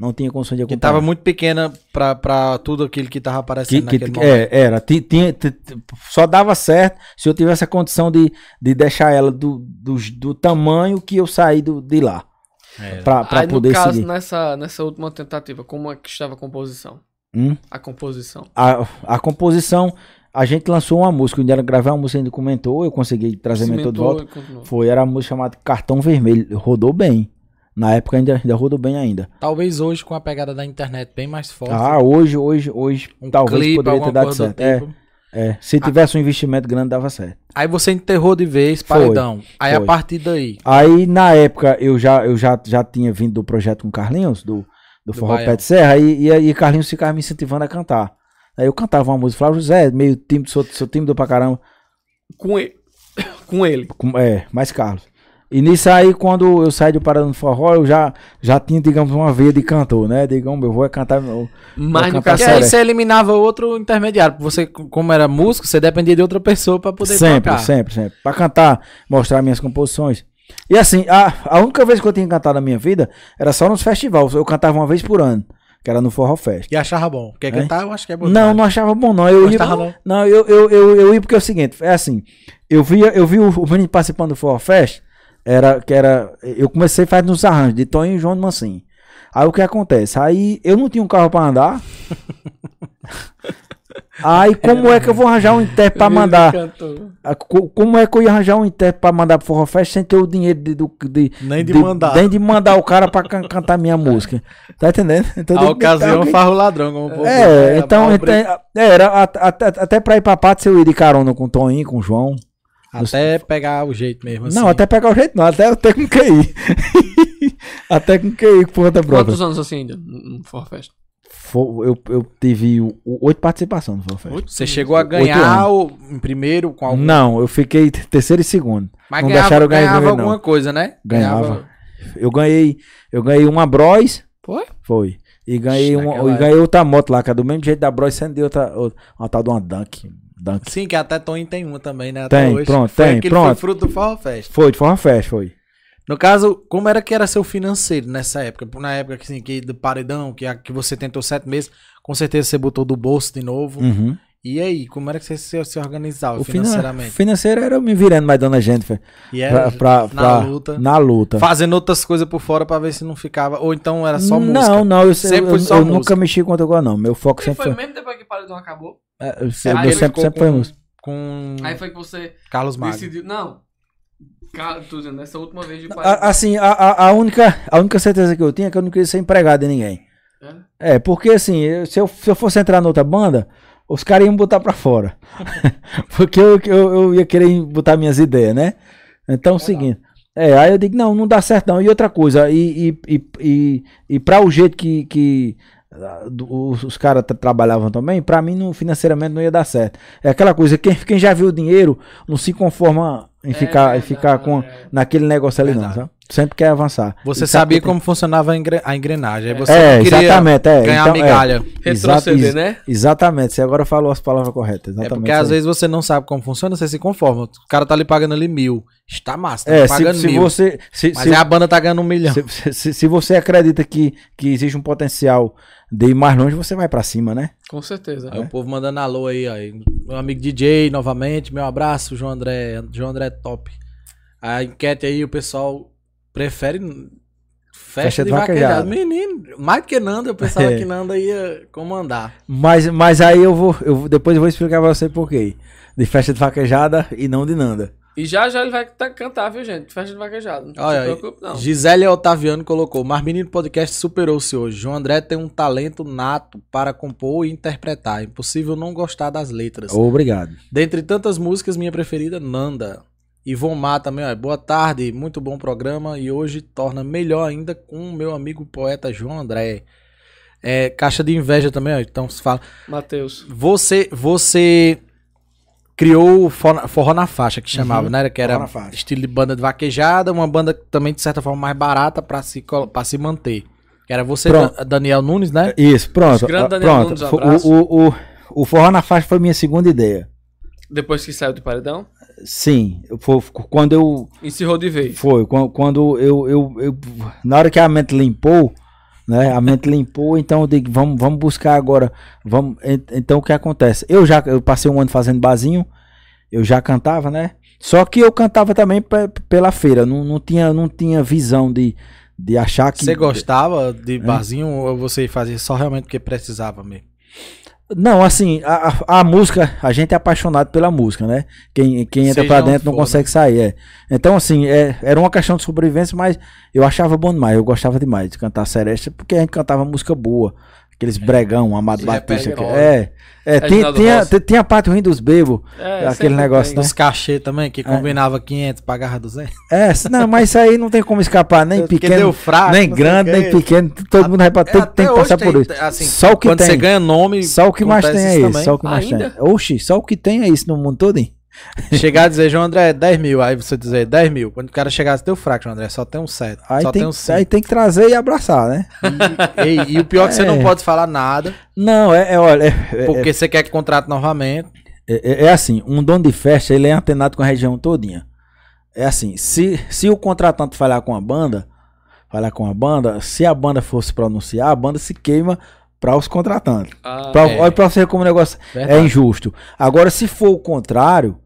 S3: Não tinha condições de
S2: Que
S3: acompanhar.
S2: tava muito pequena pra, pra tudo aquilo que tava
S3: Que-
S2: aparecendo
S3: que-
S2: naquele
S3: que-
S2: momento.
S3: é, era. Ti- tinha- ti- ti- só dava certo se eu tivesse a condição de, de deixar ela do, do, do tamanho que eu saí do, de lá.
S2: É.
S3: Pra, pra
S1: Aí,
S3: poder
S1: no caso,
S3: seguir.
S1: nessa, nessa última tentativa, como é que estava a composição?
S3: Hum?
S1: A composição.
S3: A, a composição. A gente lançou uma música. Onde ela gravou uma música ainda comentou. Eu consegui trazer mentor de volta.
S1: e continuou.
S3: Foi, era a música chamada Cartão Vermelho. Rodou bem. Na época ainda, ainda rodou bem ainda.
S2: Talvez hoje, com a pegada da internet bem mais forte.
S3: Ah, hoje, hoje, hoje,
S2: um
S3: talvez
S2: clipe,
S3: poderia ter
S2: alguma
S3: dado
S2: coisa do
S3: certo. É,
S2: tipo.
S3: é. Se tivesse um investimento grande, dava certo.
S2: Aí você enterrou de vez,
S3: Foi,
S2: paredão. Aí
S3: foi.
S2: a partir daí.
S3: Aí, na época, eu já, eu já, já tinha vindo do projeto com Carlinhos, do, do,
S2: Do
S3: Forró
S2: Baião.
S3: Pé de Serra, e, e, e Carlinhos ficava me incentivando a cantar. Aí eu cantava uma música, falava, José, meio tímido, sou, sou tímido pra caramba.
S1: Com, ele, <coughs> com ele.
S3: Com- é, mais Carlos. E nisso aí, quando eu saí do Parada no Forró, eu já, já tinha, digamos, uma veia de cantor, né? Digamos, eu vou é cantar. Eu,
S1: Mas no caso,
S3: cantar
S2: Porque
S3: sério.
S2: aí você eliminava outro intermediário. Você, como era músico, você dependia de outra pessoa pra poder
S3: sempre,
S2: tocar.
S3: sempre, sempre. Pra cantar, mostrar minhas composições. E assim, a, a única vez que eu tinha cantado na minha vida era só nos festivais. Eu cantava uma vez por ano, que era no Forró Fest.
S2: E achava bom. Quer cantar? Eu acho que é bom.
S3: Não, não achava bom, não. Eu ia,
S2: Gostava não?
S3: não, eu, eu, eu, eu ia porque é o seguinte, é assim, eu via, eu vi o, o menino participando do Forró Fest, era, que era, eu comecei fazendo uns arranjos de Toninho e João de Mancini. Aí o que acontece? Aí eu não tinha um carro pra
S2: <laughs>
S3: andar. Aí como é que eu vou arranjar um intérprete pra
S1: Ele
S3: mandar?
S1: cantou.
S3: A- co- Como é que eu ia arranjar um intérprete pra mandar pro Forró Fest sem ter o dinheiro de, do- de-
S2: Nem de mandar.
S3: Nem de mandar o cara pra can- cantar minha
S2: <laughs>
S3: música. Tá entendendo? Então,
S2: A
S3: tem que-
S2: ocasião
S3: alguém-
S2: farra o ladrão. Como o povo
S3: É,
S2: diz, né?
S3: então,
S2: mal
S3: então
S2: brinco.
S3: é, era a- a- a- até pra ir pra pátio eu ia de carona com o Toninho, com o João.
S2: Até pegar o jeito mesmo.
S3: Não,
S2: assim.
S3: até pegar o jeito não, até, até com QI. <laughs> até com QI, com conta própria.
S1: Quantos anos assim ainda? No Forfest?
S3: Fo- Eu, eu tive o- o- oito participações no Forró Fest.
S2: Você chegou a ganhar o, em primeiro com algum.
S3: Não, eu fiquei t- terceiro e segundo.
S2: mas
S3: não
S2: ganhava,
S3: deixaram eu ganhar
S2: ganhava
S3: primeiro, não.
S2: alguma coisa, né?
S3: Ganhava. Eu ganhei, eu ganhei uma Bros.
S1: Foi?
S3: Foi. E ganhei,
S2: Ixi,
S3: uma,
S2: naquela
S3: e ganhei outra moto lá, que é do mesmo jeito da Bros, sendo de outra, outra, uma tal de uma Dunk. Dunk.
S2: Sim, que até Tony tem uma também, né? Até
S3: Tem,
S2: hoje.
S3: pronto,
S2: foi
S3: tem,
S2: aquele
S3: pronto.
S2: Foi fruto do Forró Fest.
S3: Foi, de forma fest, foi.
S2: No caso, como era que era seu financeiro nessa época? Na época que, assim, que do paredão, que, a- que você tentou sete meses, com certeza você botou do bolso de novo.
S3: Uhum.
S2: E aí, como era que você se, se organizava
S3: O finan-
S2: financeiramente?
S3: financeiro era eu me virando mais dona gente. Foi,
S2: E era
S3: pra- pra-
S2: É, na
S3: pra-
S2: luta.
S3: Na luta.
S2: Fazendo outras coisas por fora pra ver se não ficava. Ou então era só música.
S3: Não, não, eu,
S2: Sempre
S3: eu,
S2: foi só
S3: eu
S2: música.
S3: nunca mexi com outra coisa, não. Meu foco
S1: E
S3: sempre
S1: foi
S3: foi.
S1: mesmo depois que Paredão acabou.
S3: é, Eu,
S2: Aí
S3: sempre- eu
S2: Ah, ele
S3: sempre,
S2: ficou
S3: sempre foi
S2: com-
S3: música.
S2: Com
S1: Aí foi que você
S2: Carlos Magno.
S1: decidiu. Não. Cara, tô dizendo, nessa última vez de
S2: um
S3: A- assim, a, a, a única, a única certeza que eu tinha é que eu não queria ser empregado de ninguém.
S1: né?
S3: É, porque assim, eu- se, eu, se eu fosse entrar noutra banda, os caras iam botar pra fora. <laughs> porque eu, eu, eu ia querer botar minhas ideias, né? Então é o seguinte. É, aí eu digo, não, não dá certo não. E outra coisa, e, e, e, e, e pra o jeito que, que ah, do- os, os caras tra- trabalhavam também, pra mim não, financeiramente não ia dar certo. É aquela coisa, quem, quem já viu o dinheiro não se conforma em
S1: É
S3: ficar, em
S1: verdade,
S3: ficar com,
S1: é.
S3: naquele negócio ali
S2: Verdade.
S3: não, sabe? Sempre quer avançar.
S2: Você
S3: E sabe
S2: sabia
S3: que tem-
S2: como funcionava a engre- a engrenagem. Aí você
S3: É,
S2: não queria
S3: exatamente, é.
S2: ganhar
S3: então, é.
S2: migalha.
S3: Exato,
S1: Retroceder,
S3: ex-
S1: né?
S3: Exatamente, você agora falou as palavras corretas.
S2: É
S3: Exatamente.
S2: porque às
S3: isso aí.
S2: vezes você não sabe como funciona, você se conforma. O cara tá ali pagando ali mil. Está massa, tá
S3: É, se,
S2: pagando
S3: se
S2: mil.
S3: você. Se,
S2: Mas
S3: se-
S2: aí a banda tá ganhando um milhão.
S3: se- se- se- se você acredita que, que existe um potencial de ir mais longe, você vai pra cima, né?
S1: Com certeza.
S2: Aí o povo mandando alô aí, ó. aí. Meu amigo DJ, novamente, meu abraço, João André. João André é top. A enquete aí, o pessoal prefere festa,
S3: Festa
S2: de
S3: de
S2: vaquejada.
S3: vaquejada.
S2: Menino, mais que Nanda, eu <laughs> pensava
S3: É.
S2: que Nanda ia comandar.
S3: Mas, mas aí eu vou, eu vou- depois eu vou explicar pra você por quê. De festa de vaquejada e não de Nanda.
S1: E já já ele vai tá- cantar, viu, gente? Festa de vaquejado. Não
S2: Olha
S1: se
S2: aí,
S1: preocupe, não.
S2: Gisele Otaviano colocou, mas Menino Podcast superou-se hoje. João André tem um talento nato para compor e interpretar. Impossível não gostar das letras.
S3: Obrigado.
S2: Dentre tantas músicas, minha preferida, Nanda. Ivomar também, ó. é Boa tarde, muito bom programa. E hoje torna melhor ainda com o meu amigo poeta João André. É, caixa de inveja também, ó. Então se fala.
S1: Matheus.
S2: Você, você criou o Forró Forró na Faixa, que chamava, né? Que
S3: Uhum. Forró
S2: era
S3: na Faixa.
S2: estilo de banda de vaquejada, uma banda também, de certa forma, mais barata pra se, colo- pra se manter. Que era você,
S3: Pronto.
S2: Dan- Daniel Nunes, né?
S3: Isso, pronto.
S1: Os grandes
S3: ah,
S1: Daniel
S3: pronto.
S2: um
S1: Nunes,
S3: Fo-
S1: abraço.
S3: O, o, o, o forró na faixa foi minha segunda ideia.
S1: Depois que saiu do paredão,
S3: Sim, eu fo- quando eu
S1: encerrou de vez.
S3: Foi, quan- quando eu, eu, eu- Na hora que a mente limpou, né? A mente limpou, então eu digo, vamos, vamos buscar agora. Vamos, en- então o que acontece? Eu já eu passei um ano fazendo barzinho, eu já cantava, né? Só que eu cantava também pe- pela feira, não, não, tinha, não tinha visão de, de achar É, que. É.
S2: Você gostava de barzinho ou você fazia só realmente porque precisava mesmo?
S3: Não, assim, a, a- a música, a gente é apaixonado pela música, né? Quem, quem entra
S2: Seja
S3: pra
S2: onde
S3: dentro não
S2: for, né?
S3: consegue sair, é. Então, assim, é- era uma questão de sobrevivência, mas eu achava bom demais, eu gostava demais de cantar Seresta, porque a gente cantava música boa, aqueles
S2: É.
S3: bregão, Amado
S1: Sim,
S3: Batista.
S1: é
S3: que-
S1: pegão.
S3: É, é, tem,
S1: Reginaldo
S3: tem, a,
S1: Rossi.
S3: tem- tem a parte ruim dos bebos,
S1: É,
S3: Aquele
S1: sempre tem.
S3: negócio, né?
S2: Os cachê também, que combinava 500, pagava 200.
S3: é, s- não, mas isso aí não tem como escapar, nem
S2: Porque
S3: pequeno,
S2: fraco,
S3: nem
S2: não sei
S3: grande,
S2: o quê. É,
S3: nem pequeno, todo mundo vai pra- tem,
S2: Até
S3: tem que
S2: hoje
S3: passar por
S2: tem,
S3: isso.
S2: assim,
S3: só o que
S2: Quando
S3: tem.
S2: você ganha nome,
S3: Só o que mais tem
S2: acontece
S3: é
S2: isso
S3: isso,
S2: também.
S3: só o que mais tem.
S1: Ainda?
S3: Oxi, só o que tem é isso no mundo todo, hein?
S2: Chegar a dizer, João André, 10 mil. Aí você dizer, 10 mil. Quando o cara chegar, você deu fraco, João André, só tem um 7.
S3: Aí,
S2: só
S3: tem,
S2: tem um
S3: aí
S2: 7.
S3: tem que trazer e abraçar, né?
S2: E, e o pior é que você
S3: É.
S2: não pode falar nada,
S3: Não, é, é, olha, é,
S2: porque você quer que contrato novamente.
S3: é- é assim, um dono de festa, ele é antenado com a região todinha. É assim, se, se o contratante falhar com a banda, falhar com a banda, se a banda fosse pronunciar, a banda se queima para os contratantes.
S1: Ah,
S3: Pra-
S2: é.
S3: Olha pra você ver como o negócio é
S2: Verdade.
S3: injusto. Agora, se for o contrário,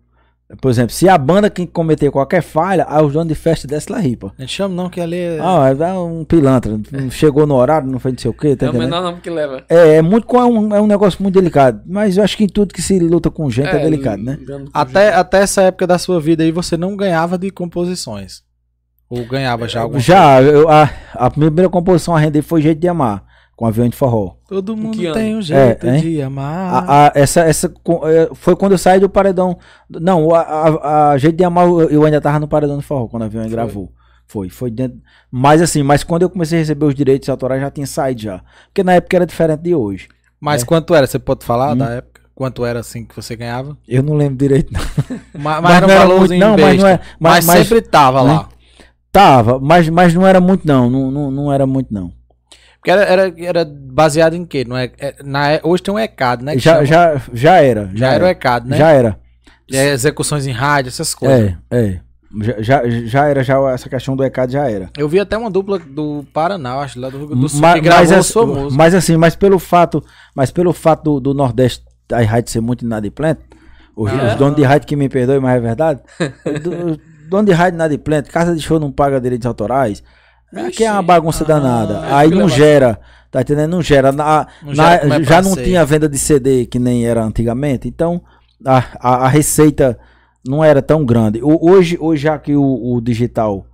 S3: por exemplo, se a banda que cometer qualquer falha, aí os donos de festa desce lá ripa.
S2: A gente chama não que ali é...
S3: Ah, é um pilantra, não chegou no horário, não fez não sei o quê, tá
S1: é o
S3: entendendo?
S1: menor nome que leva.
S3: É, é muito é um, é um negócio muito delicado. Mas eu acho que em tudo que se luta com gente é, delicado, né?
S1: ligando com
S2: até, até essa época da sua vida aí, você não ganhava de composições. Ou ganhava já alguma coisa?
S3: É, Já, eu- a, a primeira composição a render foi Jeito de Amar, com avião de forró.
S2: Todo mundo
S1: que ano?
S2: tem um jeito
S3: É, hein?
S2: de amar.
S3: A- a- essa, essa co- é, foi quando eu saí do paredão. Não, a, a- a Jeito de Amar eu eu ainda tava no paredão do forró, quando o avião
S1: Foi.
S3: gravou. Foi, foi dentro. Mas assim, mas quando eu comecei a receber os direitos autorais já tinha saído já. Porque na época era diferente de hoje.
S2: Mas quanto era? Você pode falar
S3: É. Hum.
S2: da época? Quanto era assim que você ganhava?
S3: Eu não lembro direito, não.
S2: Ah, Mas, um
S3: não era muito, não, mas não é.
S2: Mas,
S3: mas- mas-
S2: sempre tava
S3: né?
S2: lá.
S3: tava, mas, mas não era muito, não. Não, não, não era muito, não.
S2: Porque era, era, era baseado em quê? Não é, é- na, é- hoje tem um ECAD, né? que
S3: já,
S2: chama?
S3: já, já era.
S2: Já era o ECAD, né?
S3: Já era.
S2: É, execuções em rádio, essas coisas.
S3: É, é. Já, já, já era, já essa questão do ECAD já era.
S2: Eu vi até uma dupla do Paraná, eu acho, lá do Rio Grande do Sul,
S3: Ma-
S2: que gravou
S3: mas,
S2: sua
S3: as-
S2: música.
S3: mas assim, mas pelo fato, mas pelo fato do, do Nordeste a rádio ser muito inadimplente, os,
S2: Ah.
S3: os donos de rádio que me perdoem, mas é verdade.
S2: <laughs>
S3: do, dono de rádio inadimplente, casa de show não paga direitos autorais. Aqui é uma bagunça
S2: Ah,
S3: danada.
S1: é
S3: Aí não
S1: esculhambação.
S3: gera, tá entendendo? Não gera. Na-
S2: Não
S3: na-
S2: gera como é pra
S3: já não
S2: ser.
S3: tinha venda de CD que nem era antigamente, então a, a, a receita não era tão grande. O- hoje, hoje, já que o, o digital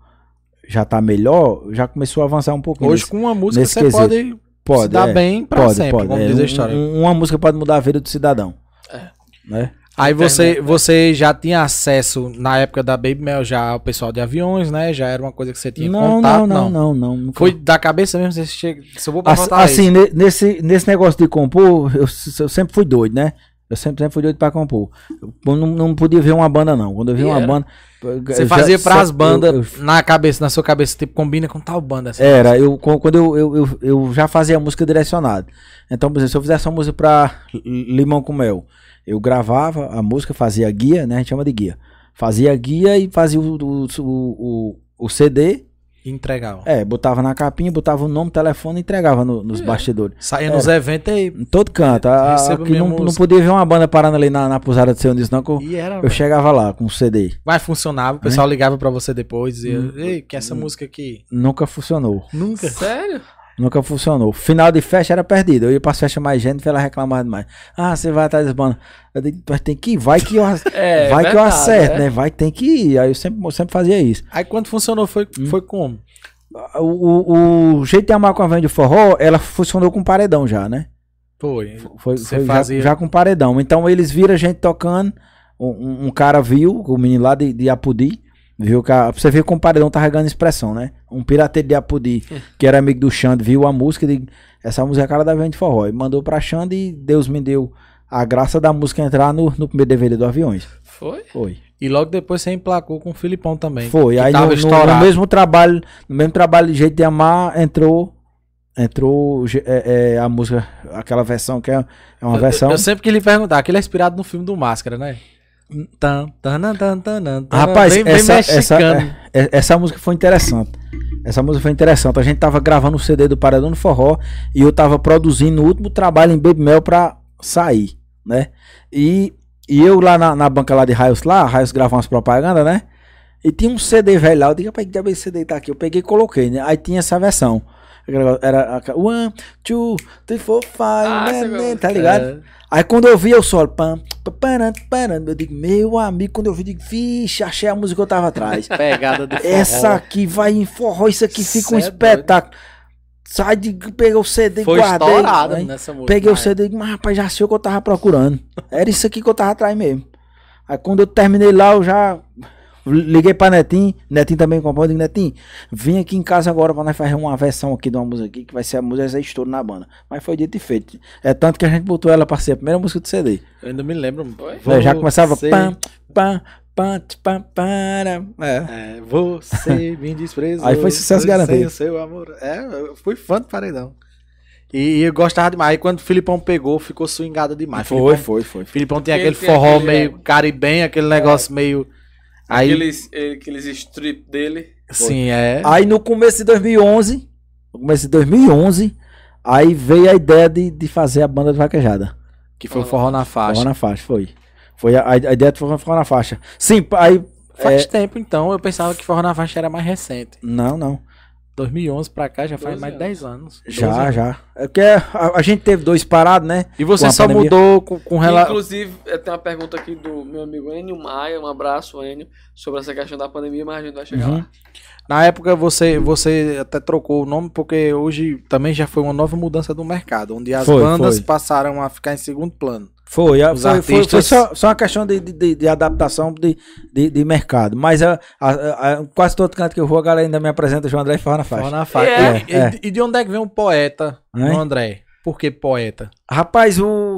S3: já tá melhor, já começou a avançar um pouquinho.
S2: Hoje com uma música
S3: nesse
S2: você
S3: quesito.
S2: pode, se dar
S3: é.
S2: bem pra
S3: Pode,
S2: sempre,
S3: pode.
S2: como
S3: é,
S2: diz
S3: um-
S2: a história.
S3: um- uma música pode mudar a vida do cidadão.
S1: É.
S3: Né?
S2: Aí você,
S1: Internet,
S2: você já tinha acesso, na época da Baby Mel, já ao pessoal de aviões, né? Já era uma coisa que você tinha
S3: Não,
S2: contato,
S3: não, não, não, não, nunca-
S2: Foi da cabeça mesmo, você chega, se eu vou pra
S3: Ass-
S2: Fortaleza.
S3: assim, ne- nesse, nesse negócio de compor, eu, s- eu sempre fui doido, né? Eu sempre, sempre fui doido pra compor. Eu não, não podia ver uma banda, não. Quando eu vi
S1: E
S3: uma
S1: era.
S3: banda.
S2: Você
S3: eu
S2: fazia
S3: já-
S2: pras
S3: eu-
S2: bandas
S3: eu- É.
S2: na cabeça, na sua cabeça, tipo, combina com tal banda. Assim.
S3: Era, eu, qu- quando eu, eu, eu, eu já fazia música direcionada. Então, por exemplo, se eu fizesse uma música pra L- Limão com Mel, eu gravava a música, fazia a guia, né? A gente chama de guia. Fazia a guia e fazia o, o, o, o- o CD
S2: E entregava.
S3: É, botava na capinha, botava o nome, telefone e entregava no-
S2: É.
S3: nos bastidores.
S2: Saía nos
S3: É.
S2: eventos aí.
S3: Em todo canto. A, a,
S2: Receba
S3: que
S2: minha
S3: não, não
S2: música.
S3: podia ver uma banda parando ali na, na pousada de Senhor Nisso, não, que eu,
S2: E era.
S3: eu Né? chegava lá com o CD.
S2: Mas funcionava, o pessoal ligava pra você depois e dizia,
S3: Hum.
S2: ei, que essa música aqui?
S3: Nunca funcionou.
S2: Nunca.
S1: Sério?
S3: Nunca funcionou. Final de festa era perdido. Eu ia pra festa mais gente, ela reclamava demais. Ah, você vai atrás das bandas. Eu digo, mas tem que ir, vai que eu, ac-
S1: <laughs> É,
S3: vai que eu
S1: verdade,
S3: acerto,
S1: é.
S3: né? Vai, tem que ir. Aí eu sempre, eu sempre fazia isso.
S2: Aí quando funcionou foi,
S3: Hum.
S2: foi como?
S3: O, o, o jeito de amar com a venda de forró, ela funcionou com paredão já, né?
S2: Foi.
S3: Foi,
S2: Você
S3: foi já-
S2: fazia-
S3: já, com paredão. Então eles viram a gente tocando. Um, um- um cara viu, o menino lá de, de Apudi, viu que a, pra você ver como o paredão tá regando expressão, né? Um pirateiro
S2: <laughs>
S3: de Apudi, que era amigo do Xande, viu a música e disse, essa música é a cara da Vente Forró. E mandou pra Xande e Deus me deu a graça da música entrar no, no primeiro DVD do Aviões.
S1: Foi?
S3: Foi.
S2: E logo depois você emplacou com o Filipão também.
S3: Foi.
S2: que
S3: Aí no,
S2: tava
S3: no- no
S2: estourado.
S3: mesmo trabalho, no mesmo trabalho de Jeito de Amar, entrou. Entrou ge- é, é, a música, aquela versão que é, é uma
S2: Eu-
S3: versão.
S2: Eu, sempre quis lhe perguntar, aquele é inspirado no filme do Máscara, né? Tan, tanan, tan, tanan, tanan,
S3: Rapaz,
S2: bem,
S3: essa,
S2: bem
S3: essa,
S2: mexicano.
S3: é- é- essa música foi interessante. Essa música foi interessante. A gente tava gravando o CD do Paradão no Forró e eu tava produzindo o último trabalho em Baby Mel pra sair, né? E, e eu lá na, na banca lá de Raios lá, Raios gravava umas propagandas, né? E tinha um CD velho lá, eu digo, rapaz, que diabo é esse CD tá aqui? Eu peguei e coloquei, né? Aí tinha essa versão. Era aquela- one, two, three, four, five,
S1: Ah,
S3: né,
S1: sei
S3: né,
S1: qual é.
S3: tá ligado? Aí quando eu vi, eu só. Pam, pam, param, param. eu digo, meu amigo, quando eu vi, eu digo, vixe, achei a música que eu tava atrás.
S2: Pegada de
S3: Essa aqui vai em forró, isso aqui
S2: Cê
S3: fica um
S2: é
S3: espetáculo. Sai de. Peguei o CD e
S2: Foi
S3: guardei.
S2: estourada
S3: né?
S2: nessa música. Ah,
S3: Peguei o
S2: na época.
S3: CD e digo, mas rapaz, já sei o que eu tava procurando. Era isso aqui que eu tava atrás mesmo. Aí quando eu terminei lá, eu já liguei pra Netinho. Netinho também compôs. Eu digo, Netinho, vem aqui em casa agora pra nós fazer uma versão aqui de uma música aqui, que vai ser a música, essa estouro na banda. Mas foi dito e feito. É tanto que a gente botou ela pra ser a primeira música do CD.
S2: Eu ainda me lembro.
S1: Foi?
S3: Né, já começava.
S2: Você,
S3: Pam, pam, pam, tch, pam, para. É.
S2: é,
S3: <laughs>
S2: você me desprezou.
S3: Aí foi sucesso
S2: sem
S3: garantido.
S2: o seu amor. É, eu fui fã do Paredão. E, e eu gostava demais. Aí quando o Filipão pegou, ficou swingada demais.
S3: Foi,
S2: Filipão,
S3: foi, foi.
S2: Filipão tem
S1: Ele
S2: aquele é.
S1: tem
S2: forró
S1: aquele-
S2: meio caribenho, aquele negócio meio... Aí,
S1: Aqueles, aqueles eh, strip dele.
S2: sim, é.
S3: Aí no começo de 2011, no começo de 2011, aí veio a ideia de, de fazer a banda de vaquejada.
S2: Que foi o forró na faixa.
S3: Forró na faixa, foi. Foi a, a ideia de forró forró na faixa. Sim, pa- aí.
S2: Faz tempo, então. Eu pensava que Forró na Faixa era mais recente.
S3: Não, não.
S2: 2011 pra cá já faz
S1: Doze
S2: mais de 10 anos. Doze
S3: Já,
S2: anos.
S3: já. É porque a, a gente teve dois parados, né?
S2: E você
S3: Com a
S2: só
S3: pandemia.
S2: mudou com,
S3: Um
S2: com relação...
S1: Inclusive, eh, tem uma pergunta aqui do meu amigo Enio Maia, um abraço, Enio, sobre essa questão da pandemia, mas a gente vai chegar
S3: Uhum.
S1: lá.
S2: Na época você, você até trocou o nome, porque hoje também já foi uma nova mudança do mercado, onde as
S3: Foi,
S2: bandas
S3: foi.
S2: passaram a ficar em segundo plano.
S3: Foi, a-
S2: Os
S3: foi, foi- foi
S2: artistas-
S3: só, só uma questão de, de- de, de adaptação de, de, de mercado. Mas é, a, a- a- quase todo canto que eu vou, a galera ainda me apresenta João André e Forró na faixa.
S2: Forró na faixa.
S1: É,
S2: E- e-
S3: é.
S2: E de onde é que vem um poeta,
S3: Hein?
S2: no André? Por que poeta?
S3: Rapaz, o-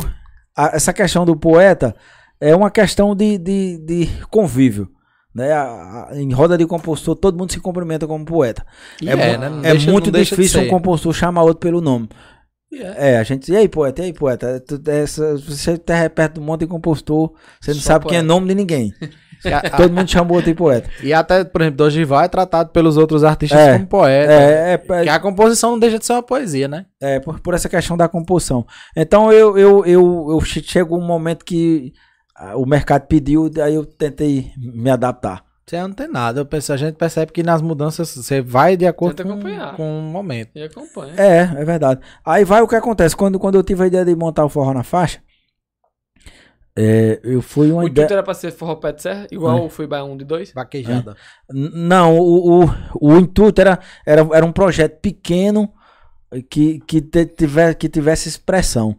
S3: a- essa questão do poeta é uma questão de, de- de convívio. Né? A- a- em roda de compostor, todo mundo se cumprimenta como poeta.
S2: E
S3: É mu-
S2: né? Não
S3: é
S2: deixa- não
S3: muito
S2: deixa de
S3: difícil um
S2: ser.
S3: compositor chamar outro pelo nome. É, a gente. E aí, poeta? E aí, poeta? Tu- essa- você tá perto de um monte de compositor, você não
S1: Só
S3: sabe quem é
S1: poeta.
S3: nome de ninguém.
S2: <laughs> E a-
S3: todo mundo chama o outro
S2: <laughs>
S3: de poeta.
S2: E até, por exemplo, Dogival é tratado pelos outros artistas
S3: É,
S2: como poeta.
S3: É, é,
S2: Que a composição não deixa de ser uma poesia, né?
S3: É, por, por essa questão da composição. Então eu, eu, eu, eu che- chego um momento que ah, o mercado pediu, daí eu tentei me adaptar.
S2: Você não tem nada. Eu penso, a gente percebe que nas mudanças você vai de acordo
S1: Tenta
S2: com,
S1: acompanhar.
S2: com o momento.
S1: E acompanha.
S3: É, é verdade. Aí vai o que acontece. Quando, quando eu tive a ideia de montar o forró na faixa, é, eu fui uma
S1: O
S3: ideia. É.
S1: título era pra ser Forró Pé de Serra, igual o Fui Bahia 1 de 2.
S2: Vaquejada.
S3: N- Não, o, o, o intuito era, era, era um projeto pequeno que, que, te- tiver, que tivesse expressão.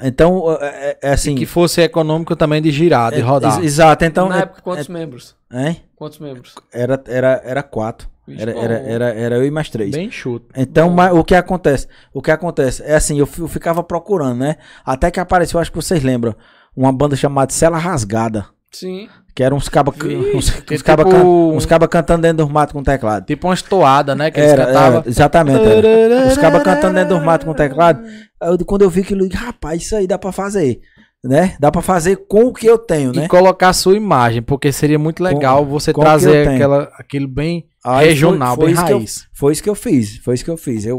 S3: Então, é, é- é assim.
S2: E que fosse econômico também de girar, de
S3: é-
S2: rodar.
S3: ex- exato, então.
S1: Na
S3: é-
S1: época, quantos membros?
S3: hein?
S1: Quantos membros?
S3: Era, era, era quatro.
S1: Vixe,
S3: Era,
S1: bom.
S3: era, era, era eu e mais três.
S2: Bem chuto.
S3: então,
S1: bom.
S3: mas o que acontece? O que acontece? É assim, eu, fi- eu ficava procurando, né? Até que apareceu, acho que vocês lembram, uma banda chamada Cela Rasgada.
S1: Sim.
S3: Que eram uns cabas
S1: Vixe,
S3: uns,
S2: que
S3: uns caba
S2: tipo-
S3: can- uns caba cantando dentro do mato com teclado.
S2: Tipo uma estoada, né? Que eles
S3: Era,
S2: cantavam.
S3: era, exatamente. Era. Os cabas cantando dentro do mato com teclado. Aí eu- quando eu vi aquilo, eu digo, rapaz, isso aí dá pra fazer. né? Dá pra fazer com o que eu tenho,
S2: E
S3: né?
S2: colocar a sua imagem, porque seria muito legal você
S3: com o que eu
S2: trazer
S3: tenho.
S2: aquela, aquilo bem
S3: Aí
S2: regional,
S3: foi, foi
S2: bem
S3: isso que eu-
S2: raiz.
S3: foi isso que eu fiz, foi isso que eu fiz. Eu,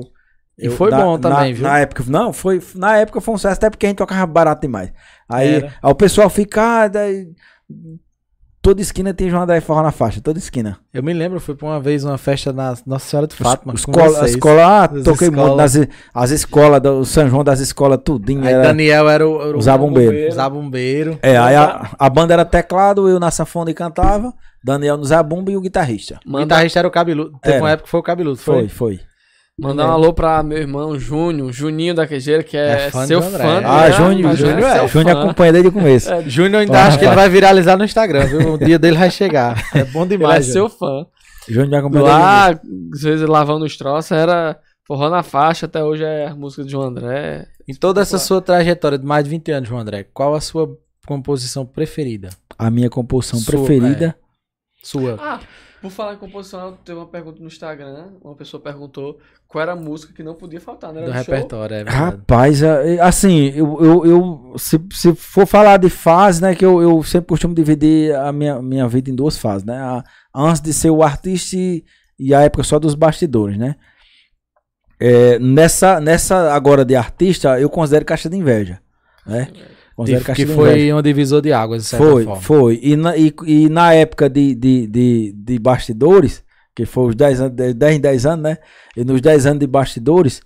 S2: E
S3: eu-
S2: foi
S3: na-
S2: bom também,
S3: na,
S2: viu?
S3: Na época, não, foi, na época foi um sucesso, até porque a gente tocava barato demais. Aí,
S2: Era.
S3: aí o pessoal fica, ah, daí- toda esquina tem João André Forró na faixa, toda esquina.
S2: Eu me lembro, eu fui pra uma vez uma festa na Nossa Senhora de Fátima.
S3: Os-
S2: com
S3: escola- a
S2: vocês.
S3: escola, ah,
S2: As
S3: toquei muito
S2: escolas.
S3: nas as escolas, do, o São João das escolas, tudinho.
S2: Aí
S3: era-
S2: Daniel era o, era o
S3: o zabumbeiro.
S2: zabumbeiro.
S3: É, aí a, a banda era teclado, eu na sanfona e cantava, Daniel no zabumba e o guitarrista.
S2: O
S1: Manda,
S2: guitarrista era o cabeludo. Teve
S3: Era.
S2: uma época que foi o cabeludo,
S3: Foi,
S2: foi?
S3: foi.
S1: mandar um alô pra meu irmão Júnior, Juninho da Quejeira, que é,
S2: É fã
S1: seu
S2: do André.
S1: fã.
S3: Ah,
S1: né?
S3: Júnior,
S1: Mas
S3: Júnior,
S1: seu
S3: é, Júnior
S1: fã.
S3: acompanha desde o começo.
S2: Júnior ainda
S3: Fala,
S2: acho que ele
S3: fala.
S2: vai viralizar no Instagram, viu? O dia dele vai
S3: <laughs>
S2: chegar. É bom
S1: Ele é
S2: demais.
S1: seu fã.
S3: Júnior acompanha desde o
S1: Lá, às vezes lavando os troços, era forró na faixa, até hoje é a música de João André.
S2: Em toda essa sua trajetória de mais de 20 anos, João André, qual a sua composição preferida?
S3: A minha composição
S2: Sua,
S3: preferida.
S2: Sua.
S1: Ah, por falar em composição, teve uma pergunta no Instagram. Uma pessoa perguntou qual era a música que não podia faltar, né?
S2: do repertório, é
S3: Ah,
S2: verdade.
S3: Rapaz, a- assim, eu, eu, eu- se, se for falar de fase, né, que eu, eu sempre costumo dividir a minha, minha vida em duas fases, né? A- antes de ser o artista e, e a época só dos bastidores, né? É, nessa, nessa agora de artista, eu considero caixa de inveja, né? Considero
S2: Que- que foi um divisor de águas, de certa
S3: foi,
S2: forma.
S3: foi. E na, e- e na época de, de, de, de bastidores, que foi os 10 anos, 10 em 10 anos, né? E nos 10 anos de bastidores,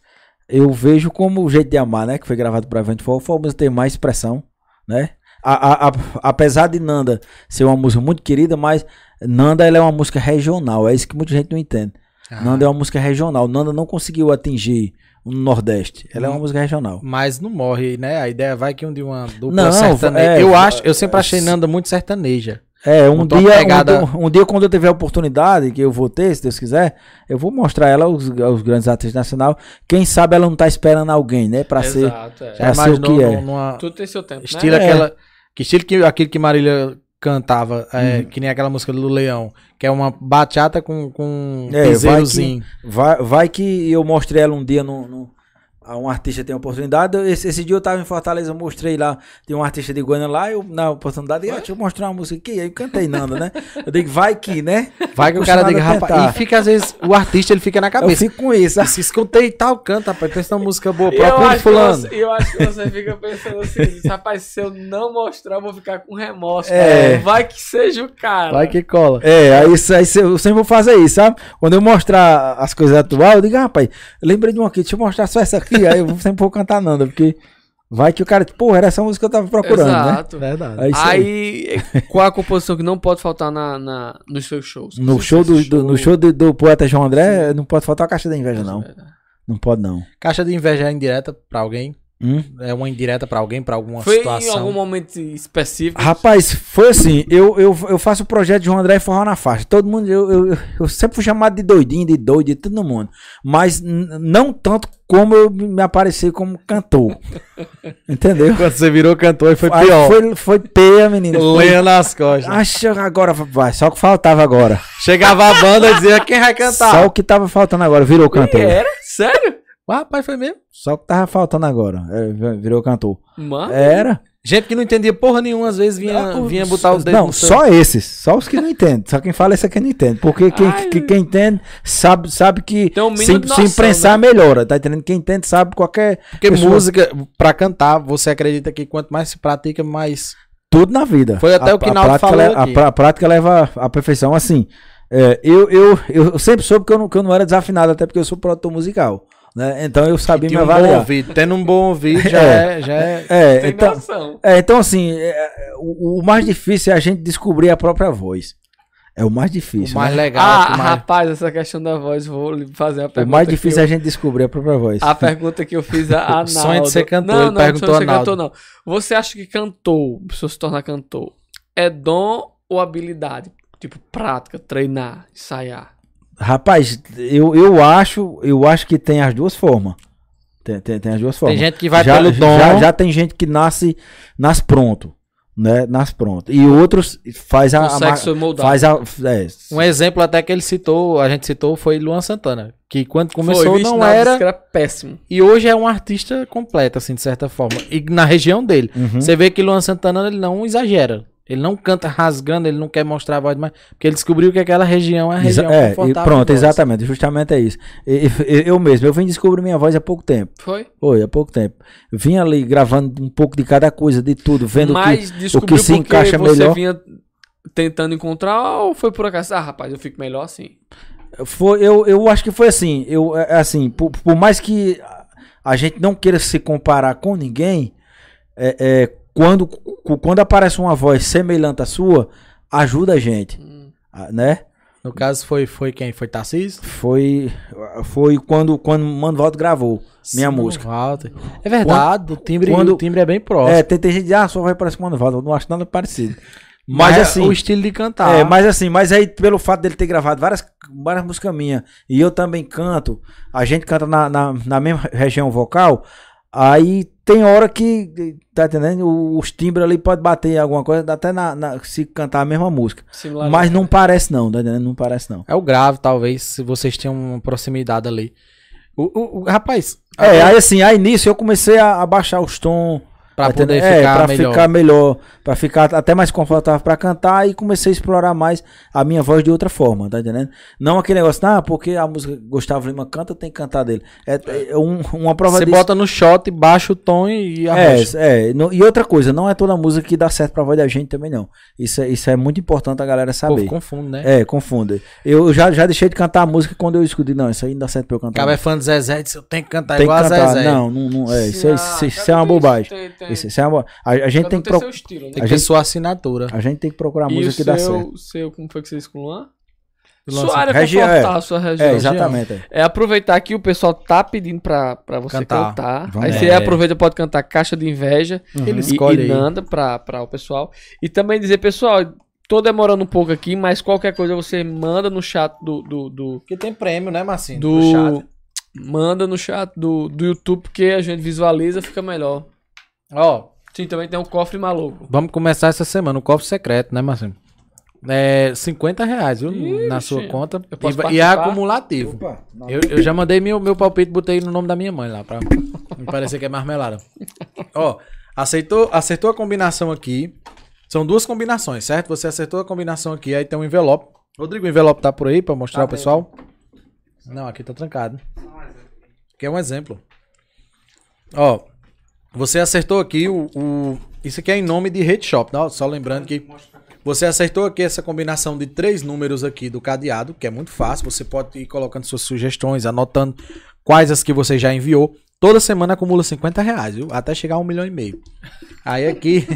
S3: eu vejo como o jeito de amar, né? Que foi gravado para Evento Forró, foi uma música que teve mais expressão, né? A, a- a- apesar de Nanda ser uma música muito querida, mas Nanda ela é uma música regional, é isso que muita gente não entende.
S2: Ah,
S3: Nanda é uma música regional, Nanda não conseguiu atingir o Nordeste, ela
S2: Hum.
S3: é uma música regional.
S2: Mas não morre, né? A ideia vai que um de uma dupla
S3: Não,
S2: sertaneja.
S3: é,
S2: eu acho, eu
S3: é,
S2: sempre achei Nanda muito sertaneja.
S3: É, um
S2: Montou uma
S3: dia, um
S2: pegada-
S3: dia- um, dia quando eu tiver a oportunidade, que eu vou ter, se Deus quiser, eu vou mostrar ela aos, aos grandes artistas nacional. Quem sabe ela não tá esperando alguém, né, Pra ser.
S1: Exato, é.
S3: Já sei o que é.
S2: num- numa-
S1: Tudo tem seu tempo, né?
S2: estilo
S3: É.
S2: aquela, que estilo que aquele que Marília cantava, é,
S3: Hum.
S2: que nem aquela música do Leão, que é uma bachata com com
S3: É, vai
S2: piseirozinho.
S3: Vai, vai que eu mostrei ela um dia no, no- a um artista tem oportunidade. Esse, esse dia eu tava em Fortaleza, eu mostrei lá, tem um artista de Goiânia lá, eu na oportunidade, ah, deixa eu mostrar uma música aqui, aí eu cantei Nanda, né? Eu digo, vai que, né?
S2: Vai que o cara
S3: Acostumado
S2: diga,
S3: a
S2: rapaz,
S3: cantar.
S2: e fica às vezes o artista ele fica na
S3: Eu
S2: cabeça.
S3: fico com isso.
S2: Se escutei e tal, canta, rapaz, pensa numa música boa,
S3: é
S1: E Eu
S2: procura
S1: acho, que
S2: fulano.
S1: você, eu acho que você fica pensando
S3: <laughs>
S1: assim, diz, rapaz, se eu não mostrar, eu vou ficar com remorso.
S3: É.
S1: cara. Vai que seja o cara.
S2: Vai que cola.
S3: É, aí, se- aí se- eu sempre vou fazer isso, sabe? Quando eu mostrar as coisas atuais, eu digo, "Ah, rapaz, lembrei de uma aqui, deixa eu mostrar só essa aqui, aí eu sempre vou cantar Nanda, porque vai que o cara, pô, era essa música que eu tava procurando, né?
S1: Exato.
S2: Verdade.
S3: É isso aí.
S1: Aí, qual a composição que não pode faltar na, na- nos seus shows?
S3: No
S1: Nos
S3: show,
S1: seus
S3: do, do- no
S1: shows.
S3: show é. do, do poeta João André, não pode faltar a caixa da inveja, não.
S1: É.
S3: Não pode, não.
S2: Caixa de inveja é indireta pra alguém?
S3: Hum?
S2: É uma indireta pra alguém, pra alguma
S1: Foi em
S2: situação?
S1: algum momento específico?
S3: Rapaz, foi assim, eu, eu, eu faço o projeto de João André e Forró na faixa. Todo mundo, eu, eu, eu sempre fui chamado de doidinho, de doido, de todo mundo. Mas n- não tanto como eu me apareci como
S2: <laughs>
S3: cantor. Entendeu?
S2: Quando você virou cantor, foi
S3: Aí
S2: pior.
S3: Foi, foi peia, menino. Foi-
S2: <laughs> Lenha nas costas.
S3: Acha agora, vai. Só o que faltava agora.
S2: Chegava a banda e dizia quem vai
S3: Só
S2: cantar. É.
S3: o que tava faltando agora, virou
S1: E
S3: cantor.
S1: era? Sério?
S2: O Rapaz, foi mesmo.
S3: Só o que tava faltando agora, é, vi- virou cantor.
S1: Mano,
S3: Era.
S2: Gente que não entendia porra nenhuma, às vezes vinha,
S3: Não,
S2: vinha botar o dedo
S3: Não,
S2: no seu-
S3: só esses. Só os que não entendem. Só quem fala é esse aqui não entende. Porque quem,
S1: Ai.
S3: que- quem entende sabe, sabe que
S1: Tem um mínimo
S3: se,
S1: de
S3: se
S1: noção,
S3: imprensar
S2: né?
S3: melhora. Tá entendendo? Quem entende sabe qualquer.
S2: Porque
S3: pessoa-
S2: música, pra cantar, você acredita que quanto mais se pratica, mais...
S3: Tudo na vida.
S2: Foi até
S3: A-
S2: o que
S3: a
S2: Naldo
S3: prática
S2: falou
S3: le- a,
S2: aqui.
S3: pra- a prática leva à perfeição. Assim, é, eu, eu, eu sempre soube que eu, não, que eu não era desafinado, até porque eu sou produtor musical. Né? Então eu sabia me
S2: Tinha um bom
S3: avaliar.
S2: ouvido. Tendo um bom ouvido, <laughs> já
S3: É.
S2: é... Já é...
S3: É,
S1: tem
S3: então,
S1: noção.
S3: é, então assim, é, é, o, o mais difícil é a gente descobrir a própria voz. É o mais
S2: o
S3: difícil.
S2: mais
S3: né?
S2: legal.
S1: Ah,
S2: o mais...
S1: rapaz, essa questão da voz, vou lhe fazer
S2: Tá
S1: uma
S3: O
S1: pergunta.
S3: mais
S1: que
S3: difícil é a gente descobrir a própria voz.
S1: A pergunta que eu fiz a
S3: <laughs>
S1: Arnaldo.
S2: Sonho de ser cantor,
S1: Não,
S2: ele
S1: não,
S2: perguntou
S1: sonho de ser
S2: Arnaldo.
S1: cantor, não. Você acha que cantor, se você se tornar cantor, é dom ou habilidade? Tipo, prática, treinar, ensaiar.
S3: Rapaz, eu, eu acho, eu acho que tem as duas formas. Tem, tem, tem as duas
S2: Tem
S3: formas.
S2: gente que vai
S3: já,
S2: pelo dom.
S3: Já, já tem gente que nasce, nasce pronto. né, nas prontas. E outros faz a, a
S1: Consegue
S3: ma-
S1: se moldar.
S3: Ah, faz a é,
S2: Um exemplo até que ele citou, a gente citou, foi Luan Santana. Que quando começou
S1: Foi, vixe,
S2: não
S1: na
S2: era.
S1: disco era péssimo.
S2: E hoje é um artista completo, assim, de certa forma. E na região dele.
S3: Uhum.
S2: Você vê que Luan Santana ele não exagera. Ele não canta rasgando, ele não quer mostrar a voz demais. Porque ele descobriu que aquela região é a
S3: Exa-
S2: região
S3: é, e
S2: confortável.
S3: pronto,
S2: dele.
S3: exatamente, justamente é isso. E- e- eu mesmo, eu vim descobrir minha voz há pouco tempo.
S1: Foi?
S3: Oi, há pouco tempo. Vim ali gravando um pouco de cada coisa, de tudo, vendo o que
S1: Mas descobriu
S3: se
S1: porque
S3: encaixa
S1: você
S3: melhor.
S1: vinha tentando encontrar ou foi por acaso? Ah, rapaz, eu fico melhor assim.
S3: Foi, eu, eu acho que foi assim. Eu, é, assim por, por mais que a- a gente não queira se comparar com ninguém, é, é, quando, cu- quando aparece uma voz semelhante à sua, ajuda a gente,
S1: Hum.
S3: ah, né?
S2: No caso, foi, foi quem? Foi Tarcísio?
S3: Foi, foi quando, quando Manuvaldo gravou minha
S2: Simon
S3: música.
S2: Walter. É verdade, o, timbre,
S3: quando-
S2: o timbre é bem próximo.
S3: É, tem, tem gente que diz, ah, sua voz parece com Manuvaldo. Eu não acho nada parecido. Mas, assim...
S2: é O estilo de cantar.
S3: É, mas assim, mas aí pelo fato dele ter gravado várias, várias músicas minhas e eu também canto, a gente canta na, na, na mesma região vocal, aí tem hora que, tá entendendo? O- Os timbres ali podem bater em alguma coisa, até na, na- se cantar a mesma música.
S1: Similar.
S3: Mas não parece não, tá entendendo? Não parece não.
S2: É o grave, talvez, se vocês tinham uma proximidade ali. O, o- o- rapaz,
S3: É, aí assim, aí nisso eu comecei a, a baixar os tons.
S2: pra
S3: tá
S2: poder
S3: entendendo? é,
S2: ficar
S3: pra
S2: melhor.
S3: ficar melhor, pra ficar até mais confortável pra cantar e comecei a explorar mais a minha voz de outra forma, tá entendendo? Não aquele negócio, ah, porque a música Gustavo Lima canta, tem que cantar dele. É, é um- uma prova
S2: Você
S3: disso.
S2: bota no shot, baixa o tom e arrocha.
S3: é, é, no- e outra coisa, não é toda música que dá certo pra voz da gente também não. Isso é, isso é muito importante a galera
S2: O povo
S3: saber.
S2: confunde, né?
S3: É, confunde. Eu já, já deixei de cantar a música quando eu escutei, não, isso aí não dá certo pra eu
S2: O
S3: cantar.
S2: cara é fã do Zezé, disse, eu tenho que cantar
S3: tem que
S2: igual a
S3: cantar.
S2: Zezé.
S3: Não, não, não, é, isso, é- isso- isso é
S1: Cada
S3: uma
S1: um tem-
S3: bobagem.
S1: tem- tem-
S3: Isso, isso é uma bo- a, a gente
S1: cada
S3: tem
S1: um
S3: que
S1: tem
S3: pro-
S1: seu estilo, né?
S2: Tem
S3: A
S2: que ter
S3: gente-
S2: sua assinatura.
S3: a gente tem que procurar a
S1: E o
S3: música que
S1: seu,
S3: dá certo.
S1: seu, como foi que você disse com o Luan?
S2: Luan
S1: Sua área
S3: Regi-
S1: confortável,
S3: é.
S1: sua região.
S3: É, exatamente. é.
S1: É aproveitar que o pessoal tá pedindo pra, pra você
S2: Cantar.
S1: cantar.
S3: Vamos
S1: Aí
S3: lá. Uhum.
S1: você
S2: É.
S1: aproveita, pode cantar Caixa de Inveja
S2: Ele
S1: e,
S2: escolhe
S1: e
S2: aí.
S1: Nanda pra, pra o pessoal. E também dizer, pessoal, tô demorando um pouco aqui, mas qualquer coisa você manda no chat do. do, do,
S2: Porque tem prêmio, né, Marcinho?
S1: do-
S2: Pro chat.
S1: manda no chat do, do YouTube, porque a gente visualiza, fica melhor.
S2: Ó,
S1: Sim, também tem um cofre maluco.
S2: vamos começar essa semana, o cofre secreto, né, Marcinho? É, 50 reais, viu? na
S1: Ixi,
S2: sua conta.
S1: eu posso
S2: E vai- E, é
S1: participar?
S2: acumulativo. Eu, eu já mandei meu, meu palpite, botei no nome da minha mãe lá, pra <laughs> me parecer que é marmelada. Ó, aceitou, acertou a combinação aqui. São duas combinações, certo? Você acertou a combinação aqui, aí tem um envelope. Rodrigo, o envelope tá por aí pra mostrar
S1: Tá
S2: ao pessoal? Não, aqui tá trancado. Aqui é um exemplo. Ó, você acertou aqui o, o- Isso aqui é em nome de Rede Shop, tá? Só lembrando que. Você acertou aqui essa combinação de três números aqui do cadeado, que é muito fácil. Você pode ir colocando suas sugestões, anotando quais as que você já enviou. Toda semana acumula 50 reais, viu? Até chegar a um milhão e meio. Aí aqui.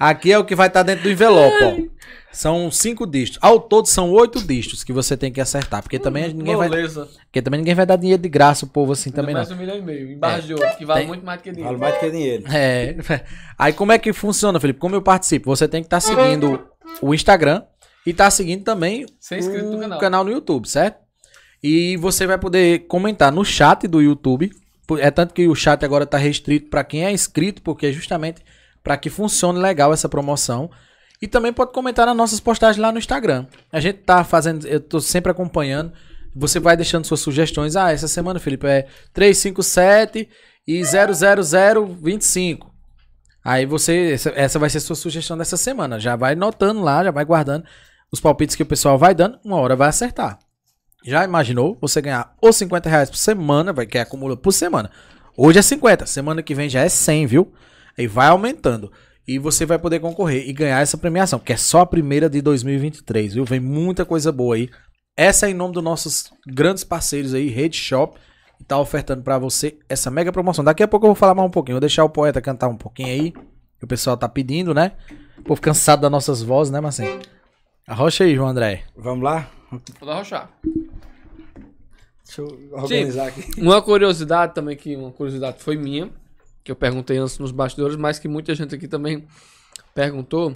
S2: aqui é o que vai estar dentro do envelope, ó. São cinco dígitos. Ao todo são oito dígitos que você tem que acertar. Porque também, ninguém vai,
S1: Moleza.
S2: porque também ninguém vai dar dinheiro de graça o povo assim também, não.
S1: mais um milhão e meio. Em barras de ouro, que vale
S2: Tem-
S1: muito mais do que dinheiro.
S3: Falo mais do que dinheiro.
S2: É. Aí como é que funciona, Felipe? Como eu participo? Você tem que estar seguindo o Instagram e estar seguindo também
S1: Ser inscrito no canal.
S2: Um no YouTube, certo? E você vai poder comentar no chat do YouTube. Por- É tanto que o chat agora está restrito para quem é inscrito, porque é justamente para que funcione legal essa promoção. E também pode comentar nas nossas postagens lá no Instagram. A gente tá fazendo, eu tô sempre acompanhando. Você vai deixando suas sugestões. Ah, essa semana, Felipe, é 357 e 00025. Aí você, essa, essa vai ser a sua sugestão dessa semana. Já vai notando lá, já vai guardando os palpites que o pessoal vai dando, uma hora vai acertar. Já imaginou você ganhar ou 50 reais por semana, vai que é acumula por semana. Hoje é 50, semana que vem já é 100, viu? Aí vai aumentando. E você vai poder concorrer e ganhar essa premiação, que é só a primeira de 2023, viu? Vem muita coisa boa aí. Essa é em nome dos nossos grandes parceiros aí, Rede Shop, que tá ofertando pra você essa mega promoção. Daqui a pouco eu vou falar mais um pouquinho, vou deixar o poeta cantar um pouquinho aí, que o pessoal tá pedindo, né? O povo cansado das nossas vozes, né, Marcinho? Arrocha aí, João André.
S3: Vamos lá?
S1: Vou dar rochar.
S3: Deixa eu
S1: organizar
S3: aqui.
S1: Uma curiosidade também, que uma curiosidade foi minha, que eu perguntei antes nos bastidores, mas que muita gente aqui também perguntou,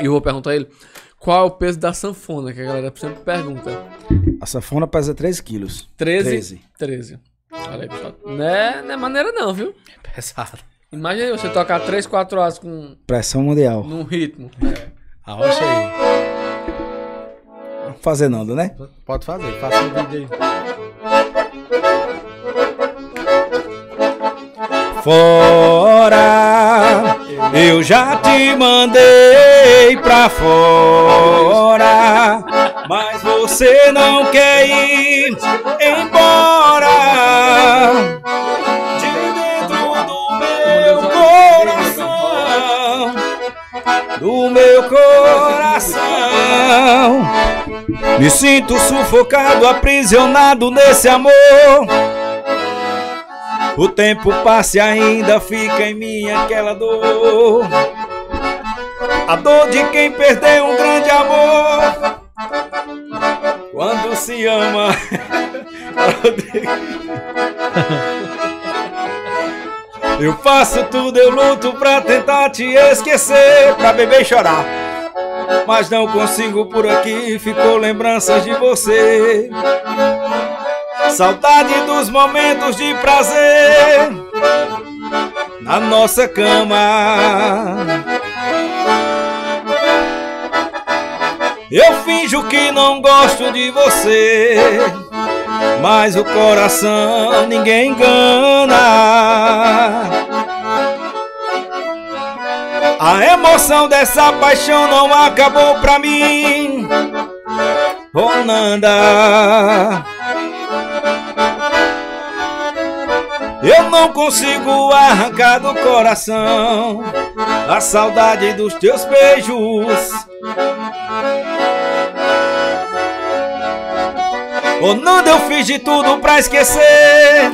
S1: e eu vou perguntar a ele, qual é o peso da sanfona, que a galera sempre pergunta.
S3: A safona pesa 3 quilos.
S1: 13? 13.
S3: Treze.
S1: Né, Olha aí, pessoal. Não é, não é maneira não, viu?
S2: Pesado.
S1: Imagina aí você tocar 3, 4 horas com,
S3: Pressão mundial.
S1: num ritmo.
S2: Arrocha aí.
S3: Não fazer nada, né?
S2: Pode fazer, faça um vídeo aí.
S3: fora. Eu já te mandei pra fora, mas você não quer ir embora. De dentro do meu coração, do meu coração. Me sinto sufocado, aprisionado nesse amor. O tempo passa e ainda fica em mim aquela dor. A dor de quem perdeu um grande amor. Quando se ama. <laughs> Eu faço tudo, eu luto pra tentar te esquecer, pra beber e chorar. Mas não consigo por aqui, ficou lembranças de você. Saudade dos momentos de prazer na nossa cama. Eu finjo que não gosto de você, mas o coração ninguém engana. A emoção dessa paixão não acabou pra mim, Ronanda. Eu não consigo arrancar do coração a saudade dos teus beijos. Oh, Nanda, eu fiz de tudo pra esquecer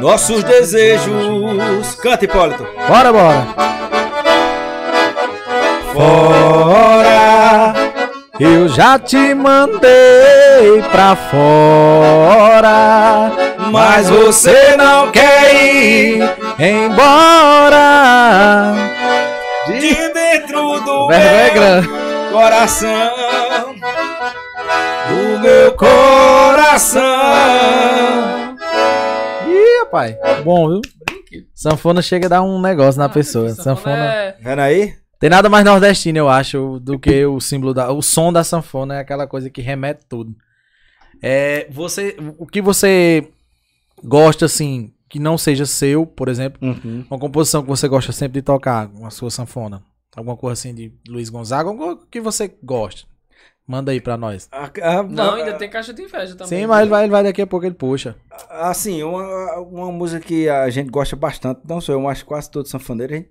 S3: nossos desejos. Canta, Hipólito.
S2: Bora, bora.
S3: Fora,
S2: Eu já te mandei pra fora,
S3: mas você não quer ir
S2: embora.
S3: de dentro do
S2: Vergonha
S3: meu
S2: é grande.
S3: coração, do meu coração.
S2: Ih, pai. Bom, viu? Sanfona chega a dar um negócio na pessoa. Sanfona.
S1: É...
S3: Vendo aí?
S2: Tem nada mais nordestino, eu acho, do que o símbolo da. O som da sanfona é aquela coisa que remete tudo. É, você, o que você gosta, assim, que não seja seu, por exemplo,
S1: Uhum.
S2: uma composição que você gosta sempre de tocar, uma sua sanfona, alguma coisa assim de Luiz Gonzaga, alguma coisa que você gosta. Manda aí pra nós.
S1: Não, ainda tem caixa de inveja também.
S2: Sim, mas ele vai, ele vai daqui a pouco, ele puxa.
S3: Assim, uma, uma música que a gente gosta bastante, não sou eu, mas quase todo sanfoneiro, hein?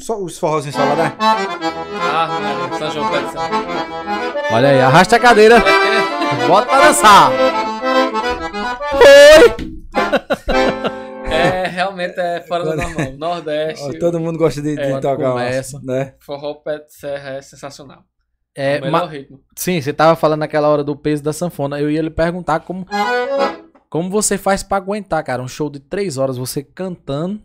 S3: Só né? os forros em Salvador.
S1: Ah, São João Pedro. São-
S2: Olha aí, arrasta a cadeira, bota pra dançar.
S1: É, realmente é fora do normal.
S3: Ó,
S1: Nordeste,
S3: Todo mundo gosta de, de
S1: É, quando
S3: tocar
S2: começa.
S3: uma, né?
S1: forró pé de serra é sensacional.
S2: É,
S1: o
S2: ma-
S1: melhor ritmo.
S2: Sim, você tava falando naquela hora do peso da sanfona. Eu ia lhe perguntar como como você faz pra aguentar, cara, um show de três horas, você cantando,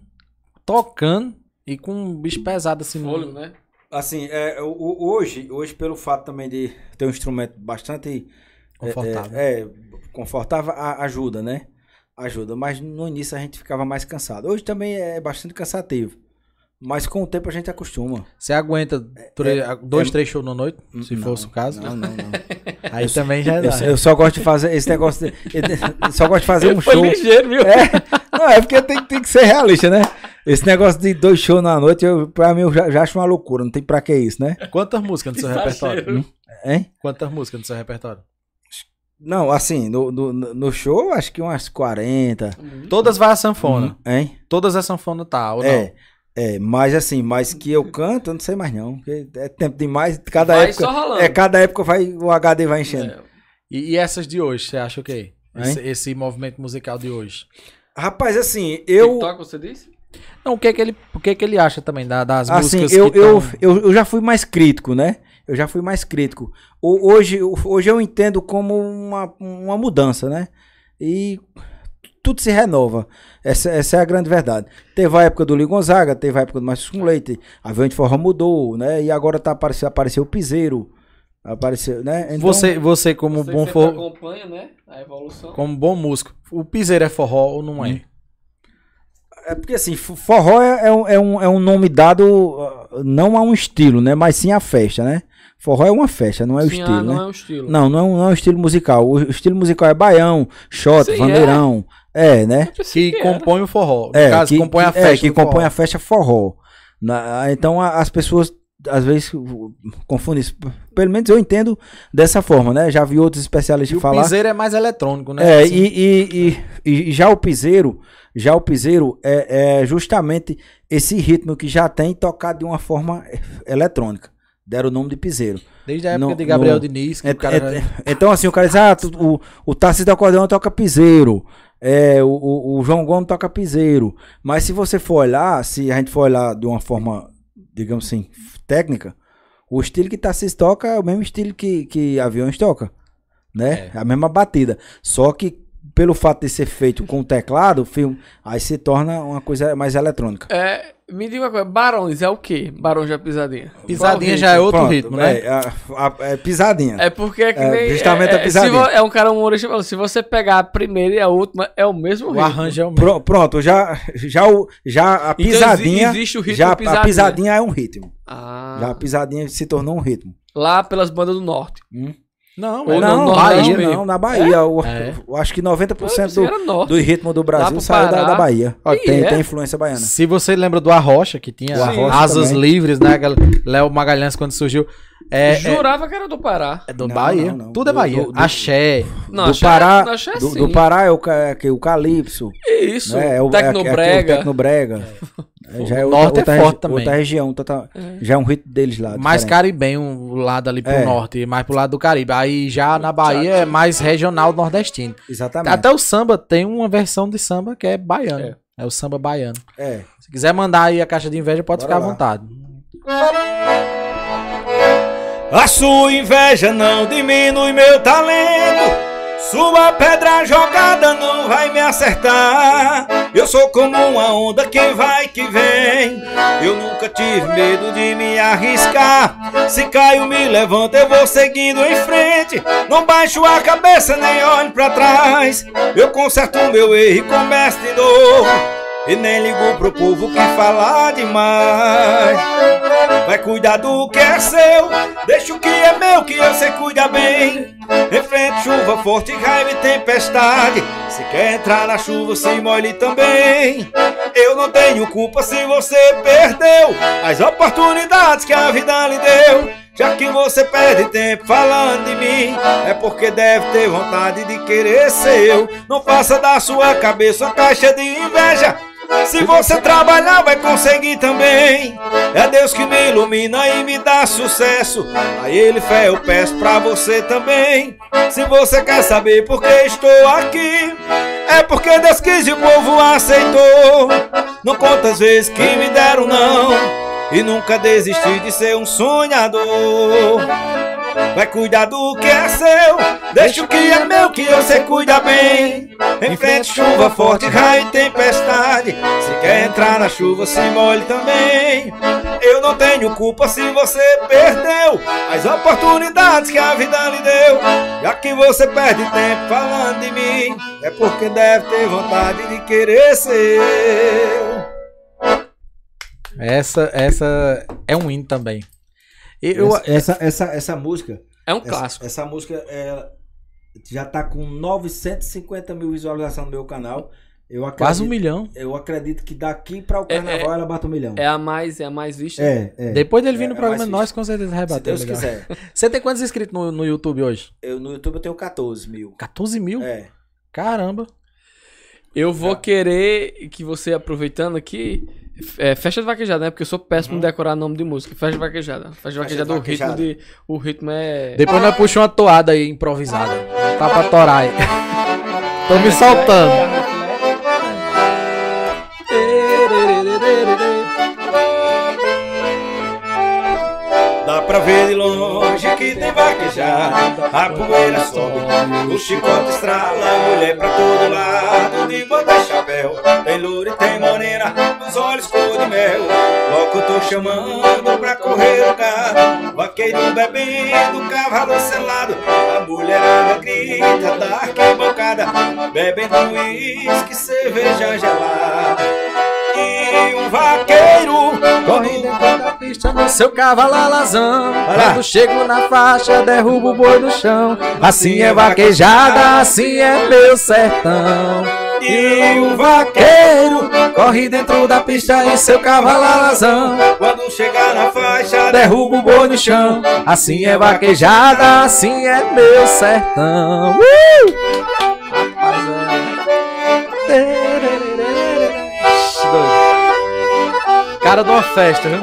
S2: tocando e com um bicho pesado assim. no-
S1: Fôlego, né?
S3: Assim, é, o- o- hoje, hoje, pelo fato também de ter um instrumento bastante
S2: Confortável.
S3: É, é, confortável a- ajuda, né? Ajuda. Mas no início a gente ficava mais cansado. Hoje também é bastante cansativo. Mas com o tempo a gente acostuma.
S2: Você aguenta tre- dois, três shows na noite, se
S3: É, Não,
S2: fosse o caso. É
S3: Não, não,
S2: <laughs>
S3: não.
S2: Aí também já dá.
S3: Eu, só- eu só gosto de fazer esse negócio. de- eu só gosto de fazer um
S1: Foi
S3: show.
S1: ligeiro, viu?
S3: É, não, é porque tem, tem que ser realista, né? Esse negócio de dois shows na noite, eu, pra mim, eu já, já acho uma loucura. Não tem pra que isso, né?
S2: Quantas músicas no seu repertório?
S1: Exagero. Uhum.
S3: Hein?
S2: Quantas músicas no seu repertório?
S3: Não, assim, no, no, no show, acho que umas 40.
S1: Uhum.
S2: Todas vai a sanfona.
S3: Hein?
S2: Todas a sanfona tá, ou né? não?
S3: Uhum. É. É, mas assim, mas que eu canto, eu não sei mais não. Porque é tempo demais, cada
S1: Vai
S3: época.
S1: só rolando.
S3: É, cada época vai, o HD vai enchendo.
S1: É.
S2: E, e essas de hoje, você acha o quê? Esse, esse movimento musical de hoje.
S3: Rapaz, assim, eu.
S1: TikTok, você disse?
S2: Não, o que é que ele, o que é que ele acha também da- das
S3: Assim,
S2: músicas
S3: eu,
S2: que
S3: eu,
S2: tão-
S3: eu, eu já fui mais crítico, né? Eu já fui mais crítico. Ho- Hoje, hoje eu entendo como uma, uma mudança, né? E tudo se renova. Essa, essa é a grande verdade. Teve a época do Ligo Gonzaga, teve a época do Márcio com Leite, a Avião de Forró mudou, né? E agora tá apareceu, apareceu o Piseiro. Apareceu, né? Então,
S2: você, você como
S1: Você
S2: bom
S1: sempre
S2: for-
S1: acompanha, né? A evolução.
S2: como bom músico, o piseiro é forró ou não é?
S3: É porque assim, fo- forró é, é um, é, um, é um nome dado ah, não a um estilo, né? Mas sim a festa, né? Forró é uma festa, não é o
S1: Sim, ah,
S3: estilo,
S1: não
S3: né?
S1: é um estilo.
S3: Não, não é, um, não é um estilo musical. O estilo musical é baião, shot,
S1: Sim,
S3: bandeirão. É. né?
S1: Eu pensei
S2: Que
S1: que era.
S2: compõe o forró. No
S3: É,
S2: caso,
S3: que,
S2: compõe a
S3: que-
S2: festa.
S3: É, que
S2: do
S3: compõe
S2: forró.
S3: a festa forró. Na- então a- as pessoas às vezes confundem isso. Pelo menos eu entendo dessa forma, né? Já vi outros especialistas
S2: E o
S3: falar.
S2: piseiro é mais eletrônico, né?
S3: É,
S2: Assim,
S3: e, e- e- e já o piseiro, já o piseiro é, é justamente esse ritmo que já tem tocado de uma forma eletrônica. Deram o nome de piseiro.
S2: Desde a época
S3: no-
S2: de Gabriel
S3: no-
S2: Diniz, que
S3: É-
S2: o cara... tipo,
S3: é- Então, assim, o cara diz: ah, tu- o, o Tarcísio do Acordeão toca piseiro. É, o, o- o João Gomes toca piseiro. Mas se você for olhar, se a gente for olhar de uma forma, digamos assim, técnica, o estilo que Tarcísio toca é o mesmo estilo que, que aviões toca. Né?
S2: É.
S3: A mesma batida. Só que pelo fato de ser feito com teclado, filme, aí se torna uma coisa mais eletrônica.
S1: É, me diga uma coisa, Barões é o quê? Barões da Pisadinha.
S2: Pisadinha
S1: Qual
S2: já é outro
S3: Pronto,
S2: ritmo, né?
S3: É, a- a- é pisadinha.
S1: É porque é que
S3: É,
S1: nem.
S3: justamente a
S1: é, é, se
S3: pisadinha.
S1: vo- é um cara humorista falando, se você pegar a primeira e a última, é o mesmo
S2: O
S1: ritmo.
S2: arranjo é o mesmo.
S3: Pro- pronto, já, já, o- já a
S1: Então, exi-
S3: pisadinha.
S1: existe o ritmo
S3: já,
S1: pisadinha.
S3: A pisadinha é um ritmo.
S1: Ah,
S3: Já a pisadinha se tornou um ritmo.
S1: Lá pelas bandas do norte.
S2: Não,
S1: Ou não,
S2: é na
S1: não,
S2: Bahia.
S1: não.
S3: Bahia,
S1: mesmo.
S3: não, na Bahia. Eu,
S2: É.
S3: eu acho que
S1: Eu
S3: 90%
S1: pensei que
S3: do,
S1: era é norte.
S3: do ritmo do
S1: pro
S3: Brasil saiu da,
S1: Pará.
S3: da Bahia.
S1: Ó,
S3: tem,
S1: é.
S3: tem influência baiana.
S2: Se você lembra do Arrocha, que tinha
S3: O Arrocha
S2: asas
S3: também.
S2: livres, né? Aquela- Léo Magalhães, quando surgiu. É, é,
S1: Jurava que era do Pará.
S2: é do
S3: Não,
S2: Bahia.
S3: não, não.
S2: Tudo é
S3: Do-
S2: Bahia.
S3: do- do-
S2: Axé.
S1: Não,
S3: do,
S1: achei-
S3: Pará,
S1: não, achei
S3: do,
S1: assim.
S3: do Pará é o, ca- é que- o Calypso.
S1: Isso,
S3: né? É o, é- é- é o
S1: Tecnobrega.
S3: Tecnobrega. É, já é
S2: O
S3: outra,
S2: norte é
S3: outra,
S2: forte
S3: regi-
S2: também.
S3: outra região. Outra, já é um ritmo deles lá.
S2: mais
S3: diferente.
S2: caribenho, o lado ali pro
S3: É.
S2: norte, mais pro lado do Caribe. Aí já na Bahia
S1: Tchau,
S2: é mais regional nordestino.
S3: Exatamente.
S2: Até o samba tem uma versão de samba que é baiano. É, o samba baiano.
S3: É.
S2: Se quiser mandar aí a caixa de inveja, pode ficar
S3: Bora
S2: à
S3: lá.
S2: vontade.
S4: A sua inveja não diminui meu talento. Sua pedra jogada não vai me acertar. Eu sou como uma onda que vai que vem. Eu nunca tive medo de me arriscar. Se caio, me levanto, eu vou seguindo em frente. Não baixo a cabeça nem olho pra trás. Eu conserto meu erro e começo de novo. E nem ligo pro povo que fala demais. Vai cuidar do que é seu, deixa o que é meu que eu sei cuidar bem. Enfrente chuva forte, raiva e tempestade. Se quer entrar na chuva, se molhe também. Eu não tenho culpa se você perdeu as oportunidades que a vida lhe deu. Já que você perde tempo falando de mim, é porque deve ter vontade de querer ser eu. Não faça da sua cabeça uma caixa de inveja. Se você trabalhar, vai conseguir também. É Deus que me ilumina e me dá sucesso. A Ele fé eu peço pra você também. Se você quer saber por que estou aqui, é porque Deus quis e o povo aceitou. Não conta as vezes que me deram não. E nunca desisti de ser um sonhador. Vai cuidar do que é seu, deixa o que é meu que você cuida bem. Enfrente chuva forte, raio e tempestade. Se quer entrar na chuva, se molhe também. Eu não tenho culpa se você perdeu as oportunidades que a vida lhe deu. Já que você perde tempo falando de mim, é porque deve ter vontade de querer ser. eu.
S2: Essa, essa é um hino também. E Eu,
S3: Essa- essa, essa, essa música.
S1: É um
S3: Essa-
S1: clássico.
S3: Essa, música é, já tá com 950 mil visualizações no meu canal. Eu acredito,
S2: quase um É, milhão.
S3: Eu acredito que daqui para o carnaval ela bate um milhão.
S1: É a mais, é a mais vista.
S3: é. é.
S2: Depois dele vir no
S3: é
S2: programa,
S3: mais
S2: nós com certeza
S3: Se
S2: rebatemos.
S3: Deus quiser.
S2: Você tem quantos inscritos no, no YouTube hoje?
S3: Eu, no YouTube eu tenho 14 mil.
S2: 14 mil?
S3: É.
S2: Caramba.
S1: Eu vou querer que você, aproveitando aqui, é, festa de vaquejada, né? Porque eu sou péssimo em decorar nome de música. Festa de vaquejada. Festa de
S3: Festa Uhum.
S1: vaquejada,
S3: de
S1: o ritmo
S3: vaquejada.
S1: de. O ritmo é.
S2: Depois nós puxamos uma toada aí improvisada. Tá pra torar aí. <laughs> Tô me soltando.
S3: É.
S4: Dá pra ver de longe que tem vaquejada A poeira sobe, o chicote estrala Mulher pra todo lado, de bota e chapéu Tem loura e tem morena, os olhos cor de mel Logo tô chamando pra correr o gado Vaqueiro bebendo, cavalo selado A mulherada grita da arquibancada Bebendo uísque, cerveja gelada que um vaqueiro.
S2: Correndo
S4: Quando
S2: enquanto a pista no seu cavalo alazão.
S4: lá.
S2: Quando chego na faixa, derrubo o boi do chão. Assim é vaquejada, assim é meu sertão.
S4: e um
S2: Queiro,
S4: vaqueiro.
S2: corre dentro da pista em seu cavalo alazão.
S4: Quando chegar na faixa,
S2: Derrubo o boi no chão. Assim é vaquejada, assim é meu sertão. Uh!
S1: Rapaz, é...
S2: Ixi, doido. Cara de uma festa, viu?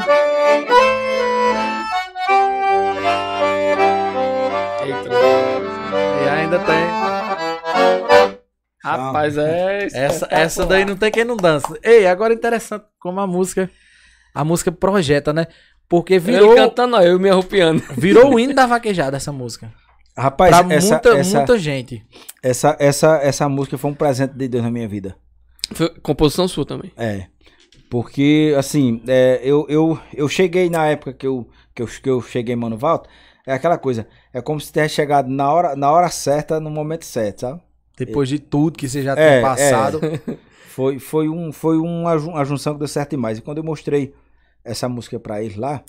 S1: E ainda tem. Rapaz, é.
S2: Essa, essa daí não tem quem não dança. Ei, agora é interessante como a música. A música projeta, né? Porque
S1: Ele
S2: virou,
S1: cantando, ó, eu me arrupiando.
S2: virou o hino da vaquejada essa música.
S3: Rapaz,
S2: pra
S3: essa,
S2: muita,
S3: essa,
S2: muita gente.
S3: Essa, essa, essa música foi um presente de Deus na minha vida.
S1: Foi composição sua também.
S3: É. Porque, assim, é, eu, eu, eu cheguei na época que eu, que eu, que eu cheguei em Mano Valta, é aquela coisa, é como se tivesse chegado na hora, na hora certa, no momento certo, sabe?
S2: Depois de tudo que você já
S3: É,
S2: tem passado.
S3: Foi, foi, um, foi uma ju- uma junção que deu certo demais. E quando eu mostrei essa música pra eles lá,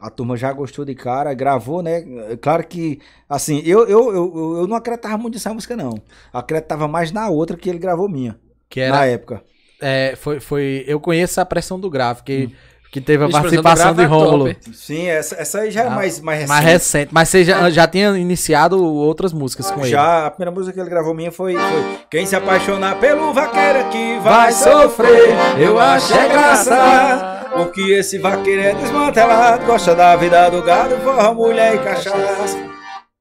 S3: a turma já gostou de cara, gravou, né? Claro que, assim, eu, eu, eu, eu não acreditava muito nessa música, não. Acreditava mais na outra que ele gravou minha,
S2: Que
S3: na
S2: era.
S3: época.
S2: é, foi, foi, eu conheço a pressão do grave, que, que teve a
S1: Expressão do
S2: participação de
S1: Grave é
S2: Rômulo.
S1: top.
S3: Sim, essa, essa aí já é
S2: Ah,
S3: mais, mais recente.
S2: Mais recente. Mas você
S1: É.
S2: já, já tinha iniciado outras músicas com ele.
S3: Já, a primeira música que ele gravou minha foi, foi
S4: quem se apaixonar pelo vaqueiro que
S3: É Vai
S4: vai
S3: Sofrer,
S4: Eu acho é graça, porque esse vaqueiro é desmantelado, gosta da vida do gado, forra mulher e cachaça.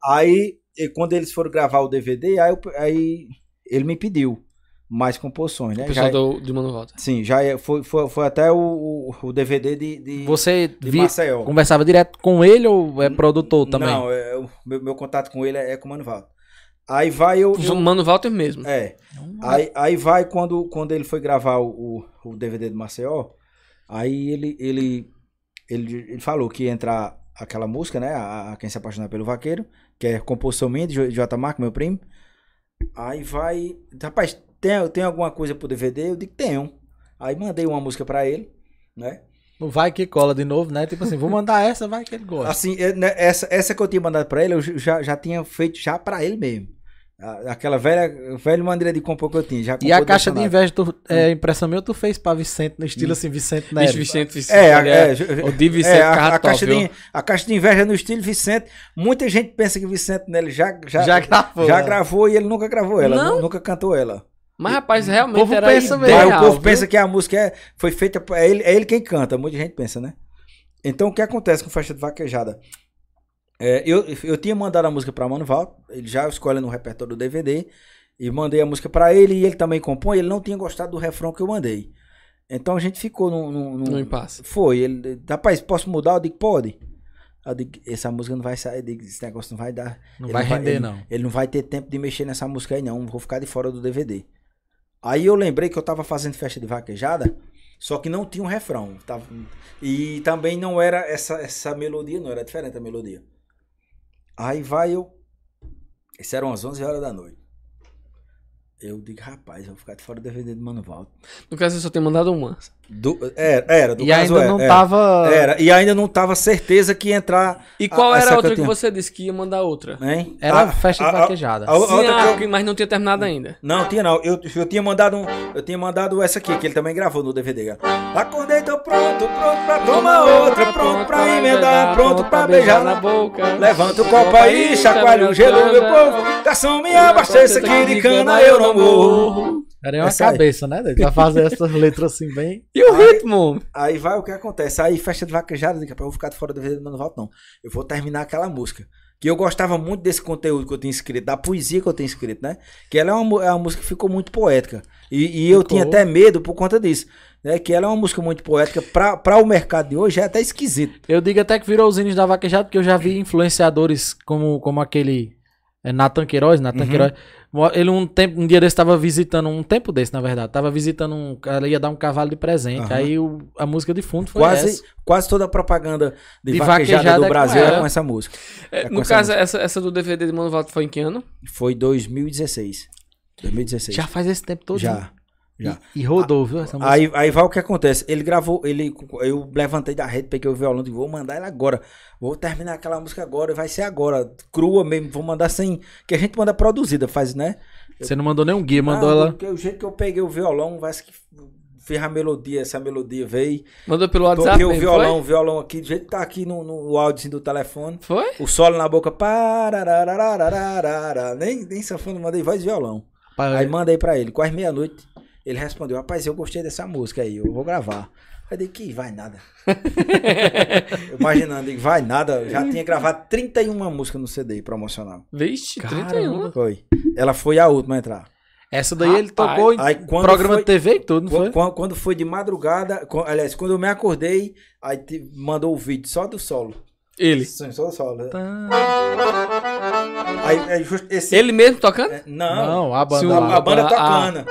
S3: Aí, e quando eles foram gravar o DVD, aí, eu- aí ele me pediu mais composições,
S1: O
S3: né?
S1: pessoal
S3: Já-
S1: do, de Mano Volta.
S3: Sim, já é- foi, foi, foi até o, o, o DVD de, de,
S2: Você
S3: de
S2: vi,
S3: Maceió.
S2: conversava direto com ele ou é produtor também?
S3: Não, é, o meu, meu contato com ele é, é com o Mano Valdo. Aí vai eu. eu-
S1: Mano Walter mesmo.
S3: é, aí, aí vai quando, quando ele foi gravar o, o, o DVD de Maceió, aí ele, ele, ele, ele falou que ia entrar aquela música, né? A, a Quem Se Apaixonar pelo Vaqueiro, que é composição minha, de Jo- de J. Marco, meu primo. Aí vai. Rapaz, tem, tem alguma coisa pro DVD? Eu digo, tenho. Aí mandei uma música pra ele, né?
S2: Não vai que cola de novo, né? Tipo assim, vou mandar essa, vai que ele gosta.
S3: Assim, é, né, essa, essa que eu tinha mandado pra ele, eu ju- já, já tinha feito já pra ele mesmo. A- Aquela velha, velha maneira de compor que eu tinha. Já
S2: E a
S3: compor
S2: caixa de
S3: direcionado.
S2: inveja, tu,
S1: Hum.
S2: é, impressão minha, tu fez pra Vicente, no estilo assim, Vicente Neto.
S1: Bicho Hum. Vicente Vicente.
S3: É, a-
S1: ele é-
S3: é, ju-
S1: O Di Vicente
S3: é, a,
S1: ficava
S3: a
S1: top,
S3: caixa
S1: viu?
S3: de, a caixa de inveja é no estilo Vicente. Muita gente pensa que Vicente nele já, já,
S2: Já
S3: já,
S2: gravou. né?
S3: gravou e ele nunca gravou ela,
S1: Não.
S3: nu- nunca cantou ela.
S1: Mas, rapaz, realmente
S2: O povo
S1: era
S2: pensa
S1: ideal,
S2: mesmo.
S3: Aí o povo
S1: viu?
S3: pensa que a música é, foi feita. por- É ele, é ele quem canta, muita gente pensa, né? Então o que acontece com Festa de Vaquejada? É, eu, eu tinha mandado a música pra Mano Val, ele já escolhe no repertório do DVD, e mandei a música pra ele, e ele também compõe, ele não tinha gostado do refrão que eu mandei. Então a gente ficou num. num- num-
S1: No impasse.
S3: Foi, ele. Rapaz, posso mudar? Eu digo, pode. Eu digo, essa música não vai sair, eu digo, esse negócio não vai dar.
S2: Não
S3: Ele
S2: vai render,
S3: ele-
S2: não.
S3: Ele não vai ter tempo de mexer nessa música aí, não. Vou ficar de fora do DVD. Aí eu lembrei que eu tava fazendo festa de vaquejada, só que não tinha um refrão. Tava- E também não era essa, essa melodia, não era diferente a melodia. Aí vai eu. Isso eram as 11 horas da noite. Eu digo, rapaz, eu vou ficar de fora do DVD do Mano Valdo.
S1: No caso, eu só tenho mandado uma.
S3: Do, era, era, do
S2: E
S3: caso é,
S2: ainda
S3: era,
S2: não
S3: era,
S2: tava... Era,
S3: Era, e ainda não tava certeza que ia entrar. né?
S1: E qual
S3: a- Ah,
S1: era
S3: essa
S1: a
S3: que eu
S1: outra que
S3: tinha.
S1: você disse que ia mandar outra?
S3: Hein?
S2: era
S3: A-
S2: festa
S3: a-
S2: de
S3: a-
S2: vaquejada.
S3: a- a outra
S1: Sim,
S3: que
S1: ah,
S3: eu-
S1: mas não tinha terminado ainda.
S3: Ah, Não, tinha não. Eu, eu tinha mandado um, eu tinha mandado essa aqui, que ele também gravou no DVD. ó. Acordei, tô pronto, pronto pra tomar outra, pronto pra emendar, pronto pra beijar na boca.
S1: boca.
S3: Levanta o copo aí, chacoalha o gelo, meu povo. Garçom, me abasteça aqui de cana, eu não morro.
S2: uma
S3: Essa é. aí.
S2: cabeça, né? doido? Pra fazer essas letras assim, bem...
S1: E o ritmo?
S3: Aí vai o que acontece. Aí festa de vaquejada, daqui a pouco eu vou ficar de fora do DVD, mas não volto não. Eu vou terminar aquela música. Que eu gostava muito desse conteúdo que eu tinha escrito, da poesia que eu tinha escrito, né? Que ela é uma, mu- é uma música que ficou muito poética. E, e eu
S2: Ficou.
S3: tinha até medo por conta disso. Né? Que ela é uma música muito poética. Pra, pra o mercado de hoje é até esquisito.
S2: Eu digo até que virou os hinos da vaquejada, porque eu já vi influenciadores como, como aquele é, Natan Queiroz, Natan
S3: Uhum.
S2: Queiroz. Mo- Ele um tempo, um dia desse estava visitando, um tempo desse, na verdade, estava visitando um cara, ia dar um cavalo de presente.
S3: Aham.
S2: Aí o- a música de fundo foi
S3: Quase,
S2: essa.
S3: quase toda a propaganda de,
S2: é. De
S3: vaquejada,
S2: vaquejada é
S3: do
S2: com
S3: Brasil
S2: ela.
S3: era com essa música.
S1: É,
S3: É,
S1: no
S3: com
S1: caso, essa, essa do DVD de Mano Valdo foi em que ano?
S3: Foi 2016. 2016.
S2: Já faz esse tempo todo. né?
S3: Já. Já. Ah,
S2: E, e rodou, viu? Essa música.
S3: Aí, aí vai o que acontece. Ele gravou, ele, eu levantei da rede, peguei o violão e digo, vou mandar ela agora. Vou terminar aquela música agora, vai ser agora. Crua mesmo, vou mandar sem. Que a gente manda produzida, faz, né?
S2: Você não mandou nenhum guia, mandou
S3: Ah,
S2: ela.
S3: porque O jeito que eu peguei o violão, parece que fiz a melodia, essa melodia veio.
S1: Mandou pelo WhatsApp
S3: Toquei o
S1: mesmo,
S3: violão, o violão aqui, do jeito que tá aqui no, no áudio assim, do telefone.
S1: foi? Foi?
S3: O solo na boca, pararararararara, nem, nem sanfona, mandei voz e violão.
S2: Pra-
S3: Aí mandei pra ele, quase meia-noite. Ele respondeu: Rapaz, eu gostei dessa música aí, eu vou gravar. Aí dei que
S2: <laughs>
S3: vai nada. Eu Imaginando, digo, vai nada. eu Já tinha gravado 31 músicas no CD promocional.
S1: Vixe,
S2: Caramba.
S1: 31.
S3: Foi. Ela foi a última a entrar.
S2: Essa daí ele
S1: Rapaz.
S2: tocou em
S3: Aí quando
S2: programa
S3: foi,
S2: de TV e tudo, não
S3: quan- quan-
S2: foi?
S3: quando, foi de madrugada, quan- aliás, quando eu me acordei, aí te- mandou o vídeo só do solo.
S1: Ele.
S3: Sim, Só do solo. né?
S2: Tá.
S3: Aí, é just- esse.
S1: Ele mesmo tocando?
S3: é, não,
S2: Não, a
S1: Se
S2: banda.
S1: o-
S3: a,
S2: lá.
S3: a banda
S1: a-
S3: tocando.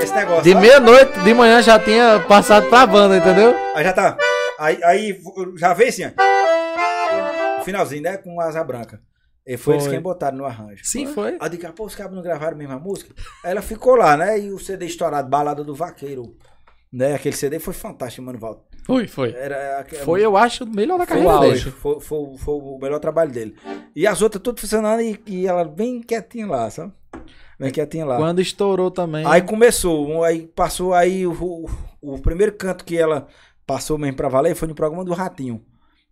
S3: Esse negócio.
S2: De
S3: sabe?
S2: meia-noite, de manhã já tinha passado pra banda, entendeu?
S3: Aí já tá. Aí, aí já veio assim, ó. O finalzinho, né? Com asa branca. E foi, eles
S2: Foi.
S3: quem botaram no arranjo.
S2: Sim, foi.
S3: Aí daqui a pouco os cabos não gravaram a mesma música. Aí ela ficou lá, né? E o CD estourado, Balada do Vaqueiro. Né? Aquele CD foi fantástico, mano, Valdo.
S1: Foi, foi.
S3: Era aquela-
S2: Foi, eu acho, o melhor
S1: Foi
S2: da carreira
S1: o auge.
S2: dele.
S3: foi, foi- foi o melhor trabalho dele. E as outras tudo funcionando e, e ela bem quietinha lá, sabe? Bem quietinha lá.
S2: Quando estourou também.
S3: Ah. Aí começou, um- aí passou aí o, o- o primeiro canto que ela passou mesmo pra valer foi no programa do Ratinho.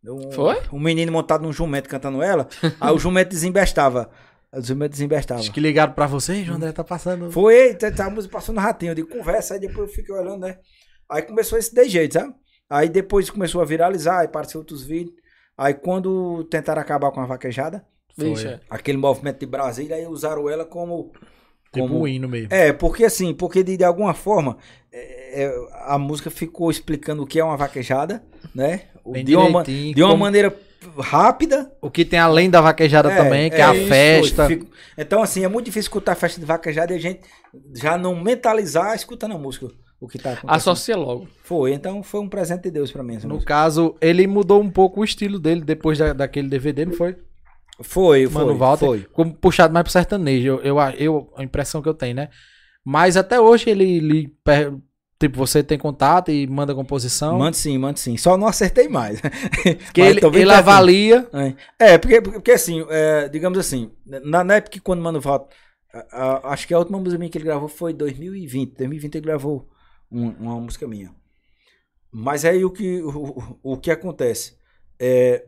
S3: Um,
S1: Foi?
S3: Um menino montado num jumento cantando ela, aí o jumento desembestava. O jumento desembestava.
S2: Acho que ligaram pra você, João André tá passando.
S3: Foi, eita, essa música passou no Ratinho, de conversa, aí depois eu fiquei olhando, né? Aí começou esse de jeito, sabe? Aí depois começou a viralizar, aí apareceu outros vídeos. Aí quando tentaram acabar com a vaquejada,
S1: Vixe.
S3: aquele movimento de Brasília, aí usaram ela como...
S2: Tipo
S3: como
S2: um hino mesmo.
S3: é, porque assim, porque de, de alguma forma é, é, a música ficou explicando o que é uma vaquejada, né? O-
S2: Bem
S3: de uma, ma-
S2: direitinho,
S3: de uma
S2: como-
S3: maneira rápida.
S2: O que tem além da vaquejada também, que é, a
S3: isso,
S2: festa.
S3: fico- então, assim, é muito difícil escutar a festa de vaquejada e a gente já não mentalizar escutando a música. O que tá acontecendo.
S1: Associa logo.
S3: Foi, então foi um presente de Deus pra mim. essa
S2: No
S3: música.
S2: caso, ele mudou um pouco o estilo dele depois da- daquele DVD, não foi?
S3: Foi, foi.
S2: Mano Walter.
S3: foi.
S2: Ficou puxado mais pro sertanejo, eu, eu, a- eu- a impressão que eu tenho, né? Mas até hoje ele, ele per- tipo, você tem contato e manda composição.
S3: Manda sim, manda sim. Só não acertei mais. <laughs>
S2: que
S3: Mas
S2: ele,
S3: tô bem
S2: ele
S3: pertinho.
S2: avalia.
S3: É, porque, porque, porque assim, é, digamos assim, na, na época que quando o Mano Walter, a- a- acho que a última música minha que ele gravou foi 2020. 2020 ele gravou um- uma música minha. Mas aí o que, o, o que acontece? É,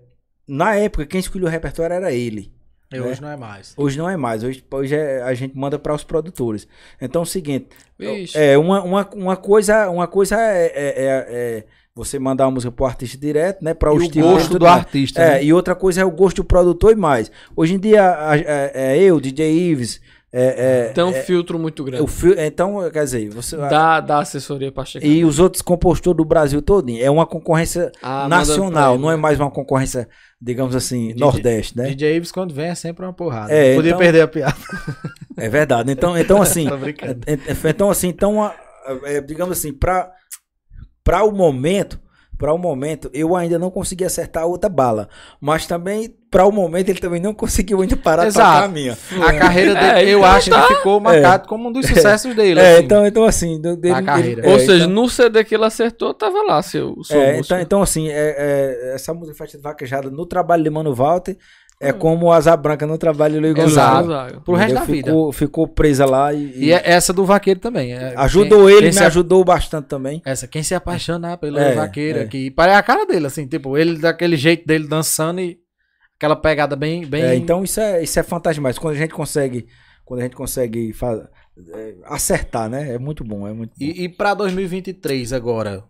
S3: na época, quem escolheu o repertório era ele.
S2: E Hoje não é mais.
S3: Hoje não é mais, hoje, hoje é- a gente manda para os produtores. Então é o seguinte,
S1: Vixe.
S3: é, uma, uma, uma coisa, uma coisa é, é- é- é você mandar uma música pro artista direto, né?
S2: E
S3: Para o
S2: o
S3: estilo dele e
S2: gosto
S3: tudo
S2: do
S3: mais.
S2: artista.
S3: É,
S2: né?
S3: e outra coisa é o gosto do produtor e mais. Hoje em dia, a- a- é, eu, DJ Ives, é, é,
S1: Tem um filtro muito
S3: o
S1: grande.
S3: fi- então, quer dizer, você.
S1: Da, da assessoria pra chegar.
S3: E os outros compositores do Brasil todo, é uma concorrência
S1: Ah, manda pra
S3: nacional,
S1: ele.
S3: não é mais uma concorrência, digamos assim, Nordeste, né?
S2: DJ Ives, quando vem, é sempre uma porrada.
S3: É,
S2: Podia
S3: então-
S2: perder a piada. <laughs>
S3: É verdade. Então, então assim, <laughs>
S2: Tô brincando.
S3: É, é, Então, assim, então, a- é, digamos assim, pra, pra o momento, para o momento, eu ainda não consegui acertar a outra bala. Mas também, pra o momento, ele também não <laughs> conseguiu ainda parar de tocar a
S2: Exato.
S3: minha.
S2: A carreira dele,
S1: É,
S2: eu
S1: então
S2: acho que ficou marcado como um dos sucessos dele.
S3: tá. É,
S2: assim.
S3: então, então assim, do- dele-
S2: carreira.
S3: ele-
S1: Ou
S3: é,
S1: seja,
S3: então-
S1: no CD que ele acertou, tava lá seu, sua
S3: é,
S1: música.
S3: então, então, assim, é, é, essa música Faixa de Vaquejada no trabalho de Mano Walter é como o Asa Branca no trabalho de Luiz
S1: Exato.
S3: Gonzaga.
S1: Exato.
S2: Pro resto
S3: Entendeu?
S2: da vida.
S3: ficou, Ficou presa lá e,
S2: E é essa do vaqueiro também. é-
S3: ajudou
S2: quem-
S3: ele,
S2: quem
S3: me
S2: se a-
S3: ajudou bastante também.
S2: Essa, quem se apaixonar pelo
S3: É,
S2: vaqueiro
S3: é.
S2: aqui. Parece a cara dele, assim, tipo, ele daquele jeito dele dançando e aquela pegada bem. bem...
S3: É, então isso é, isso é fantástico, mas quando a gente consegue, quando a gente consegue fa- é, acertar, né? É muito bom, é muito bom.
S2: E, e pra 2023 agora?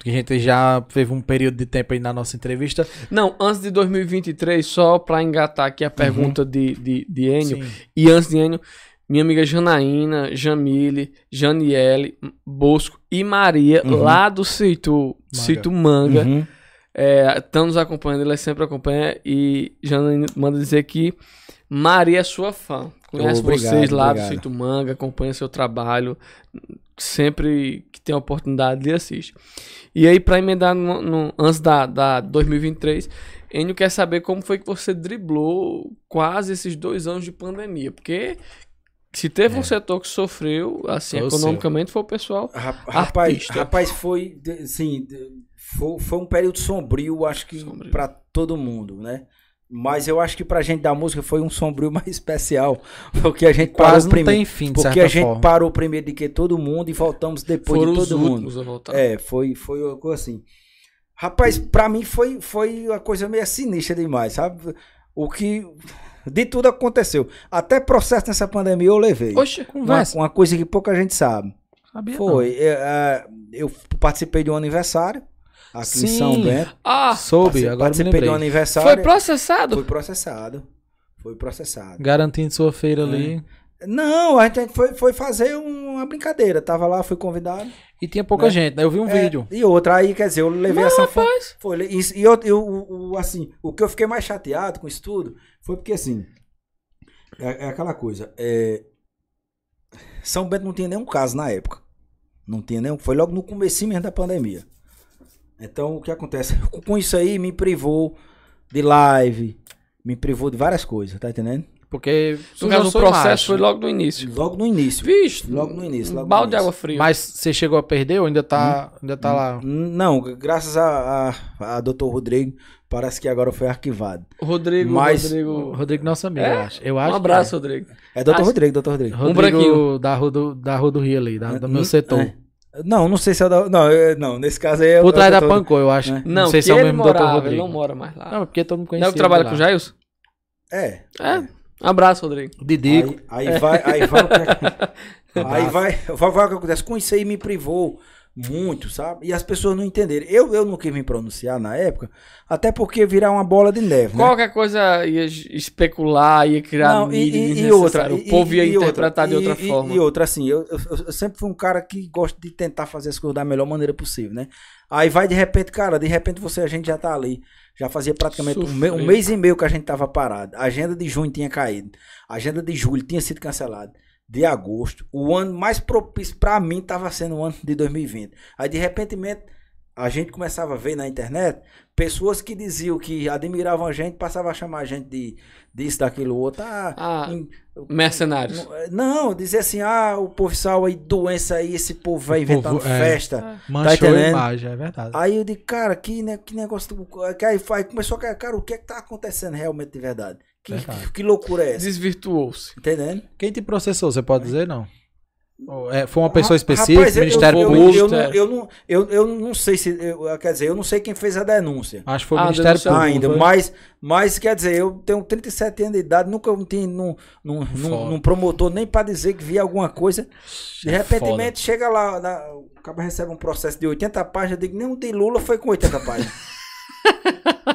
S2: Que a gente já teve um período de tempo aí na nossa entrevista.
S1: Não, antes de 2023, só pra engatar aqui
S3: Uhum.
S1: a pergunta de, de, de Enio,
S2: Sim.
S1: E antes de Enio, minha amiga Janaína, Jamile, Janiele, Bosco e Maria,
S3: Uhum.
S1: lá do Situ, Situ Manga,
S3: Uhum.
S1: estão nos acompanhando, elas sempre acompanham. E Janaína manda dizer que Maria é sua fã. Conhece
S3: Obrigado,
S1: vocês lá
S3: obrigado.
S1: do Situ Manga, acompanha seu trabalho. Sempre que tem a oportunidade, lhe assiste. E aí, pra emendar no, no- antes da, da 2023, Enio quer saber como foi que você driblou quase esses dois anos de pandemia. Porque Se teve um setor que sofreu, assim,
S2: Foi o
S1: economicamente, foi o pessoal.
S3: Ra- Rapaz,
S1: Artista.
S3: rapaz foi, de- assim, de- foi, foi um período sombrio, acho que
S1: Sombrio.
S3: pra todo mundo, né? Mas eu acho que pra gente da música foi um sombrio <laughs> mais especial, porque a gente parou
S2: Quase não
S3: primeiro,
S2: tem fim, de
S3: porque
S2: certa
S3: a gente
S2: forma.
S3: parou primeiro de que todo mundo e voltamos depois
S1: Foram
S3: de
S1: os
S3: todo mundo.
S1: últimos tá? a voltar.
S3: É, foi foi uma coisa assim. Rapaz, pra mim foi foi uma coisa meio sinistra demais, sabe? O que de tudo aconteceu. Até processo nessa pandemia eu
S1: Oxe,
S3: levei. Uma,
S2: assim.
S1: conversa.
S3: uma coisa que pouca gente sabe.
S2: Sabia
S3: Foi. é, é, Eu, participei de um aniversário aqui em
S2: Sim.
S3: São Bento.
S1: Ah,
S2: não. Soube,
S3: Participei-
S2: agora me
S3: participei de um
S2: lembrei.
S3: aniversário.
S1: foi processado?
S3: Fui processado. Foi processado.
S2: Garantindo sua feira ali.
S3: Não, a gente foi, foi fazer uma brincadeira. Tava lá, fui convidado.
S2: E tinha pouca
S3: É.
S2: gente, né? Eu vi um
S3: É,
S2: vídeo.
S3: E outra aí, quer dizer, eu levei
S2: é
S3: essa sanfona. Foi, isso- e eu, eu- o- o- assim, o que eu fiquei mais chateado com isso tudo foi porque, assim, é, é aquela coisa, é, São Bento não tinha nenhum caso na época. Não tinha nenhum, foi logo no comecinho mesmo da pandemia. Então, o que acontece? <laughs> Com- Com isso aí, me privou de live, me privou de várias coisas, tá entendendo?
S2: Porque
S1: No
S2: sujou
S1: caso, o
S2: sua
S1: processo
S2: imagem.
S1: foi logo no início.
S3: Logo no início.
S1: Vixe,
S3: Logo no início,
S1: um
S3: logo no
S1: balde de
S3: início.
S1: água fria.
S2: Mas você chegou a perder ou ainda tá, ainda tá lá?
S3: Não, graças a, a, a Dr. Rodrigo, parece que agora foi arquivado.
S1: Rodrigo,
S3: Mas-
S1: Rodrigo.
S2: Rodrigo, nosso amigo,
S1: É?
S2: eu acho. Eu acho
S1: Um
S2: que
S1: abraço, Rodrigo.
S3: É Dr.
S1: Ah,
S3: Rodrigo, Dr.
S2: é.
S3: Rodrigo.
S2: Rodrigo
S1: branquinho.
S2: da Rua do, da Rua do Rio ali, da- do meu
S3: Hum,
S2: setor.
S3: é. Não, não sei se é o da. Não, é- não nesse caso aí é o-
S2: Por trás
S3: é
S2: da
S3: o doutor-
S2: Pancô, eu acho.
S3: É.
S1: Não,
S2: sei
S1: que
S2: se é o
S1: ele
S2: mesmo
S1: morava,
S2: Dr. Rodrigo.
S1: ele não mora mais lá.
S2: Não, porque todo mundo
S1: Não é
S2: conhecia.
S1: o que trabalha
S2: ele
S1: com o
S2: lá.
S1: Jailson?
S3: É.
S1: É. Um abraço, Rodrigo.
S2: Didico.
S3: Aí, aí vai. Aí vai, o que- aí vai, vai, vai o que acontece. Com isso aí me privou muito, sabe? E as pessoas não entenderam. Eu, eu não quis me pronunciar na época, até porque virar uma bola de neve. né?
S1: Qualquer coisa ia es- especular, ia criar
S3: Não,
S1: mídia desnecessária. o
S3: e-
S1: povo ia
S3: e outra,
S1: interpretar de
S3: e-
S1: outra
S3: e-
S1: forma.
S3: E, outra, assim, eu, eu- eu sempre fui um cara que gosta de tentar fazer as coisas da melhor maneira possível, né? Aí vai de repente, cara, de repente você, a gente já tá ali. Já fazia praticamente um, me- um
S1: Sofrido.
S3: mês e meio que a gente tava parado. A agenda de junho tinha caído. A agenda de julho tinha sido cancelada. De agosto. O ano mais propício pra mim tava sendo o ano de 2020. Aí de repente a gente começava a ver na internet pessoas que diziam que admiravam a gente, passavam a chamar a gente de disso, daquilo, outro. Ah,
S1: Ah,
S3: em-
S1: mercenários.
S3: não, dizer assim, ah, o povo sal aí, doença aí, esse povo vai
S2: O
S3: inventando
S2: povo- é.
S3: festa.
S2: Manchou a
S3: entendendo?
S2: imagem, é verdade.
S3: Aí eu digo, cara, que, ne- que negócio. do- Que aí, aí começou a cair, cara, o que é que tá acontecendo realmente de verdade? Que,
S2: Verdade.
S3: que- que loucura é essa?
S1: Desvirtuou-se.
S3: Entendendo?
S2: Quem te processou, você pode dizer, não? Ou, é, foi uma pessoa específica,
S3: Rapaz, eu-
S2: Ministério
S3: eu, eu-
S2: Público?
S3: Eu, não- eu, não, eu, eu não sei se. eu- quer dizer, eu não sei quem fez a denúncia.
S2: Acho que foi o
S1: Ah,
S2: Ministério
S1: denunciou.
S2: Público.
S3: Tá, ainda,
S2: foi?
S3: mas, mas quer dizer, eu tenho 37 anos de idade, nunca tinha num, num, num,
S2: Foda.
S3: num promotor nem pra dizer que vi alguma coisa. De
S2: É
S3: repente
S2: foda.
S3: chega lá, na- o cara recebe um processo de 80 páginas, eu digo, nem o de Lula foi com
S2: <laughs>
S3: 80 páginas.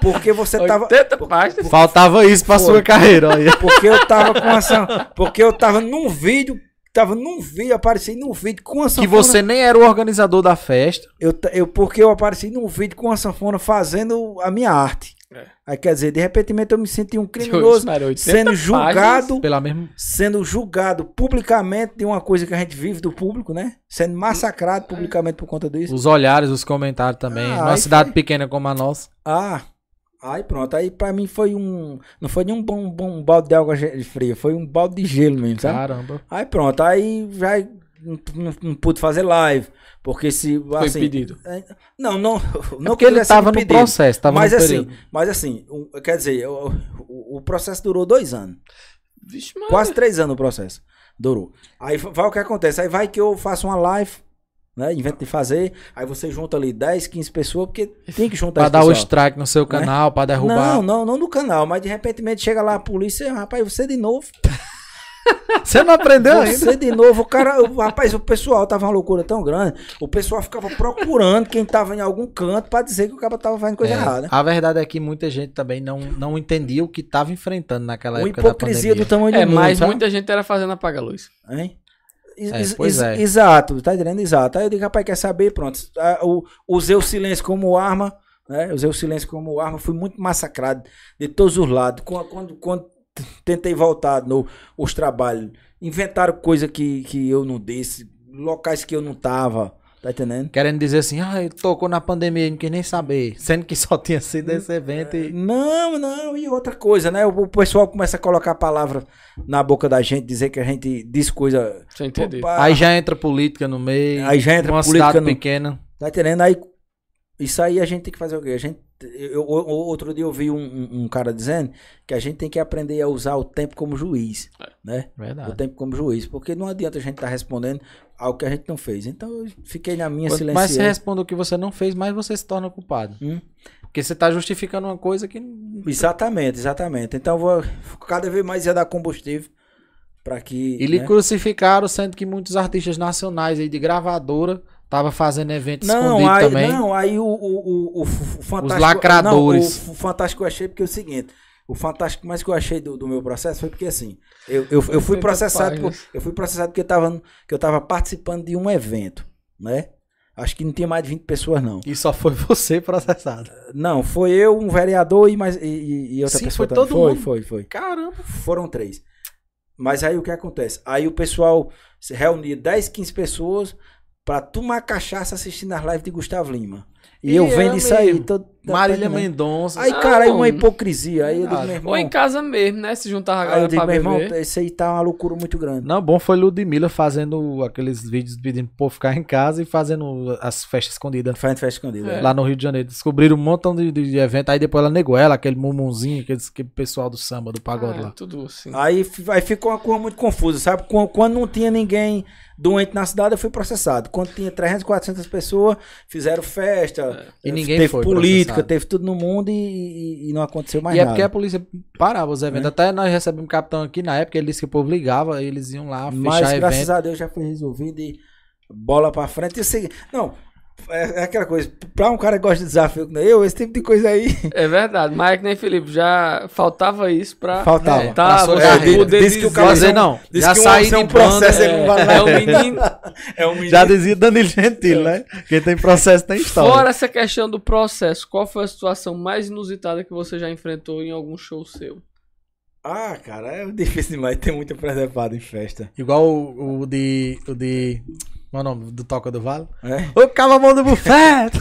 S3: porque você tava.
S1: 80 páginas.
S2: Faltava isso pra
S3: Foi.
S2: sua carreira, olha.
S3: Porque eu tava com ação. Porque eu tava num vídeo. Tava num vídeo, apareci num vídeo com a
S2: Que
S3: sanfona.
S2: você nem era o organizador da festa.
S3: Eu, ta- eu, porque eu apareci num vídeo com a sanfona fazendo a minha arte.
S1: É.
S3: Aí quer dizer, de repente eu me senti um criminoso
S1: Cara, 80
S3: sendo julgado,
S2: Pela mesma.
S3: sendo julgado publicamente de uma coisa que a gente vive do público, né? Sendo massacrado publicamente por conta disso.
S2: Os olhares, os comentários também.
S3: Ah,
S2: Numa
S3: aí
S2: cidade pequena como a nossa.
S3: Ah, aí pronto. Aí pra mim foi um, não foi nem um bom, bom balde de água ge- fria, foi um balde de gelo mesmo, sabe?
S2: Caramba.
S3: Aí pronto, aí já não, não- não pude fazer live, porque se
S1: Foi
S3: assim,
S1: pedido.
S3: não, não, não
S2: É Porque ele
S3: tivesse sido
S2: tava no
S3: pedido.
S2: processo, tava
S3: mas
S2: no
S3: assim,
S2: período.
S3: mas assim, um- quer dizer, o, o- o processo durou dois anos.
S1: Vixe, mano.
S3: Quase três anos o processo. Durou. Aí va- vai o que acontece. Aí vai que eu faço uma live, né? Invento de fazer. Aí você junta ali 10, 15 pessoas, porque tem que juntar
S2: Pra
S3: esse
S2: dar o
S3: pessoal. Né?
S2: strike no seu canal, pra derrubar.
S3: Não, não, não no canal, mas de repente chega lá a polícia, "Ah, rapaz, você de novo.
S2: <laughs> Você não aprendeu Tá ainda?
S3: Você de novo, o cara, o- rapaz, o pessoal tava uma loucura tão grande, o pessoal ficava procurando quem tava em algum canto pra dizer que o cara tava fazendo coisa
S2: É,
S3: errada.
S2: A verdade é que muita gente também não, não entendia o que tava enfrentando naquela
S3: Uma
S2: época da
S3: hipocrisia
S2: pandemia.
S3: do tamanho do
S1: É,
S3: mundo.
S1: mas
S3: sabe?
S1: muita gente era fazendo apaga-luz.
S3: Hein? Is-
S2: É,
S3: is-
S2: pois
S3: is-
S2: é.
S3: Exato, tá entendendo? Exato. Aí eu digo, rapaz, quer saber? Pronto. Ah, o- Usei o silêncio como arma, né? Usei o silêncio como arma, fui muito massacrado de todos os lados. Quando, quando, quando t- tentei voltar no, os trabalhos, inventaram coisa que, que eu não disse, locais que eu não tava. Tá entendendo?
S2: Querendo dizer assim, ah, ele tocou na pandemia, não quis nem saber. Sendo que só tinha sido esse evento e.
S3: Não, não, e outra coisa, né? O o pessoal começa a colocar a palavra na boca da gente, dizer que a gente diz coisa.
S1: Sem entender.
S3: Opa,
S2: Aí já entra política no meio.
S3: É. Aí já entra
S2: uma
S3: política
S2: cidade
S3: no-
S2: pequena.
S3: Tá entendendo? Aí, isso aí a gente tem que fazer o quê? A gente, eu, eu- outro dia eu vi um, um- um cara dizendo que a gente tem que aprender a usar o tempo como juiz, né? O
S2: Verdade.
S3: tempo como juiz, porque não adianta a gente estar respondendo ao que a gente não fez. Então eu fiquei na minha
S2: Quanto mais você
S3: silenciosa.
S2: responde o que você não fez, mais você se torna culpado.
S3: Hum.
S2: Porque você tá justificando uma coisa que.
S3: Exatamente, exatamente. Então eu vou cada vez mais ia dar combustível para que
S2: E lhe
S3: né?
S2: crucificaram, sendo que muitos artistas nacionais aí de gravadora tava fazendo evento
S3: Não,
S2: escondido
S3: aí,
S2: também.
S3: não, aí o, o, o, o f- o Fantástico.
S2: lacradores.
S3: Não, o f- Fantástico que eu achei porque é o seguinte. O fantástico mais que eu achei do, do meu processo foi porque assim, eu, eu, eu fui
S1: 80
S3: processado, por-
S2: né?
S1: páginas.
S3: eu fui processado porque eu tava, que eu tava participando de um evento, né? Acho que não tinha mais de 20 pessoas não.
S2: E só foi <laughs> você processado.
S3: Não, foi eu, um vereador e mais e, e, e outra
S2: Sim,
S3: pessoa
S2: foi
S3: também.
S2: todo mundo.
S3: Foi, foi, foi.
S2: Caramba.
S3: Foram três. Mas aí o que acontece? Aí o pessoal se reunia 10, 15 pessoas pra tomar cachaça assistindo as lives de Gustavo Lima. E,
S2: E
S3: eu
S2: é
S3: vendo isso aí.
S2: mesmo.
S3: Tô, tá-
S2: Marília
S3: tá entendendo?
S2: Mendonça.
S3: Aí,
S1: Ah,
S3: cara, aí
S1: bom.
S3: uma hipocrisia. Aí eu digo,
S2: Verdade.
S3: meu irmão.
S1: Ou em casa mesmo, né? Se juntar a
S3: Aí eu
S1: galera
S3: digo,
S1: pra
S3: meu irmão,
S1: beber.
S3: isso aí tá uma loucura muito grande.
S2: Não, bom foi Ludmilla fazendo aqueles vídeos pedindo pro povo ficar em casa e fazendo as festas escondidas
S3: Faz festa escondida.
S1: É.
S3: né?
S2: lá no Rio de Janeiro. Descobriram um montão de, de, de evento, aí depois ela negou ela, aquele mumunzinho, aquele, aquele pessoal do samba, do pagode
S3: é.
S1: Ah,
S2: lá.
S1: tudo assim.
S3: Aí, fi- aí ficou uma coisa muito confusa, sabe? Quan- Quando não tinha ninguém doente na cidade, eu fui processado. Quando tinha 300, 400 pessoas, fizeram festa.
S2: É,
S3: eh,
S2: E ninguém
S3: Teve
S2: foi
S3: política,
S2: processado.
S3: teve tudo no mundo e, e- e não aconteceu mais
S2: e é
S3: nada.
S2: porque a polícia parava os eventos.
S3: É.
S2: Até nós recebemos um capitão aqui na época, ele disse que o povo ligava, aí eles iam lá
S3: Mas
S2: fechar
S3: graças
S2: evento.
S3: a Deus já foi resolvido e bola pra frente. E o seguinte, não, é, é aquela coisa, pra um cara que gosta de desafio, como eu, esse tipo de coisa aí
S2: <laughs>
S1: É verdade. Mas é que nem Felipe, já faltava isso pra.
S3: faltava.
S2: É,
S1: Tá,
S2: pra sua
S1: pra
S3: É,
S2: carreira.
S3: diz-
S1: poder
S3: diz que o
S1: dizer-
S3: cara
S2: Fazer
S3: é um-
S2: não,
S3: diz
S2: já
S3: que um-
S2: saí
S3: isso é um
S2: de banda.
S3: processo, ele não vai lá.
S1: É o menino.
S3: É um menino.
S2: né? Já dizia Danilo Gentili, né? Quem tem processo tem
S3: tá
S2: história.
S1: Fora essa questão do processo, qual foi a situação mais inusitada que você já enfrentou em algum show seu?
S3: Ah, cara, é difícil demais, tem muita preservada em festa.
S2: Igual o, o de. O de. Como é o nome? Do Toca do Vale?
S3: É.
S2: Ô, cava a mão do <laughs> bufete!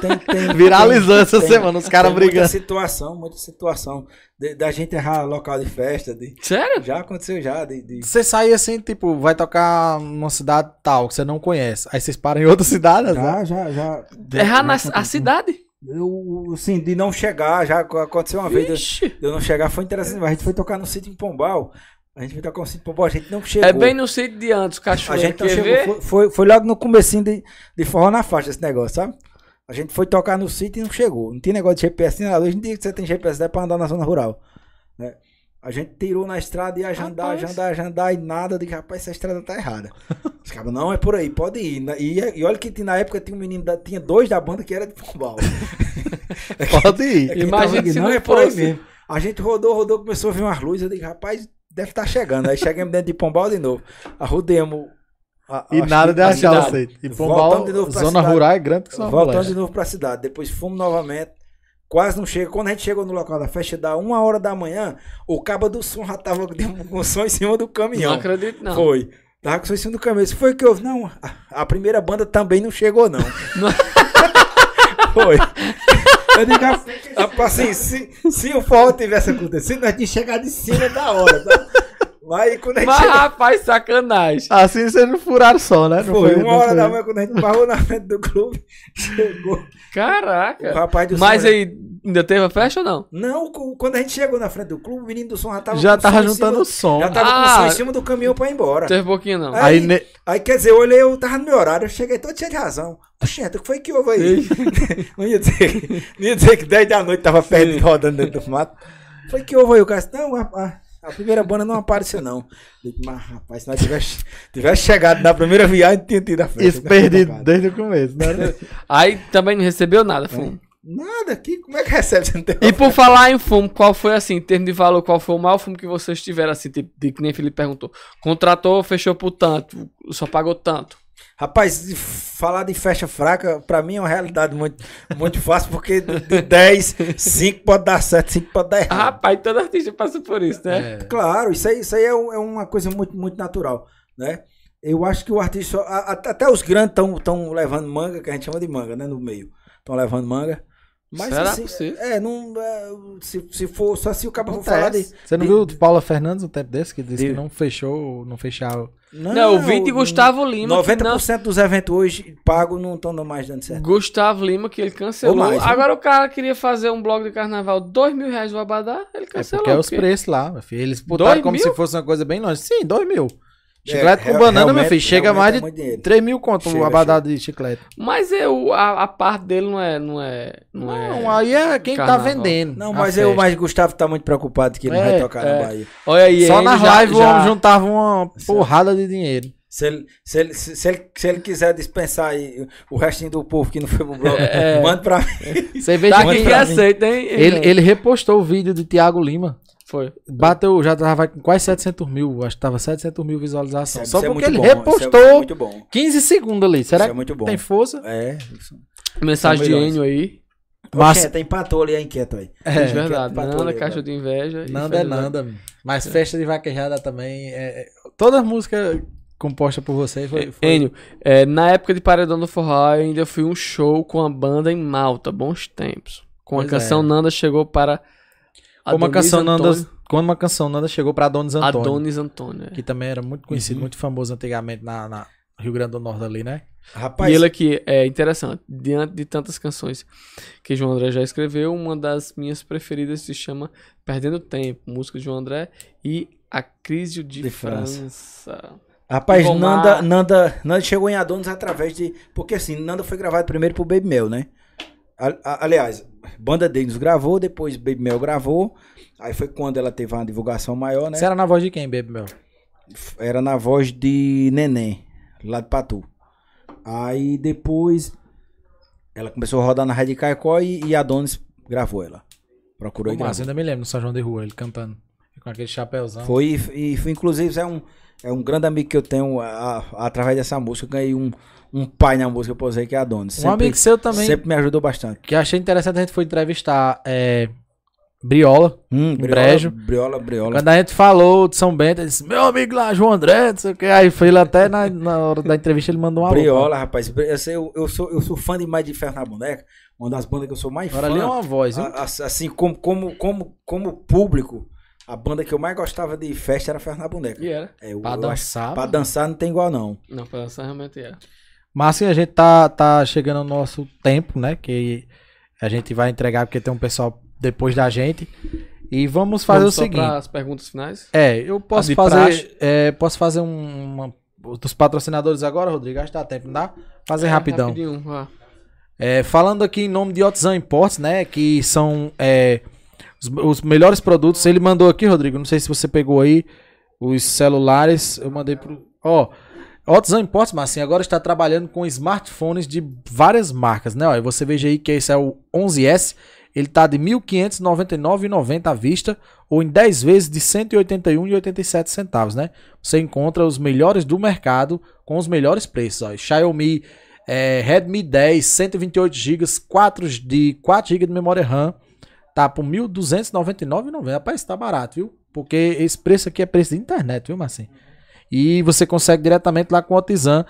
S3: Tem, <laughs> tem,
S2: Viralizou
S3: tem-
S2: essa
S3: tem-
S2: semana, os caras
S3: tem muita
S2: brigando.
S3: situação, muita situação. de- da gente errar local de festa. de-
S1: Sério?
S3: já aconteceu já. De, de-
S2: Você sai assim, tipo, vai tocar numa cidade tal que você não conhece. Aí vocês param em outra cidade, né?
S3: já, já, já.
S1: Errar na
S3: já
S1: a cidade?
S3: Eu, assim, de não chegar, já aconteceu uma vez.
S1: Vixe!
S3: de eu não chegar foi interessante. mas A gente foi tocar no sítio em Pombal. A gente foi tocar no sítio em Pombal, a gente não chegou.
S1: É bem no sítio de antes,
S3: A
S1: cachoeira.
S3: gente não
S1: Quer
S3: chegou.
S1: ver?
S3: Foi, foi, foi logo no comecinho de, de forró na faixa esse negócio, sabe? A gente foi tocar no sítio e não chegou. Não tem negócio de GPS nem nada. Hoje em dia que você tem GPS, dá pra andar na zona rural. Né? A gente tirou na estrada e ia jandar,
S1: Rapaz.
S3: jandar, jandar e nada. Eu Digo, rapaz, essa estrada tá errada. Os caras, não, é por aí, pode ir. Na- E, e olha que tinha- na época tinha um menino, da- tinha dois da banda que era de Pombal.
S2: Pode ir.
S3: Aqui
S1: Imagina
S3: tava-
S1: se não
S3: é por aí
S1: fosse.
S3: mesmo. A gente rodou, rodou, começou a vir umas luzes. Eu digo, rapaz, deve estar chegando. Aí chegamos dentro de Pombal de novo. Arrudemos. a-
S2: E
S3: a-
S2: nada de achar
S1: cidade.
S2: você. E
S3: Voltando
S2: Pombal,
S3: de novo pra
S2: zona
S3: cidade.
S2: rural é grande que só
S3: Voltamos de novo pra cidade. Depois fomos novamente. Quase não chega. Quando a gente chegou no local da festa, dá uma hora da manhã, o cabo do som já tava com- com <laughs> o som em cima do
S1: Não
S3: caminhão.
S1: acredito, não.
S3: Foi. Tava com o som em cima do caminhão. Isso foi o que houve. Não, a, a primeira banda também não chegou, não. <laughs> foi. Eu digo, "Ah, rapaz, assim, se, se o forró tivesse acontecido, nós tínhamos chegado em cima da hora. Tá? Mas quando a gente
S1: Mas,
S3: chegou,
S1: rapaz, sacanagem.
S2: Assim vocês não furaram só, né? Não
S3: foi uma
S2: não
S3: hora
S2: foi-
S3: da manhã, quando a gente parou na frente do clube, chegou o
S1: Caraca.
S3: rapaz do som
S1: Mas
S3: já-
S1: aí, ainda teve a festa ou não?
S3: Não, cu- quando a gente chegou na frente do clube, o menino do som já tava
S2: Já
S3: com o som
S2: tava
S3: em cima
S2: juntando
S3: do-
S2: o som.
S3: Já tava com o som
S1: Ah.
S3: em cima do caminhão pra ir embora.
S1: Teve pouquinho, não.
S3: É.
S2: Aí,
S3: Aí-
S2: ne-
S3: Aí, quer dizer, eu olhei, eu tava no meu horário, eu cheguei todo cheio de razão. Oxenta, o que foi que houve aí? <laughs> não, ia dizer, que- não ia dizer que 10 da noite tava perto rodando dentro do mato. Foi que houve aí, o cara disse, não, a, a- a primeira banda não apareceu, não. Eu disse, mas, rapaz, se nós tivesse, tivesse chegado na primeira viagem, tinha tido a festa.
S2: isso perdido desde o começo, né?
S1: Aí também não recebeu nada,
S3: É.
S1: fumo.
S3: Nada, que, como é que recebe? Você não tem
S1: E por falar em fumo, qual foi assim, em termos de valor, qual foi o maior fumo que vocês tiveram, assim, tipo, de, que nem Felipe perguntou? Contratou, fechou por tanto, só pagou tanto.
S3: Rapaz, de falar de festa fraca, pra mim é uma realidade muito, muito fácil, porque de de 10, 5 pode dar certo, 5 pode dar errado.
S1: Rapaz, todo artista passa por isso, né?
S2: É.
S3: Claro, isso aí, isso aí é, um- é uma coisa muito, muito natural, né? Eu acho que o artista. a- a- até os grandes estão levando manga, que a gente chama de manga, né? No meio. Estão levando manga. Mas
S1: Será
S3: assim,
S1: possível?
S3: É, não. é, se, se for. Só se o cara for falar de.
S1: Acontece.
S2: Você não
S3: de-
S2: viu o de Paula Fernandes um tempo desse que disse
S3: de-
S2: que não fechou, não fechava. É,
S1: Não, o Vinte Gustavo Lima. que
S3: 90% dos eventos hoje pagos não estão mais dando
S1: não-
S3: certo.
S1: Gustavo Lima, que ele cancelou.
S3: Ou mais, né?
S1: Agora o cara queria fazer um blog de carnaval, dois mil reais o Abadá, ele
S2: É
S1: cancelou.
S2: porque é os
S1: porque-
S2: preços lá, meu filho. Eles botaram
S1: Dois
S2: como
S1: mil?
S2: se fosse uma coisa bem longe. Sim, dois mil.
S3: É,
S2: Chiclete com
S3: real-
S2: banana, meu
S3: realmente-
S2: filho, chega
S3: realmente
S2: mais
S3: é
S2: de
S3: muito dinheiro.
S2: 3 mil conto o
S3: Chega,
S2: abadá de chiclete.
S1: Mas eu, a, a parte dele não é. Não, é, não, é...
S2: Não, aí é quem
S1: Carnaval.
S2: tá vendendo.
S3: Não,
S2: a
S3: mas eu,
S2: festa.
S3: mas Gustavo tá muito preocupado que ele não
S2: É,
S3: vai tocar
S1: é.
S3: na Bahia.
S1: Olha aí,
S2: Só
S1: ele
S2: nas
S1: já-
S2: lives o
S1: já-
S2: homem juntava uma porrada de dinheiro.
S3: Se ele, se, ele, se, se ele, se ele quiser dispensar aí o restinho do povo que não foi pro bloco,
S1: É.
S3: manda pra mim.
S2: Você veja
S1: Tá
S2: que
S1: aqui
S3: pra mim.
S1: aceita, hein?
S2: ele, ele repostou o vídeo de Tiago Lima.
S1: Foi.
S2: Bateu, já tava com quase 700 mil, acho que tava 700 mil visualização. Só
S3: Isso é
S2: porque
S3: muito
S2: ele
S3: bom, isso é-
S2: repostou
S3: Isso é muito bom.
S2: 15 segundos ali. Será
S3: Isso é muito
S2: que
S3: bom.
S2: tem força?
S3: É, isso.
S1: Mensagem de
S3: São milhões.
S1: Enio aí.
S2: Mas-
S3: Mas... Oxenta, empatou ali a inquieta aí.
S1: É,
S3: Inquieta né?
S1: verdade.
S3: empatou
S1: Nanda,
S3: ali,
S1: caixa de inveja. e
S2: Nanda né? é
S1: feliz-
S2: Nanda. meu. Mas festa de vaquejada também. É, é- toda música composta por você foi. foi-
S1: Enio, é, na época de Paredão do Forró, eu ainda fui um show com a banda em Malta, bons tempos. Com a
S2: Pois
S1: canção
S2: é.
S1: Nanda chegou para
S2: Como uma
S1: Adonis
S2: canção Nanda,
S1: Antônio-
S2: quando uma canção Nanda chegou pra Adonis Uhum. Antônio,
S1: Adonis Antônio. é.
S2: que também era muito conhecido, muito famoso antigamente na, na Rio Grande do Norte ali, né?
S3: Rapaz,
S1: E ele aqui é interessante. Diante de tantas canções que João André já escreveu, uma das minhas preferidas se chama Perdendo Tempo, música de João André e A Crise de,
S3: De França.
S1: França.
S3: rapaz
S1: Ivomar.
S3: Nanda, Nanda, Nanda chegou em Adonis através de. Porque assim, Nanda foi gravado primeiro pro Baby Mel, né? A- a- aliás, Banda Denis gravou, depois Baby Mel gravou. Aí foi quando ela teve uma divulgação maior, né?
S2: Você era na voz de quem, Baby Mel?
S3: Era na voz de Neném, lá de Patu. Aí depois ela começou a rodar na Rádio Caicó e, e Adonis gravou ela. Procurou e
S2: Mas
S3: gravou.
S2: ainda me lembro, no São João de Rua, ele cantando. Com aquele chapéuzão.
S3: Foi e, foi- inclusive é um é um grande amigo que eu tenho a- a- através dessa música, eu ganhei um um pai na música que eu usei que é Adonis.
S2: Um amigo seu também,
S3: Sempre me ajudou bastante.
S2: que eu achei interessante, a gente foi entrevistar é, Briola.
S3: Hum,
S2: Um Brejo. um é
S3: Briola, Briola.
S2: Quando a gente falou de São Bento, ele disse, meu amigo lá, João André, não sei o que. Aí foi lá até na, na hora da entrevista, ele mandou uma
S3: Briola, rapaz. Bri- Eu, sei- eu, eu sou, eu sou fã demais de Ferro na Boneca. Uma das bandas que eu sou mais
S2: Agora
S3: fã.
S2: ali é uma voz, viu?
S3: A- a- assim, como, como, como, como público, a banda que eu mais gostava de festa era Ferro na Boneca.
S1: E era.
S3: É, eu,
S2: pra
S3: eu acho-
S2: dançar. né?
S3: pra
S2: mano.
S3: dançar não tem igual, não.
S1: Não, pra dançar realmente era.
S2: Mas assim, a gente tá, tá chegando ao nosso tempo, né? Que a gente vai entregar, porque tem um pessoal depois da gente. E vamos fazer
S1: Vamos
S2: o
S1: só
S2: seguinte.
S1: Para as perguntas finais?
S2: É, eu posso
S1: de
S2: fazer.
S1: praxe.
S2: é, posso fazer um- uma. Dos patrocinadores agora, Rodrigo, acho que dá tempo, não dá? Fazer
S1: É,
S2: rapidão.
S1: rapidinho, vá.
S2: É, falando aqui em nome de Otzan Imports, né? Que são é, os, os melhores produtos. Ele mandou aqui, Rodrigo. Não sei se você pegou aí os celulares. Eu mandei pro. Ó. Otzan Imports, Marcinho, agora está trabalhando com smartphones de várias marcas, né? Ó, e você veja aí que esse é o 11S. Ele tá de R$ 1.599,90 à vista ou em 10 vezes de R$ 181,87, né? Você encontra os melhores do mercado com os melhores preços. Ó. E Xiaomi é, Redmi 10, 128 GB, 4 de 4 GB de memória RAM, tá por R$ 1.299,90. Rapaz, tá barato, viu? Porque esse preço aqui é preço de internet, viu, Marcinho? E você consegue diretamente lá com o Otizan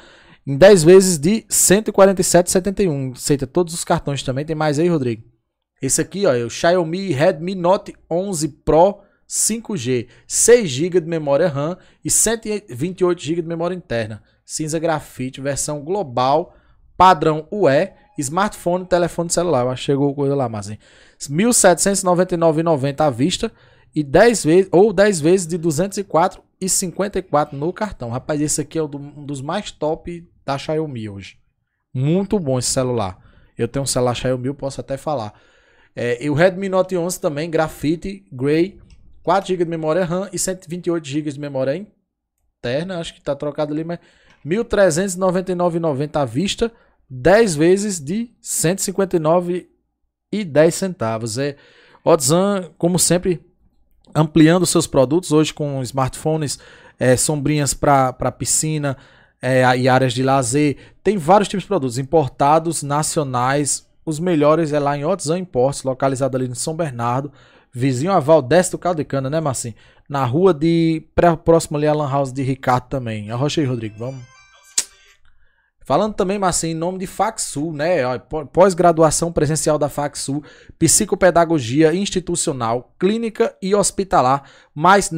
S2: em 10 vezes de R$ 147,71. Aceita todos os cartões também. Tem mais aí, Rodrigo? Esse aqui, ó, é o Xiaomi Redmi Note 11 Pro 5G, 6 GB de memória RAM e 128 GB de memória interna. Cinza grafite, versão global, padrão UE, smartphone, telefone celular. Eu acho que chegou coisa lá, mas hein. 1.799,90 à vista e 10 vezes ou 10 vezes de 204,54 no cartão. Rapaz, esse aqui é o do- um dos mais top da Xiaomi hoje. Muito bom esse celular. Eu tenho um celular Xiaomi, eu posso até falar. É, e o Redmi Note 11 também, grafite, grey, 4 GB de memória RAM e 128 GB de memória interna, acho que tá trocado ali, mas 1.399,90 à vista, 10 vezes de 159,10 centavos. É, Otzan, como sempre, ampliando seus produtos, hoje com smartphones, é, sombrinhas para piscina é, e áreas de lazer, tem vários tipos de produtos, importados, nacionais, os melhores é lá em Otzan Imports, localizado ali em São Bernardo, Vizinho a Valdés do Caldo de Cana, né, Marcinho? Na rua de. Pra, próximo ali a Lan House de Ricardo também. Arrocha aí, Rodrigo, vamos. Falando também, Marcinho, em nome de Faxul, né? ó, pó- Pós-graduação presencial da Faxul, psicopedagogia institucional, clínica e hospitalar, mais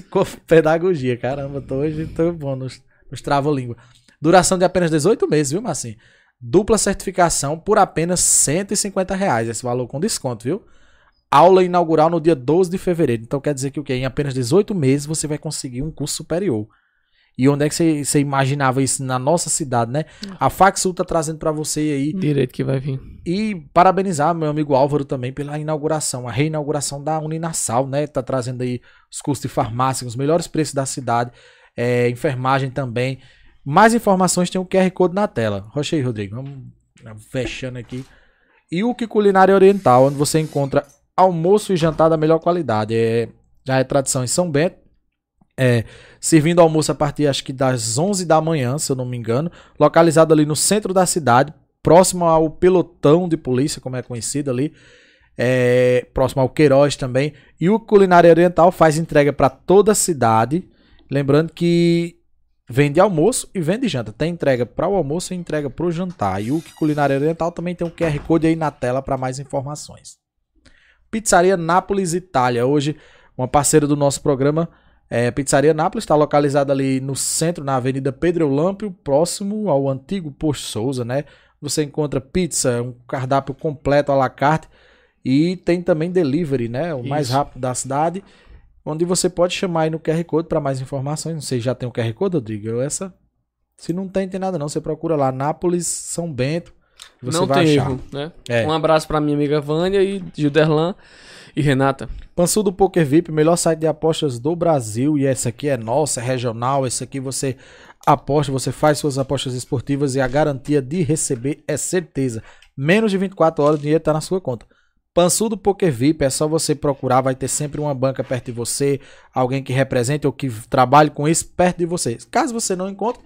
S2: neuropsicopedagogia. Caramba, tô hoje tô bom nos, nos trava-língua. Duração de apenas 18 meses, viu, Marcinho? Dupla certificação por apenas 150 reais. Esse valor com desconto, viu? Aula inaugural no dia 12 de fevereiro. Então quer dizer que o quê? Em apenas 18 meses você vai conseguir um curso superior. E onde é que você, você imaginava isso na nossa cidade, né? A Faxul tá trazendo para você aí
S1: Direito que vai vir.
S2: e parabenizar meu amigo Álvaro também pela inauguração, a reinauguração da Uninasal, né? Tá trazendo aí os cursos de farmácia, os melhores preços da cidade, é, enfermagem também. Mais informações tem o QR Code na tela. Rocha aí, Rodrigo. Vamos né, fechando aqui. E o que culinária oriental, onde você encontra almoço e jantar da melhor qualidade. É, já é tradição em São Bento. É, servindo almoço a partir acho que das 11 da manhã, se eu não me engano, localizado ali no centro da cidade, próximo ao pelotão de polícia, como é conhecido ali, é, próximo ao Queiroz também. E o Culinária Oriental faz entrega para toda a cidade, lembrando que vende almoço e vende janta. Tem entrega para o almoço e entrega para o jantar. E o Culinária Oriental também tem um QR Code aí na tela para mais informações. Pizzaria Nápoles Itália, hoje uma parceira do nosso programa. É, Pizzaria Nápoles está localizada ali no centro, na Avenida Pedro Eulâmpio, próximo ao antigo Posto Souza, né? Você encontra pizza, um cardápio completo à la carte e tem também delivery, né? O mais
S1: Isso.
S2: rápido da cidade, onde você pode chamar aí no QR Code para mais informações. Não sei se já tem o QR Code, Rodrigo, ou essa? Se não tem, tem nada não. Você procura lá, Nápoles, São Bento, você
S1: não
S2: vai
S1: tem
S2: achar.
S1: erro, né?
S2: É.
S1: Um abraço pra minha amiga Vânia e Gilderlan e Renata.
S2: Pansu do Poker VIP, melhor site de apostas do Brasil. E essa aqui é nossa, é regional. Esse aqui você aposta, você faz suas apostas esportivas e a garantia de receber é certeza. Menos de 24 horas o dinheiro está na sua conta. Pansu do Poker VIP é só você procurar, vai ter sempre uma banca perto de você, alguém que represente ou que trabalhe com isso perto de você. Caso você não encontre,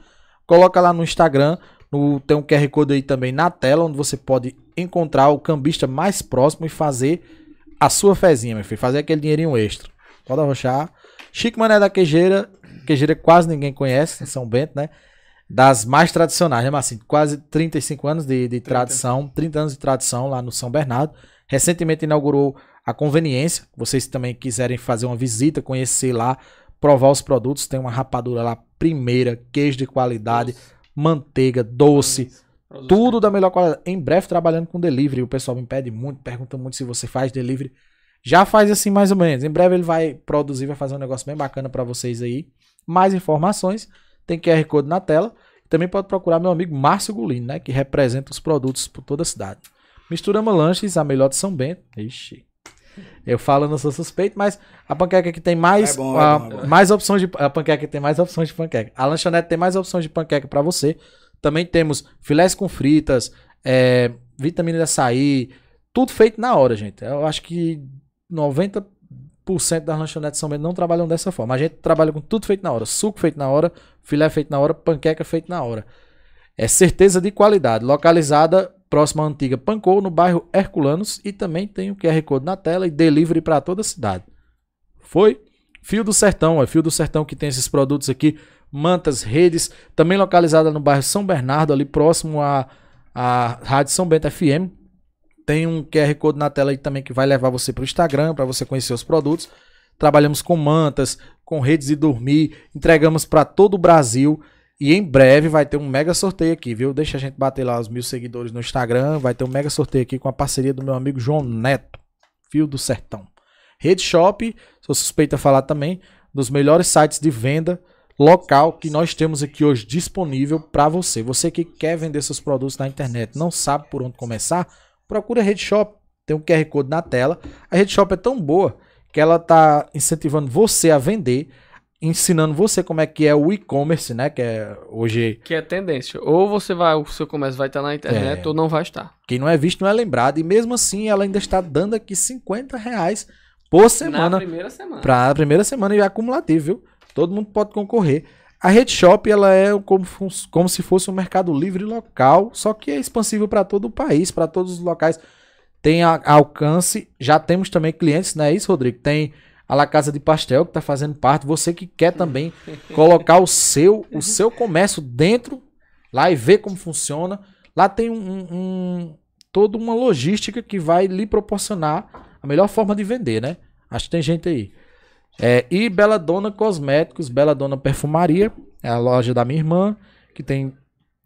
S2: coloca lá no Instagram, no, tem um QR Code aí também na tela, onde você pode encontrar o cambista mais próximo e fazer a sua fezinha, meu filho. Fazer aquele dinheirinho extra. Pode arrochar. Chico Mané da Quejeira. Quejeira quase ninguém conhece, em São Bento, né? Das mais tradicionais, né, Marcinho? Quase 35 anos de, de tradição, 30 anos de tradição lá no São Bernardo. Recentemente inaugurou a conveniência. Vocês também quiserem fazer uma visita, conhecer lá, provar os produtos. Tem uma rapadura lá, primeira, queijo de qualidade, manteiga, doce. Tudo da melhor qualidade. Em breve trabalhando com delivery. O pessoal me pede muito, pergunta muito se você faz delivery. Já faz assim mais ou menos. Em breve ele vai produzir, vai fazer um negócio bem bacana pra vocês aí. Mais informações, tem QR Code na tela. Também pode procurar meu amigo Márcio Gulino, né? Que representa os produtos por toda a cidade. Misturama Lanches, a melhor de São Bento. Ixi. Eu falo, não sou suspeito, mas a panqueca que tem mais,
S4: É bom, é
S2: a-
S4: bom, é bom.
S2: mais opções de a panqueca que tem mais opções de panqueca. A lanchonete tem mais opções de panqueca pra você. Também temos filés com fritas, é, vitamina de açaí, tudo feito na hora, gente. Eu acho que 90% das lanchonetes de São Bento não trabalham dessa forma. A gente trabalha com tudo feito na hora, suco feito na hora, filé feito na hora, panqueca feito na hora. É certeza de qualidade. Localizada próxima à antiga Pancou, no bairro Herculanos. E também tem o QR Code na tela e delivery para toda a cidade. Foi? Fio do Sertão, é Fio do Sertão que tem esses produtos aqui. Mantas, redes, também localizada no bairro São Bernardo, ali próximo à, à Rádio São Bento FM. Tem um QR Code na tela aí também que vai levar você para o Instagram, para você conhecer os produtos. Trabalhamos com mantas, com redes de dormir, entregamos para todo o Brasil. E em breve vai ter um mega sorteio aqui, viu? Deixa a gente bater lá os mil seguidores no Instagram. Vai ter um mega sorteio aqui com a parceria do meu amigo João Neto, Fio do Sertão. Rede Shop, sou suspeito a falar também, dos melhores sites de venda local que nós temos aqui hoje disponível para você. Você que quer vender seus produtos na internet, não sabe por onde começar, procura a Rede Shop. Tem um QR Code na tela. A Rede Shop é tão boa que ela tá incentivando você a vender, ensinando você como é que é o e-commerce, né? Que é hoje
S1: Que é tendência. Ou você vai, o seu comércio vai estar na internet
S2: É.
S1: ou não vai estar.
S2: Quem não é visto não é lembrado. E mesmo assim, ela ainda está dando aqui 50 reais por
S1: Na
S2: semana
S1: primeira semana.
S2: para a primeira semana e é acumulativo, viu? Todo mundo pode concorrer. A Rede Shop ela é como, fun- como um se fosse um mercado livre local, só que é expansível para todo o país, para todos os locais. tem a- alcance. Já temos também clientes, não é isso, Rodrigo? Tem a La Casa de Pastel que está fazendo parte. Você que quer também colocar o seu, o seu comércio dentro lá e ver como funciona. Lá tem um, um- um- toda uma logística que vai lhe proporcionar a melhor forma de vender, né? Acho que tem gente aí. É, e Bela Dona Cosméticos, Bela Dona Perfumaria, é a loja da minha irmã, que tem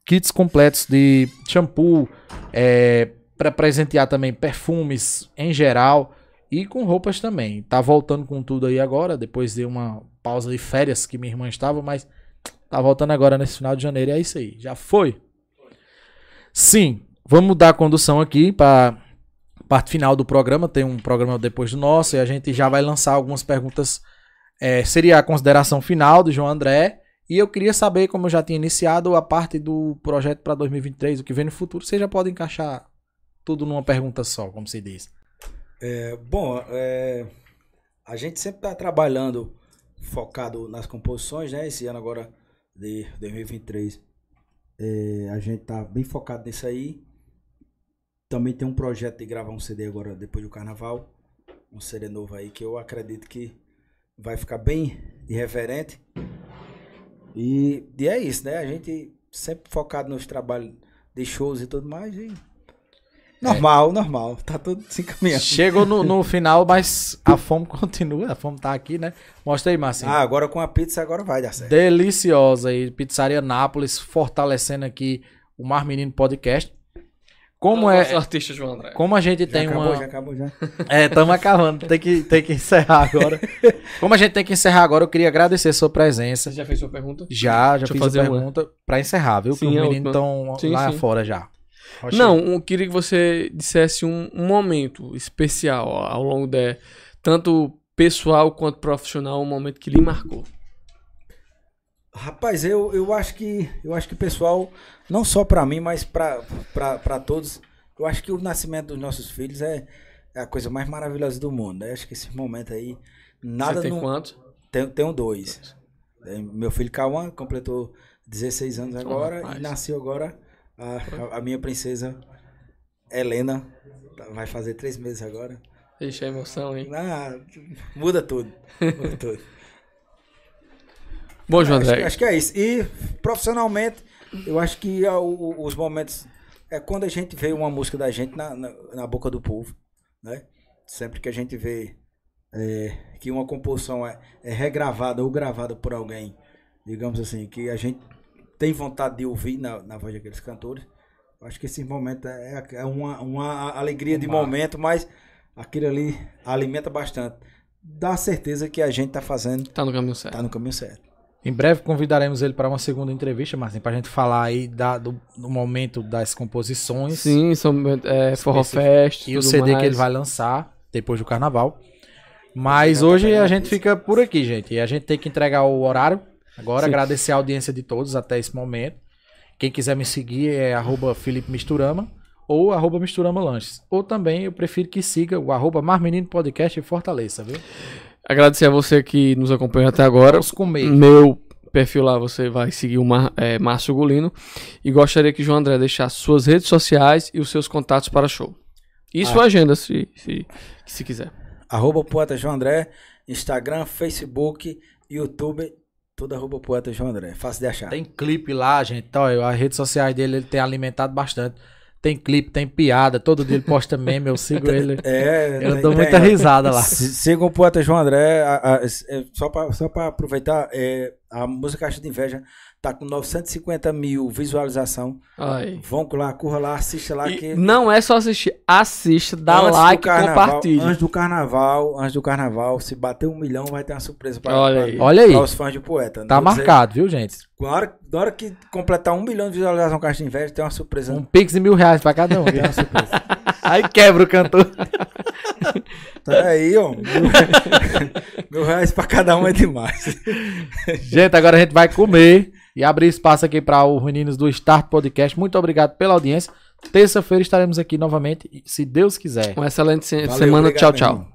S2: kits completos de shampoo, é, para presentear também perfumes em geral e com roupas também. Tá voltando com tudo aí agora, depois de uma pausa de férias que minha irmã estava, mas tá voltando agora nesse final de janeiro e é isso aí. Já foi? Sim, vamos mudar a condução aqui para parte final do programa. Tem um programa depois do nosso e a gente já vai lançar algumas perguntas. É, seria a consideração final do João André. E eu queria saber, como eu já tinha iniciado, a parte do projeto para 2023, o que vem no futuro. Você já pode encaixar tudo numa pergunta só, como se diz.
S3: Bom, é, a gente sempre está trabalhando focado nas composições, né? Esse ano agora de 2023, é, a gente está bem focado nisso aí. Também tem um projeto de gravar um CD agora depois do Carnaval, um CD novo aí que eu acredito que vai ficar bem irreverente. E, e é isso, né? A gente sempre focado nos trabalhos de shows e tudo mais. E... Normal, normal. Tá tudo se encaminhando.
S2: Chegou no, no final, mas a fome <laughs> continua, a fome tá aqui, né? Mostra aí, Marcinho.
S3: Ah, agora com a pizza agora vai dar certo.
S2: Deliciosa aí, Pizzaria Nápoles, fortalecendo aqui o Mar Menino Podcast. Como
S1: Fala,
S2: é,
S1: nosso artista João André.
S2: como a gente
S3: Já
S2: tem
S3: acabou,
S2: uma
S3: já acabou, já.
S2: É, estamos acabando, tem que tem que encerrar
S3: <laughs>
S2: agora. Como a gente tem que encerrar agora, eu queria agradecer a sua presença.
S1: Você já fez sua pergunta?
S2: Já, já
S1: Deixa eu
S2: fiz
S1: fazer
S2: a
S1: uma.
S2: pergunta pra encerrar, viu?
S1: Sim,
S2: que
S1: é
S2: os
S1: a
S2: meninos estão
S1: Sim,
S2: lá
S1: sim.
S2: fora já. Rocha.
S1: Não, eu queria que você dissesse um, um momento especial ó, ao longo da. Tanto pessoal quanto profissional, um momento que lhe marcou.
S3: Rapaz, eu, eu acho que eu acho que o pessoal, não só pra mim, mas pra pra- pra todos, eu acho que o nascimento dos nossos filhos é, é a coisa mais maravilhosa do mundo. né? Eu acho que esse momento aí, nada
S1: você tem
S3: não-
S1: quanto?
S3: Tenho, tenho dois. É, Meu filho Cauã completou 16 anos agora
S1: rapaz.
S3: e nasceu agora a, a- a minha princesa Helena. Tá- Vai fazer três meses agora.
S1: Deixa a é emoção, hein?
S3: Ah, muda tudo. Muda tudo.
S1: Bom, João
S3: Acho,
S1: André.
S3: acho que é isso. E profissionalmente, eu acho que ah, o- o- os momentos. É quando a gente vê uma música da gente na, na, na boca do povo. Né? Sempre que a gente vê é, que uma composição é, é regravada ou gravada por alguém, digamos assim, que a gente tem vontade de ouvir na, na voz daqueles cantores. Eu acho que esse momento é, é uma, uma alegria
S1: Um
S3: de momento, mas aquilo ali alimenta bastante. Dá certeza que a gente tá fazendo,
S1: Tá no caminho certo.
S3: tá no caminho certo.
S2: Em breve convidaremos ele para uma segunda entrevista, Marcinho, pra gente falar aí da- do, do momento das composições
S1: Sim, são é, Forró
S2: Específico.
S1: Fest.
S2: e
S1: tudo
S2: o CD
S1: mais.
S2: que ele vai lançar depois do carnaval. Mas hoje a gente fica por aqui, gente. E a gente tem que entregar o horário. Agora,
S1: Sim.
S2: agradecer a audiência de todos até esse momento. Quem quiser me seguir é arroba Felipe Misturama ou arroba Misturama Lanches. Ou também eu prefiro que siga o arroba Mar Menino Podcast e Fortaleça, viu?
S1: Agradecer a você que nos acompanhou até agora.
S2: Vamos comer.
S1: Meu perfil lá você vai seguir o Mar, é, Márcio Golino. E gostaria que o João André deixasse suas redes sociais e os seus contatos para show. E
S3: Ah.
S1: sua agenda, se, se, se quiser.
S3: Arroba o Poeta João André, Instagram, Facebook, YouTube, tudo arroba o Poeta João André. Fácil de achar.
S2: Tem clipe lá, gente. Então, eu- as redes sociais dele ele tem alimentado bastante. Tem clipe, tem piada. Todo dia ele posta meme, eu sigo ele.
S3: É,
S2: Eu
S3: tem-
S2: dou
S3: tem.
S2: muita risada lá.
S3: S- Sigam o Poeta João André, a- a- s- é, só para só pra aproveitar, é, a música Caixa de Inveja tá com 950 mil visualização.
S1: Aí.
S3: Vão lá, curra lá, assista lá.
S1: E
S3: que
S1: não é só assistir, assista, dá
S3: Tá antes do
S1: like,
S3: carnaval-
S1: compartilha.
S3: Antes do carnaval, antes do carnaval, se bater um milhão vai ter uma surpresa para
S1: Olha aí.
S2: Olha aí.
S3: os fãs de Poeta. né?
S2: Tá
S3: Vou dizer-
S2: marcado, viu, gente?
S3: Na hora, na hora que completar um milhão de visualização Caixa de Inveja, tem uma surpresa.
S2: Um pix de mil reais pra cada um. tem uma surpresa. Aí quebra o cantor.
S3: Tá aí, ó. <laughs> Mil, mil reais pra cada um é demais.
S2: Gente, agora a gente vai comer e abrir espaço aqui para os meninos do Start Podcast. Muito obrigado pela audiência. Terça-feira estaremos aqui novamente, se Deus quiser.
S1: Uma excelente se-
S3: Valeu,
S1: semana.
S3: obrigado,
S1: Tchau,
S3: meu
S1: tchau.
S3: irmão.